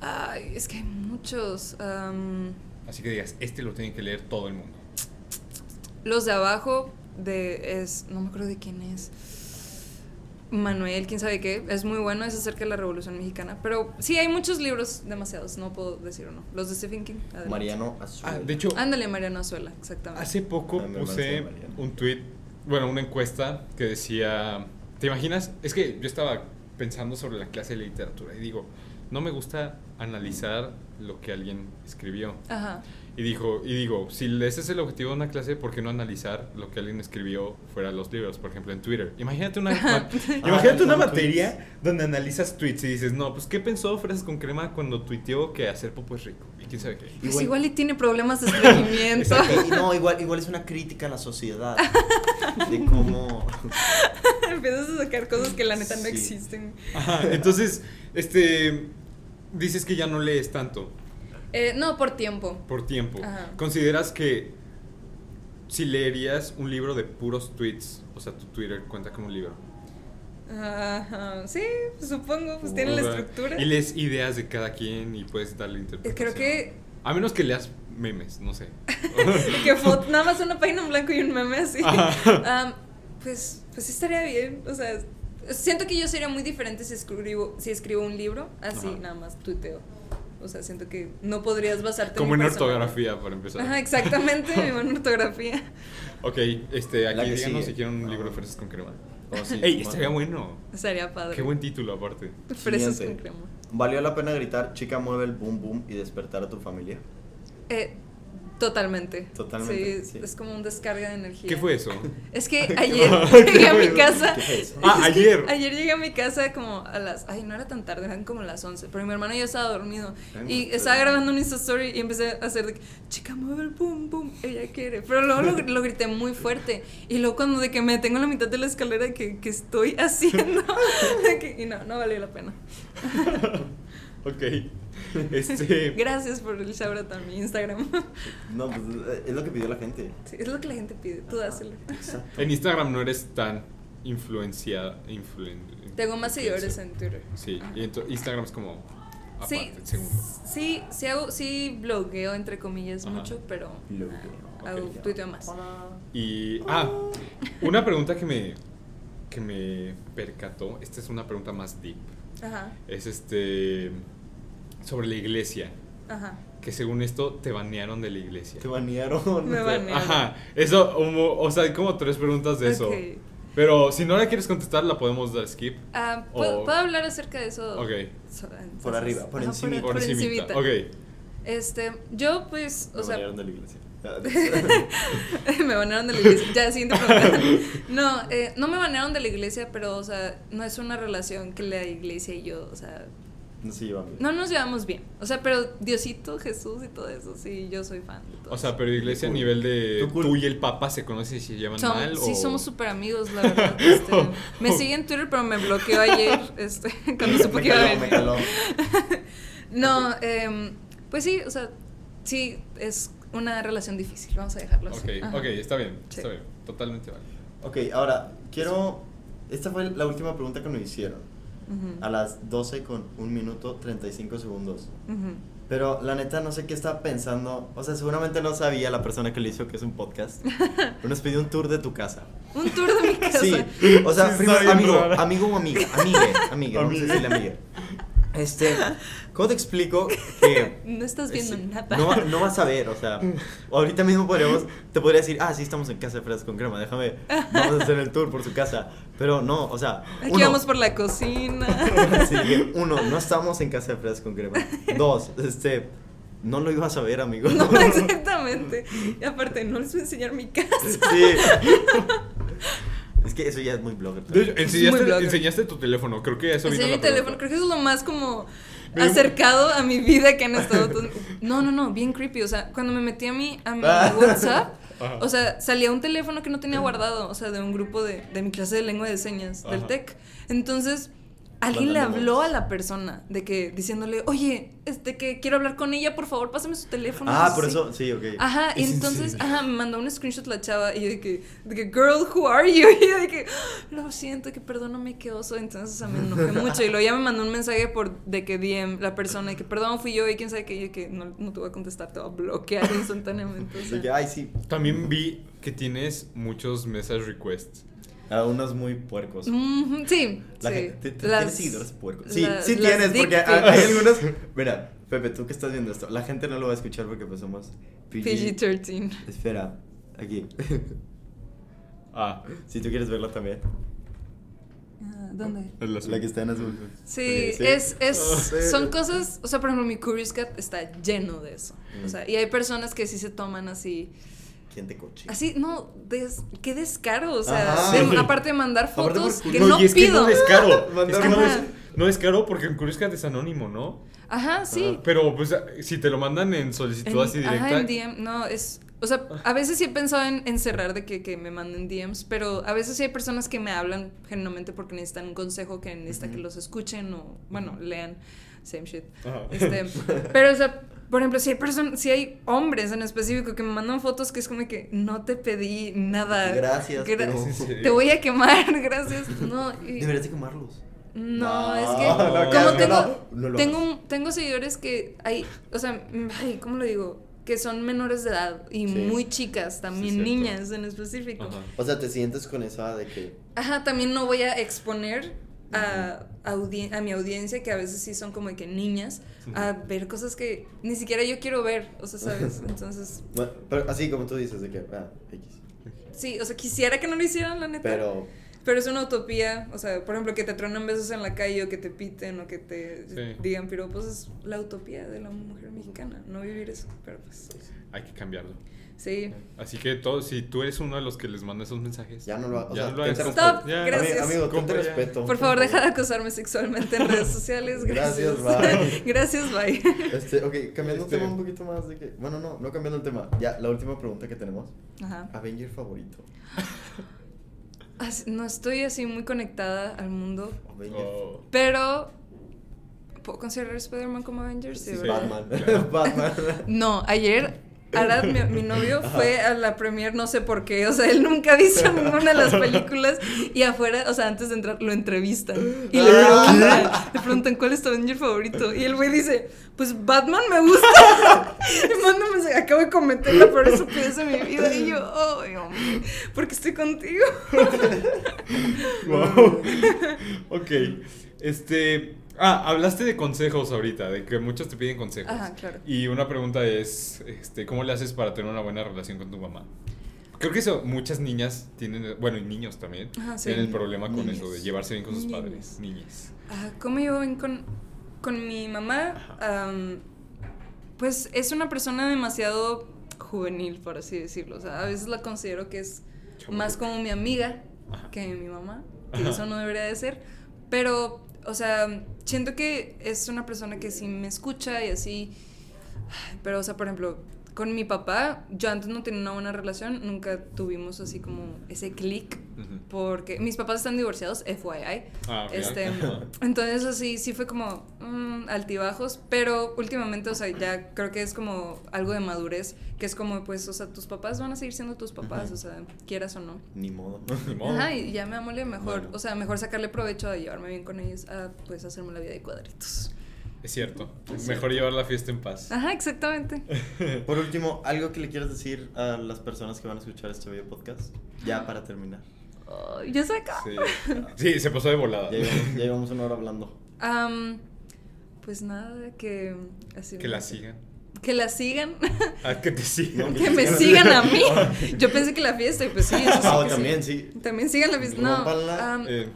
[SPEAKER 3] Ay, es que hay muchos. am,
[SPEAKER 1] Así que digas, este lo tiene que leer todo el mundo.
[SPEAKER 3] Los de abajo de es no me acuerdo de quién es. Manuel, quién sabe qué, es muy bueno, es acerca de la Revolución Mexicana, pero sí hay muchos libros demasiados, no puedo decir uno. Los de Stephen King. adelante.
[SPEAKER 2] Mariano Azul.
[SPEAKER 1] Ah, de hecho,
[SPEAKER 3] Ándale, Mariano Azuela, exactamente.
[SPEAKER 1] Hace poco
[SPEAKER 2] Ah, mi hermano se
[SPEAKER 1] puse
[SPEAKER 2] llama Mariana.
[SPEAKER 1] un tweet, bueno, una encuesta que decía, ¿te imaginas? Es que yo estaba pensando sobre la clase de literatura y digo, no me gusta analizar lo que alguien escribió.
[SPEAKER 3] Ajá.
[SPEAKER 1] Y dijo, y digo, si ese es el objetivo de una clase, ¿por qué no analizar lo que alguien escribió fuera de los libros? Por ejemplo, en Twitter. Imagínate una,
[SPEAKER 3] Ah,
[SPEAKER 1] ma-
[SPEAKER 3] pues,
[SPEAKER 1] imagínate una
[SPEAKER 2] como
[SPEAKER 1] materia donde analizas tweets y dices, no, pues ¿qué pensó Fresas con Crema cuando tuiteó que hacer popo es rico? Y quién sabe qué.
[SPEAKER 3] Pues igual, y tiene problemas de estreñimiento.
[SPEAKER 1] Exacto.
[SPEAKER 2] Y no, igual, igual es una crítica a la sociedad. De cómo.
[SPEAKER 3] Empiezas a sacar cosas que la neta no
[SPEAKER 2] Sí.
[SPEAKER 3] existen.
[SPEAKER 1] Ajá, entonces, este, dices que ya no lees tanto
[SPEAKER 3] Eh, no, por tiempo.
[SPEAKER 1] por tiempo.
[SPEAKER 3] Ajá.
[SPEAKER 1] ¿Consideras que si leerías un libro de puros tweets, o sea, tu Twitter cuenta como un libro?
[SPEAKER 3] Ajá. Sí, supongo, pues tiene la
[SPEAKER 1] O sea,
[SPEAKER 3] estructura.
[SPEAKER 1] Y lees ideas de cada quien y puedes darle
[SPEAKER 3] Eh,
[SPEAKER 1] interpretación.
[SPEAKER 3] Creo que
[SPEAKER 1] A menos que leas memes, no sé.
[SPEAKER 3] Y que fot- nada más una página en blanco y un meme así.
[SPEAKER 1] Ajá.
[SPEAKER 3] Am, pues, pues sí estaría bien. O sea, siento que yo sería muy diferente si escribo, si escribo un libro, así
[SPEAKER 1] Ajá.
[SPEAKER 3] nada más tuiteo. O sea, siento que no podrías basarte
[SPEAKER 1] como
[SPEAKER 3] mi
[SPEAKER 1] en
[SPEAKER 3] persona.
[SPEAKER 1] ortografía, para empezar.
[SPEAKER 3] Ajá, exactamente, mi buena ortografía.
[SPEAKER 1] Ok, este,
[SPEAKER 2] La
[SPEAKER 1] aquí
[SPEAKER 2] que
[SPEAKER 1] díganos
[SPEAKER 2] sigue.
[SPEAKER 1] si quieren un
[SPEAKER 2] Ah.
[SPEAKER 1] libro de fresas con crema.
[SPEAKER 2] Oh, sí,
[SPEAKER 1] ¡Ey,
[SPEAKER 2] bueno.
[SPEAKER 1] estaría bueno!
[SPEAKER 3] Estaría padre.
[SPEAKER 1] Qué buen título, aparte.
[SPEAKER 3] Fresas con
[SPEAKER 2] Siguiente.
[SPEAKER 3] crema.
[SPEAKER 2] ¿Valió la pena gritar, chica, mueve el boom boom y despertar a tu familia?
[SPEAKER 3] Eh, totalmente.
[SPEAKER 2] Totalmente,
[SPEAKER 3] Sí,
[SPEAKER 2] sí.
[SPEAKER 3] es como un descarga de energía.
[SPEAKER 1] ¿Qué fue eso?
[SPEAKER 3] Es que
[SPEAKER 2] Qué
[SPEAKER 3] ayer
[SPEAKER 2] bueno.
[SPEAKER 3] llegué a
[SPEAKER 2] Qué
[SPEAKER 3] mi
[SPEAKER 2] bueno.
[SPEAKER 3] casa.
[SPEAKER 2] ¿Qué es?
[SPEAKER 1] Ah,
[SPEAKER 3] Es que
[SPEAKER 1] ayer.
[SPEAKER 3] Ayer llegué a mi casa como a las. Ay, no era tan tarde, eran como las 11. Pero mi hermano ya estaba dormido.
[SPEAKER 2] Ay, no,
[SPEAKER 3] Y
[SPEAKER 2] pero-
[SPEAKER 3] estaba grabando un Insta Story y empecé a hacer de que, chica, mueve el pum, pum, ella quiere. Pero luego lo, lo grité muy fuerte. Y luego cuando de que me detengo en la mitad de la escalera que, que estoy haciendo. de que- y no, no valió la pena.
[SPEAKER 1] ok. Este.
[SPEAKER 3] Gracias por el shout out a mi Instagram.
[SPEAKER 2] No, pues eh, es lo que pidió la gente.
[SPEAKER 3] Sí, es lo que la gente pide, tú dáselo.
[SPEAKER 2] Exacto.
[SPEAKER 1] En Instagram no eres tan influenciada. influen-
[SPEAKER 3] Tengo más seguidores
[SPEAKER 1] influencer.
[SPEAKER 3] en Twitter.
[SPEAKER 1] Sí, y ento- Instagram es como Aparte,
[SPEAKER 3] Sí,
[SPEAKER 1] segundo.
[SPEAKER 3] sí, sí, hago, sí blogueo entre comillas
[SPEAKER 1] Ajá.
[SPEAKER 3] mucho, pero
[SPEAKER 2] Blogueo,
[SPEAKER 3] ah, hago
[SPEAKER 1] ok.
[SPEAKER 3] tuiteo más.
[SPEAKER 1] Y. Ah, una pregunta que me. que me percató. Esta es una pregunta más deep.
[SPEAKER 3] Ajá,
[SPEAKER 1] Es este. sobre la iglesia.
[SPEAKER 3] ajá.
[SPEAKER 1] Que según esto te banearon de la iglesia.
[SPEAKER 2] Te banearon.
[SPEAKER 3] Me banearon.
[SPEAKER 1] Ajá, eso, como- o sea, hay como tres preguntas de eso.
[SPEAKER 3] Ok.
[SPEAKER 1] Pero si no la quieres contestar, la podemos dar skip.
[SPEAKER 3] Ah, ¿puedo,
[SPEAKER 1] O-
[SPEAKER 3] puedo hablar acerca de eso?
[SPEAKER 1] Ok.
[SPEAKER 3] So- entonces-
[SPEAKER 2] Por arriba, por
[SPEAKER 3] Ajá,
[SPEAKER 2] encimita.
[SPEAKER 1] Por encimita. Ok.
[SPEAKER 3] Este, yo pues, o
[SPEAKER 2] Me
[SPEAKER 3] sea,
[SPEAKER 2] banearon de la iglesia.
[SPEAKER 3] me banearon de la iglesia. Ya, siguiente pregunta. No, eh, no me banearon de la iglesia, pero, o sea, no es una relación que la iglesia y yo, o sea,
[SPEAKER 2] No se llevan bien.
[SPEAKER 3] no nos llevamos bien. O sea, pero Diosito, Jesús y todo eso, sí, yo soy fan. de todo
[SPEAKER 1] O
[SPEAKER 3] eso.
[SPEAKER 1] sea, pero iglesia a
[SPEAKER 2] Cool.
[SPEAKER 1] nivel de
[SPEAKER 2] Tú cool.
[SPEAKER 1] tú y el papá se conocen y se llevan
[SPEAKER 3] Som-
[SPEAKER 1] mal.
[SPEAKER 3] sí,
[SPEAKER 1] o-
[SPEAKER 3] somos súper amigos, la verdad. este, me sigue en Twitter, pero me bloqueó ayer este, cuando supo
[SPEAKER 2] Me
[SPEAKER 3] que iba a
[SPEAKER 2] caló, me
[SPEAKER 3] venir.
[SPEAKER 2] caló.
[SPEAKER 3] No, em, pues sí, o sea, sí, es una relación difícil, vamos a dejarlo así.
[SPEAKER 1] Ok,
[SPEAKER 3] Ajá.
[SPEAKER 1] ok, está bien,
[SPEAKER 3] Sí.
[SPEAKER 1] está bien. Totalmente vale.
[SPEAKER 2] Ok, ahora quiero. Esta fue la última pregunta que nos hicieron.
[SPEAKER 3] Ujú,
[SPEAKER 2] A las 12 con 1 minuto 35 segundos.
[SPEAKER 3] ujú.
[SPEAKER 2] Pero la neta no sé qué estaba pensando. O sea, seguramente no sabía la persona que le hizo que es un podcast. Pero nos pidió un tour de tu casa.
[SPEAKER 3] Un tour de mi casa.
[SPEAKER 2] Sí. O sea,
[SPEAKER 4] Sí,
[SPEAKER 2] primero,
[SPEAKER 4] está bien
[SPEAKER 2] amigo,
[SPEAKER 4] rara.
[SPEAKER 2] amigo o amiga. Amigue, amiga. Vamos a
[SPEAKER 4] Amigue.
[SPEAKER 2] decirle amiga. Este, ¿cómo te explico que
[SPEAKER 3] No estás viendo
[SPEAKER 2] Sí,
[SPEAKER 3] nada.
[SPEAKER 2] No, va- no vas a ver, o sea, ahorita mismo podríamos, te podría decir, ah, sí, estamos en casa de fresas con crema, déjame, vamos a hacer el tour por su casa. Pero no, o sea,
[SPEAKER 3] Aquí
[SPEAKER 2] uno,
[SPEAKER 3] vamos por la cocina.
[SPEAKER 2] sí, uno, no estamos en casa de fresas con crema. Dos, este, no lo ibas a ver, amigo.
[SPEAKER 3] No, exactamente. Y aparte, no les voy a enseñar mi casa.
[SPEAKER 2] Sí. Es que eso ya es muy blogger.
[SPEAKER 1] De
[SPEAKER 2] también.
[SPEAKER 1] hecho, enseñaste,
[SPEAKER 3] blogger.
[SPEAKER 1] enseñaste tu teléfono, creo que eso vino
[SPEAKER 3] Enseñar
[SPEAKER 1] en
[SPEAKER 3] mi
[SPEAKER 1] la
[SPEAKER 3] teléfono,
[SPEAKER 1] pregunta.
[SPEAKER 3] creo que eso es lo más como
[SPEAKER 1] Me dio-
[SPEAKER 3] acercado a mi vida que han estado. todos- No, no, no, bien creepy. O sea, cuando me metí a mi, a mi
[SPEAKER 2] Ah.
[SPEAKER 3] WhatsApp,
[SPEAKER 1] Ajá.
[SPEAKER 3] o sea, salía un teléfono que no tenía guardado, o sea, de un grupo de, de mi clase de lengua de señas, del
[SPEAKER 1] Ajá.
[SPEAKER 3] TEC. Entonces, alguien le
[SPEAKER 2] Mandando
[SPEAKER 3] habló a
[SPEAKER 2] voz.
[SPEAKER 3] la persona de que, diciéndole, oye, este que quiero hablar con ella, por favor, pásame su teléfono.
[SPEAKER 2] Ah,
[SPEAKER 3] cosas
[SPEAKER 2] por
[SPEAKER 3] así.
[SPEAKER 2] eso, sí, ok.
[SPEAKER 3] Ajá, y
[SPEAKER 1] ¿Es en
[SPEAKER 3] entonces,
[SPEAKER 1] serio?
[SPEAKER 3] ajá, me mandó un screenshot la chava y yo de que, de que, girl, who are you? Y yo de que, "Ah, lo siento, que perdóname, que oso. Entonces, o sea, me enojé mucho. Y luego ya me mandó un mensaje por, de que DM la persona, de que, perdón, fui yo y quién sabe que yo de que no, no te voy a contestar, te voy a bloquear instantáneamente. o sea.
[SPEAKER 2] De que, ay, sí,
[SPEAKER 1] También vi que tienes muchos message requests.
[SPEAKER 2] a unos muy puercos.
[SPEAKER 3] Ujú, sí,
[SPEAKER 2] pues, La
[SPEAKER 3] Mm, sí.
[SPEAKER 2] gente, te- te-
[SPEAKER 3] Las-
[SPEAKER 2] ¿Tienes seguidores puercos? Sí,
[SPEAKER 3] la-
[SPEAKER 2] sí
[SPEAKER 3] las
[SPEAKER 2] tienes,
[SPEAKER 3] dick
[SPEAKER 2] porque a- hay
[SPEAKER 3] pics.
[SPEAKER 2] algunos... Mira, Pepe, tú que estás viendo esto, la gente no lo va a escuchar porque pues somos PG.
[SPEAKER 3] PG-13.
[SPEAKER 2] Espera, aquí.
[SPEAKER 1] Ah,
[SPEAKER 2] si tú quieres verla también.
[SPEAKER 3] Ah, ¿Dónde?
[SPEAKER 1] es la,
[SPEAKER 2] La que está en azul.
[SPEAKER 3] Sí,
[SPEAKER 2] Ok,
[SPEAKER 3] es, es,
[SPEAKER 2] Sí.
[SPEAKER 3] son cosas, o sea, por ejemplo, mi Curious Cat está lleno de eso. O sea, y hay personas que sí se toman así,
[SPEAKER 2] ¿Quién te coche?
[SPEAKER 3] Así, no, des- qué descaro, o sea,
[SPEAKER 2] Ajá.
[SPEAKER 3] de-
[SPEAKER 2] Sí.
[SPEAKER 3] aparte de mandar
[SPEAKER 2] Aparte
[SPEAKER 3] fotos
[SPEAKER 2] por
[SPEAKER 3] que
[SPEAKER 2] culo.
[SPEAKER 3] no
[SPEAKER 1] y es
[SPEAKER 3] pido.
[SPEAKER 1] que no es caro. es
[SPEAKER 2] Mandar
[SPEAKER 1] que no
[SPEAKER 3] una-
[SPEAKER 1] es, no es caro porque en Curioscat es anónimo, ¿no?
[SPEAKER 3] Ajá, sí.
[SPEAKER 1] Pero pues si te lo mandan en solicitud
[SPEAKER 3] En-
[SPEAKER 1] así directa.
[SPEAKER 3] Ajá, en DM, no, es, o sea, a veces sí he pensado en encerrar de que, que me manden DMs, pero a veces sí hay personas que me hablan genuinamente porque necesitan un consejo, que necesitan que los escuchen o, bueno, lean, same shit.
[SPEAKER 1] Ajá.
[SPEAKER 3] Este, pero, o sea, por ejemplo, si hay personas, si hay hombres en específico que me mandan fotos que es como que no te pedí nada.
[SPEAKER 2] Gracias,
[SPEAKER 3] Gra-
[SPEAKER 2] pero-
[SPEAKER 1] ¿Es en serio?
[SPEAKER 3] Te voy a quemar, gracias. No, y-
[SPEAKER 2] Deberías de quemarlos.
[SPEAKER 3] No, es que
[SPEAKER 1] no,
[SPEAKER 3] como
[SPEAKER 1] no,
[SPEAKER 3] tengo,
[SPEAKER 2] no, no lo hagas.
[SPEAKER 3] tengo, tengo seguidores que hay, o sea, mm, ay, ¿cómo lo digo? Que son menores de edad y
[SPEAKER 2] Sí.
[SPEAKER 3] muy chicas, también
[SPEAKER 1] cierto.
[SPEAKER 3] niñas en específico.
[SPEAKER 1] Ajá.
[SPEAKER 3] Ajá.
[SPEAKER 2] O sea, te sientes con esa de que...
[SPEAKER 3] también no voy a exponer a, audi- a mi audiencia, que a veces sí son como de que niñas, a ver cosas que ni siquiera yo quiero ver, o sea, ¿sabes? Entonces,
[SPEAKER 2] Bueno, pero así como tú dices, de que... Ah, X.
[SPEAKER 3] sí, o sea, quisiera que no lo hicieran, la neta.
[SPEAKER 2] Pero...
[SPEAKER 3] Pero es una utopía, o sea, por ejemplo, que te tronan besos en la calle o que te piten o que te
[SPEAKER 1] Sí.
[SPEAKER 3] digan piropos es la utopía de la mujer mexicana, no vivir eso, pero pues
[SPEAKER 1] Hay que cambiarlo.
[SPEAKER 3] sí.
[SPEAKER 1] Así que todo, si tú eres uno de los que les manda esos mensajes,
[SPEAKER 2] Ya no lo hagas.
[SPEAKER 1] ya no lo hagas.
[SPEAKER 2] hagas.
[SPEAKER 3] Stop,
[SPEAKER 1] Ya.
[SPEAKER 3] gracias.
[SPEAKER 2] Amigo, amigo,
[SPEAKER 1] Compa,
[SPEAKER 2] te
[SPEAKER 1] ya.
[SPEAKER 2] respeto.
[SPEAKER 3] Por favor, deja de acosarme sexualmente en redes sociales. Gracias.
[SPEAKER 2] Gracias,
[SPEAKER 3] Gracias, bye.
[SPEAKER 2] Este, ok, cambiando
[SPEAKER 1] Este-
[SPEAKER 2] el tema un poquito más de que... Bueno, no, no cambiando el tema. Ya, la última pregunta que tenemos.
[SPEAKER 3] Ajá.
[SPEAKER 2] Avenger favorito.
[SPEAKER 3] Así- No estoy así muy conectada al mundo,
[SPEAKER 2] Avenger.
[SPEAKER 1] Oh.
[SPEAKER 3] pero ¿puedo considerar Spider-Man como Avengers? Sí,
[SPEAKER 1] Sí,
[SPEAKER 3] ¿verdad?
[SPEAKER 2] Batman.
[SPEAKER 1] claro.
[SPEAKER 2] Batman.
[SPEAKER 3] No, ayer Arad, mi, mi novio, fue a la premier no sé por qué, o sea, él nunca ha visto ninguna de las películas y afuera, o sea, antes de entrar lo entrevistan y le
[SPEAKER 2] Ah.
[SPEAKER 3] preguntan, le preguntan cuál es tu Avenger favorito y el güey dice, pues Batman me gusta y manda un mensaje, acabo de cometer la peor estupidez de mi vida y yo, ay, hombre, porque estoy contigo.
[SPEAKER 1] Wow. ok. Este. Ah, hablaste de consejos ahorita, de que muchos te piden consejos.
[SPEAKER 3] Ajá, claro.
[SPEAKER 1] Y una pregunta es, este, ¿cómo le haces para tener una buena relación con tu mamá? Creo que eso, muchas niñas tienen, bueno, y niños también,
[SPEAKER 3] Ajá, Ah, sí.
[SPEAKER 1] tienen el problema con
[SPEAKER 2] Niños.
[SPEAKER 1] eso, de llevarse bien con sus
[SPEAKER 3] Niños.
[SPEAKER 1] padres. Niñas.
[SPEAKER 3] Ah, ¿Cómo llevo bien con, con mi mamá? Am, pues es una persona demasiado juvenil, por así decirlo. O sea, a veces la considero que es más como mi amiga que mi mamá, que
[SPEAKER 1] Ajá.
[SPEAKER 3] eso no debería de ser. Pero, o sea, siento que es una persona que sí me escucha y así. Pero, o sea, por ejemplo, con mi papá, yo antes no tenía una buena relación, nunca tuvimos así como ese clic.
[SPEAKER 1] Ujú.
[SPEAKER 3] Porque mis papás están divorciados, FYI.
[SPEAKER 1] Ah, ok.
[SPEAKER 3] Este, entonces así sí fue como mm, altibajos, pero últimamente, o sea, ya creo que es como algo de madurez, que es como, pues, o sea, tus papás van a seguir siendo tus papás,
[SPEAKER 2] Ujú.
[SPEAKER 3] o sea, quieras o no.
[SPEAKER 2] Ni modo.
[SPEAKER 1] Ni modo.
[SPEAKER 3] Ajá, y ya me amole mejor,
[SPEAKER 2] Bueno.
[SPEAKER 3] o sea, mejor sacarle provecho de llevarme bien con ellos a, pues, hacerme la vida de cuadritos.
[SPEAKER 1] Es cierto. Mejor llevar la fiesta en paz.
[SPEAKER 3] Ajá, exactamente.
[SPEAKER 2] Por último, algo que le quieras decir a las personas que van a escuchar este video podcast, ya para terminar.
[SPEAKER 3] Ay, ya se acaba.
[SPEAKER 1] Sí. Sí, se pasó de volada.
[SPEAKER 2] Ya llevamos, ya llevamos una hora hablando.
[SPEAKER 3] Am, pues nada, que... así-
[SPEAKER 1] Que la sigan.
[SPEAKER 3] Que la sigan.
[SPEAKER 1] Ah, que te sigan.
[SPEAKER 3] que me sigan a mí. Yo pensé que la fiesta, y pues sí, eso sí
[SPEAKER 2] Ah,
[SPEAKER 3] que sí.
[SPEAKER 2] también, sí.
[SPEAKER 3] También sigan la fiesta. No,
[SPEAKER 2] Rómpanla.
[SPEAKER 3] am,
[SPEAKER 1] Eh,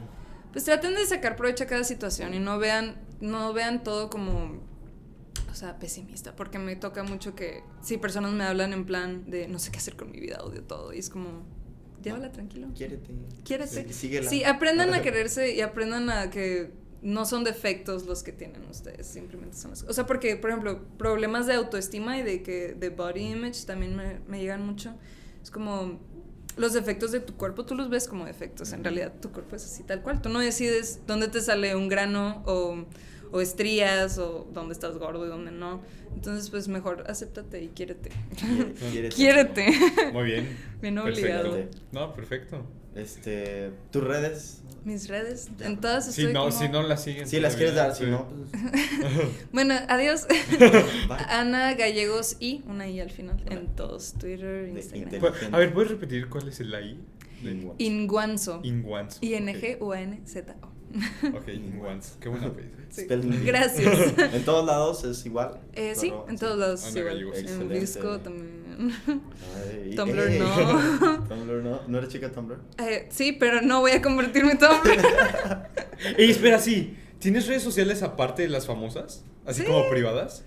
[SPEAKER 3] pues traten de sacar provecho a cada situación y no vean, no vean todo como, o sea, pesimista, porque me toca mucho que si personas me hablan en plan de no sé qué hacer con mi vida, odio todo, y es como, llévala tranquilo,
[SPEAKER 2] Quiérete.
[SPEAKER 3] quiérete.
[SPEAKER 2] Sí, síguela.
[SPEAKER 3] Sí, aprendan a quererse y aprendan a que no son defectos los que tienen ustedes, simplemente son las O sea, porque, por ejemplo, problemas de autoestima y de que de body image también me, me llegan mucho. Es como los defectos de tu cuerpo, tú los ves como defectos. En realidad, tu cuerpo es así tal cual. Tú no decides dónde te sale un grano o, o estrías o dónde estás gordo y dónde no. Entonces, pues mejor acéptate y quiérete.
[SPEAKER 2] Quiérete.
[SPEAKER 3] Quiérete.
[SPEAKER 1] muy bien.
[SPEAKER 3] Bien
[SPEAKER 1] Perfecto.
[SPEAKER 3] obligado.
[SPEAKER 1] No, perfecto.
[SPEAKER 2] Este, tus redes.
[SPEAKER 3] Mis redes,
[SPEAKER 2] Ya.
[SPEAKER 3] en todas estoy
[SPEAKER 1] Si no,
[SPEAKER 3] como-
[SPEAKER 1] si no la siguen.
[SPEAKER 2] Si las quieres
[SPEAKER 1] todavía,
[SPEAKER 2] dar, si
[SPEAKER 1] sí.
[SPEAKER 2] no, pues.
[SPEAKER 3] Bueno, adiós.
[SPEAKER 2] bye.
[SPEAKER 3] Ana Gallegos y una I al final en todos, Twitter,
[SPEAKER 2] De
[SPEAKER 3] Instagram.
[SPEAKER 2] Intel.
[SPEAKER 1] Pu- Pues, A ver, ¿puedes repetir cuál es el I?
[SPEAKER 2] Lingua.
[SPEAKER 3] Inguanzo.
[SPEAKER 1] Inguanzo.
[SPEAKER 3] I-N-G-U-A-N-Z-O.
[SPEAKER 1] Ok, Ok, Inguanzo. Qué buena apellido.
[SPEAKER 3] Sí.
[SPEAKER 2] Spelling.
[SPEAKER 3] Gracias.
[SPEAKER 2] En todos lados es igual.
[SPEAKER 3] Eh, sí, en todos lados.
[SPEAKER 1] Ana
[SPEAKER 3] igual.
[SPEAKER 1] Gallegos.
[SPEAKER 3] En
[SPEAKER 2] Excelente.
[SPEAKER 3] disco también.
[SPEAKER 2] Ay,
[SPEAKER 3] Tumblr
[SPEAKER 2] ey.
[SPEAKER 3] no.
[SPEAKER 2] Tumblr no. ¿No eres chica de Tumblr?
[SPEAKER 3] Eh, sí, pero no voy a convertirme en Tumblr.
[SPEAKER 1] Ey, espera, sí. ¿Tienes redes sociales aparte de las famosas? Así
[SPEAKER 3] Sí.
[SPEAKER 1] como privadas.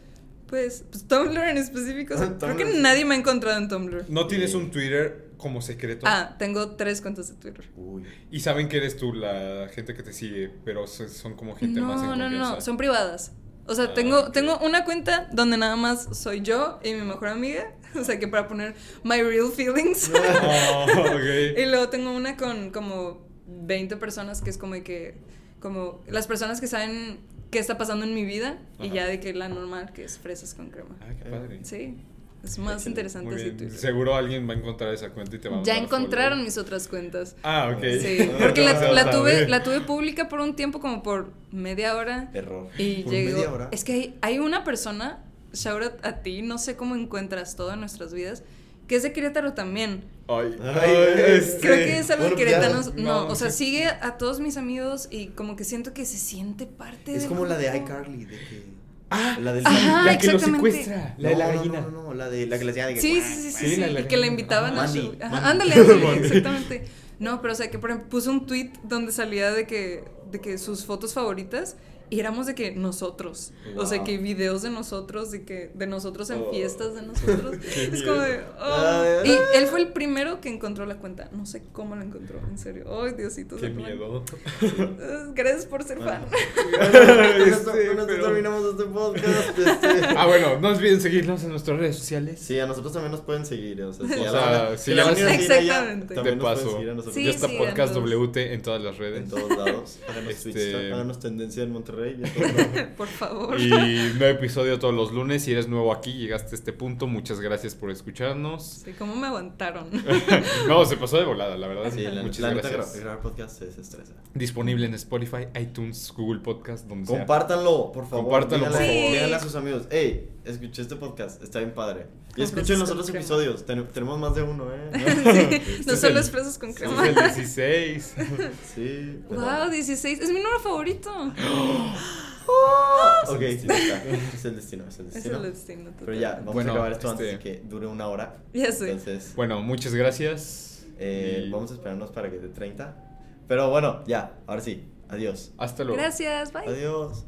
[SPEAKER 3] Pues, pues, Tumblr en específico. o sea,
[SPEAKER 2] Ah,
[SPEAKER 3] creo
[SPEAKER 2] Tumblr.
[SPEAKER 3] que nadie me ha encontrado en Tumblr.
[SPEAKER 1] ¿No tienes un Twitter como secreto?
[SPEAKER 3] Ah, tengo tres cuentas de Twitter.
[SPEAKER 2] Uy.
[SPEAKER 1] Y saben que eres tú la gente que te sigue, pero se- son como gente
[SPEAKER 3] no,
[SPEAKER 1] más en
[SPEAKER 3] no, no,
[SPEAKER 1] confianza.
[SPEAKER 3] no, son privadas. O sea,
[SPEAKER 1] Ah,
[SPEAKER 3] tengo,
[SPEAKER 1] ok.
[SPEAKER 3] tengo una cuenta donde nada más soy yo y mi mejor amiga. O sea, que para poner my real feelings.
[SPEAKER 1] Oh,
[SPEAKER 3] y
[SPEAKER 1] ok.
[SPEAKER 3] luego tengo una con como 20 personas que es como de que, como las personas que saben qué está pasando en mi vida y
[SPEAKER 1] Ajá.
[SPEAKER 3] ya de que la normal, que es fresas con crema.
[SPEAKER 1] Ah, qué padre.
[SPEAKER 3] Sí, es
[SPEAKER 2] Excelente.
[SPEAKER 3] más
[SPEAKER 1] Muy
[SPEAKER 3] interesante así
[SPEAKER 1] bien.
[SPEAKER 3] Twitter.
[SPEAKER 1] Seguro alguien va a encontrar esa cuenta y te va a
[SPEAKER 3] Ya
[SPEAKER 1] mandar
[SPEAKER 3] encontraron
[SPEAKER 1] follow.
[SPEAKER 3] mis otras cuentas.
[SPEAKER 1] Ah, ok.
[SPEAKER 3] Sí,
[SPEAKER 2] Ah,
[SPEAKER 3] porque
[SPEAKER 2] no
[SPEAKER 3] la,
[SPEAKER 2] se
[SPEAKER 3] la
[SPEAKER 1] vas a
[SPEAKER 3] tuve,
[SPEAKER 1] ver.
[SPEAKER 3] la tuve pública por un tiempo como por media hora.
[SPEAKER 2] Error.
[SPEAKER 3] Y
[SPEAKER 2] Por
[SPEAKER 3] llegó.
[SPEAKER 2] media hora.
[SPEAKER 3] Es que hay, hay una persona, shout out a ti, no sé cómo encuentras todo en nuestras vidas, que es de Querétaro también.
[SPEAKER 1] Ay,
[SPEAKER 2] Ay,
[SPEAKER 1] este-
[SPEAKER 3] Creo que es algo de
[SPEAKER 2] Bueno, ya,
[SPEAKER 3] querétanos. No,
[SPEAKER 1] no,
[SPEAKER 3] o sea,
[SPEAKER 1] sí.
[SPEAKER 3] sigue a todos mis amigos y como que siento que se siente parte
[SPEAKER 2] Es
[SPEAKER 3] del
[SPEAKER 2] como la de
[SPEAKER 3] grupo.
[SPEAKER 2] iCarly, de que.
[SPEAKER 1] Ah,
[SPEAKER 2] La del.
[SPEAKER 3] Ajá,
[SPEAKER 1] la que lo
[SPEAKER 3] exactamente.
[SPEAKER 1] secuestra. La de
[SPEAKER 2] No,
[SPEAKER 1] la
[SPEAKER 2] no,
[SPEAKER 1] gallina.
[SPEAKER 2] No, no, no, la de la que le hacía de que.
[SPEAKER 3] Sí, sí, sí, sí,
[SPEAKER 1] Sí,
[SPEAKER 3] sí,
[SPEAKER 1] la-
[SPEAKER 3] y
[SPEAKER 1] la-
[SPEAKER 3] que la invitaban a
[SPEAKER 2] Mandy,
[SPEAKER 3] su... Ajá,
[SPEAKER 2] Mandy.
[SPEAKER 3] Ándale, ándale, exactamente. No, pero o sea, que por ejemplo puso un tweet donde salía de que, de que sus fotos favoritas y éramos de que nosotros. O sea,
[SPEAKER 2] Wow.
[SPEAKER 3] que videos de nosotros, de que de nosotros en
[SPEAKER 2] Oh.
[SPEAKER 3] fiestas de nosotros.
[SPEAKER 1] Qué
[SPEAKER 3] es como de... oh.
[SPEAKER 2] Ay, ay.
[SPEAKER 3] Y él fue el primero que encontró la cuenta. No sé cómo la encontró, en serio. Ay, Diosito.
[SPEAKER 1] Qué
[SPEAKER 3] santo, man.
[SPEAKER 1] miedo. Ah.
[SPEAKER 3] Eh, Gracias por ser fan.
[SPEAKER 2] Bueno, con esto-
[SPEAKER 1] Este,
[SPEAKER 2] con esto
[SPEAKER 1] pero-
[SPEAKER 2] terminamos este podcast. este.
[SPEAKER 1] Ah, bueno, no olviden seguirnos en nuestras redes sociales.
[SPEAKER 2] Sí, a nosotros también nos pueden seguir. O sea, si
[SPEAKER 1] O
[SPEAKER 2] ya
[SPEAKER 1] sea,
[SPEAKER 2] la van a-
[SPEAKER 1] si
[SPEAKER 2] si
[SPEAKER 1] le
[SPEAKER 2] la
[SPEAKER 1] van
[SPEAKER 2] van a ir a seguir a ella,
[SPEAKER 3] Exactamente.
[SPEAKER 2] también
[SPEAKER 1] De
[SPEAKER 2] nos pueden
[SPEAKER 1] paso.
[SPEAKER 2] seguir a nosotros.
[SPEAKER 1] ya
[SPEAKER 3] Sí,
[SPEAKER 1] está
[SPEAKER 3] sí,
[SPEAKER 1] podcast
[SPEAKER 3] síganos.
[SPEAKER 1] WT en todas las redes.
[SPEAKER 2] En todos lados. Háganos
[SPEAKER 1] Este-
[SPEAKER 2] Twitch Talk, háganos tendencia en Monterrey. y en todos lados.
[SPEAKER 3] Por favor.
[SPEAKER 1] Y nuevo episodio todos los lunes. Si eres nuevo aquí, llegaste a este punto, muchas gracias por escucharnos.
[SPEAKER 3] Sí, ¿Cómo me aguantaron?
[SPEAKER 1] No, se pasó de volada, la verdad.
[SPEAKER 2] Ah, Sí, la,
[SPEAKER 1] muchas
[SPEAKER 2] la neta,
[SPEAKER 1] gracias.
[SPEAKER 2] gra- grabar podcast es estresa.
[SPEAKER 1] Disponible en Spotify, iTunes, Google Podcast, donde sea.
[SPEAKER 2] Compártanlo, por favor.
[SPEAKER 1] Compártanlo,
[SPEAKER 2] díganle,
[SPEAKER 1] por
[SPEAKER 3] favor. Sí.
[SPEAKER 2] díganle a sus amigos. Hey, escuché este podcast, está bien padre. Y
[SPEAKER 3] Con
[SPEAKER 2] escuchen los
[SPEAKER 3] Francisco
[SPEAKER 2] otros
[SPEAKER 3] Crema.
[SPEAKER 2] episodios, ten- tenemos más de uno, ¿eh?
[SPEAKER 3] Sí,
[SPEAKER 1] Este
[SPEAKER 3] no
[SPEAKER 1] es
[SPEAKER 3] solo
[SPEAKER 1] el-
[SPEAKER 3] es fresas con
[SPEAKER 1] Este
[SPEAKER 3] crema.
[SPEAKER 1] es el 16.
[SPEAKER 2] Sí. pero-
[SPEAKER 3] Wow, 16. Es mi número favorito. Ah,
[SPEAKER 2] Ok, sí, está. es el destino, es el
[SPEAKER 3] Es
[SPEAKER 2] destino.
[SPEAKER 3] el destino. total.
[SPEAKER 2] Pero ya, vamos
[SPEAKER 1] Bueno,
[SPEAKER 2] a acabar esto antes de
[SPEAKER 1] este-
[SPEAKER 2] que dure una hora.
[SPEAKER 3] Ya sé.
[SPEAKER 2] Entonces,
[SPEAKER 1] Bueno, muchas gracias.
[SPEAKER 2] eh,
[SPEAKER 1] Y
[SPEAKER 2] vamos a esperarnos para que dé 30. Pero bueno, ya, ahora sí. Adiós.
[SPEAKER 1] Hasta luego.
[SPEAKER 3] Gracias, bye.
[SPEAKER 2] Adiós.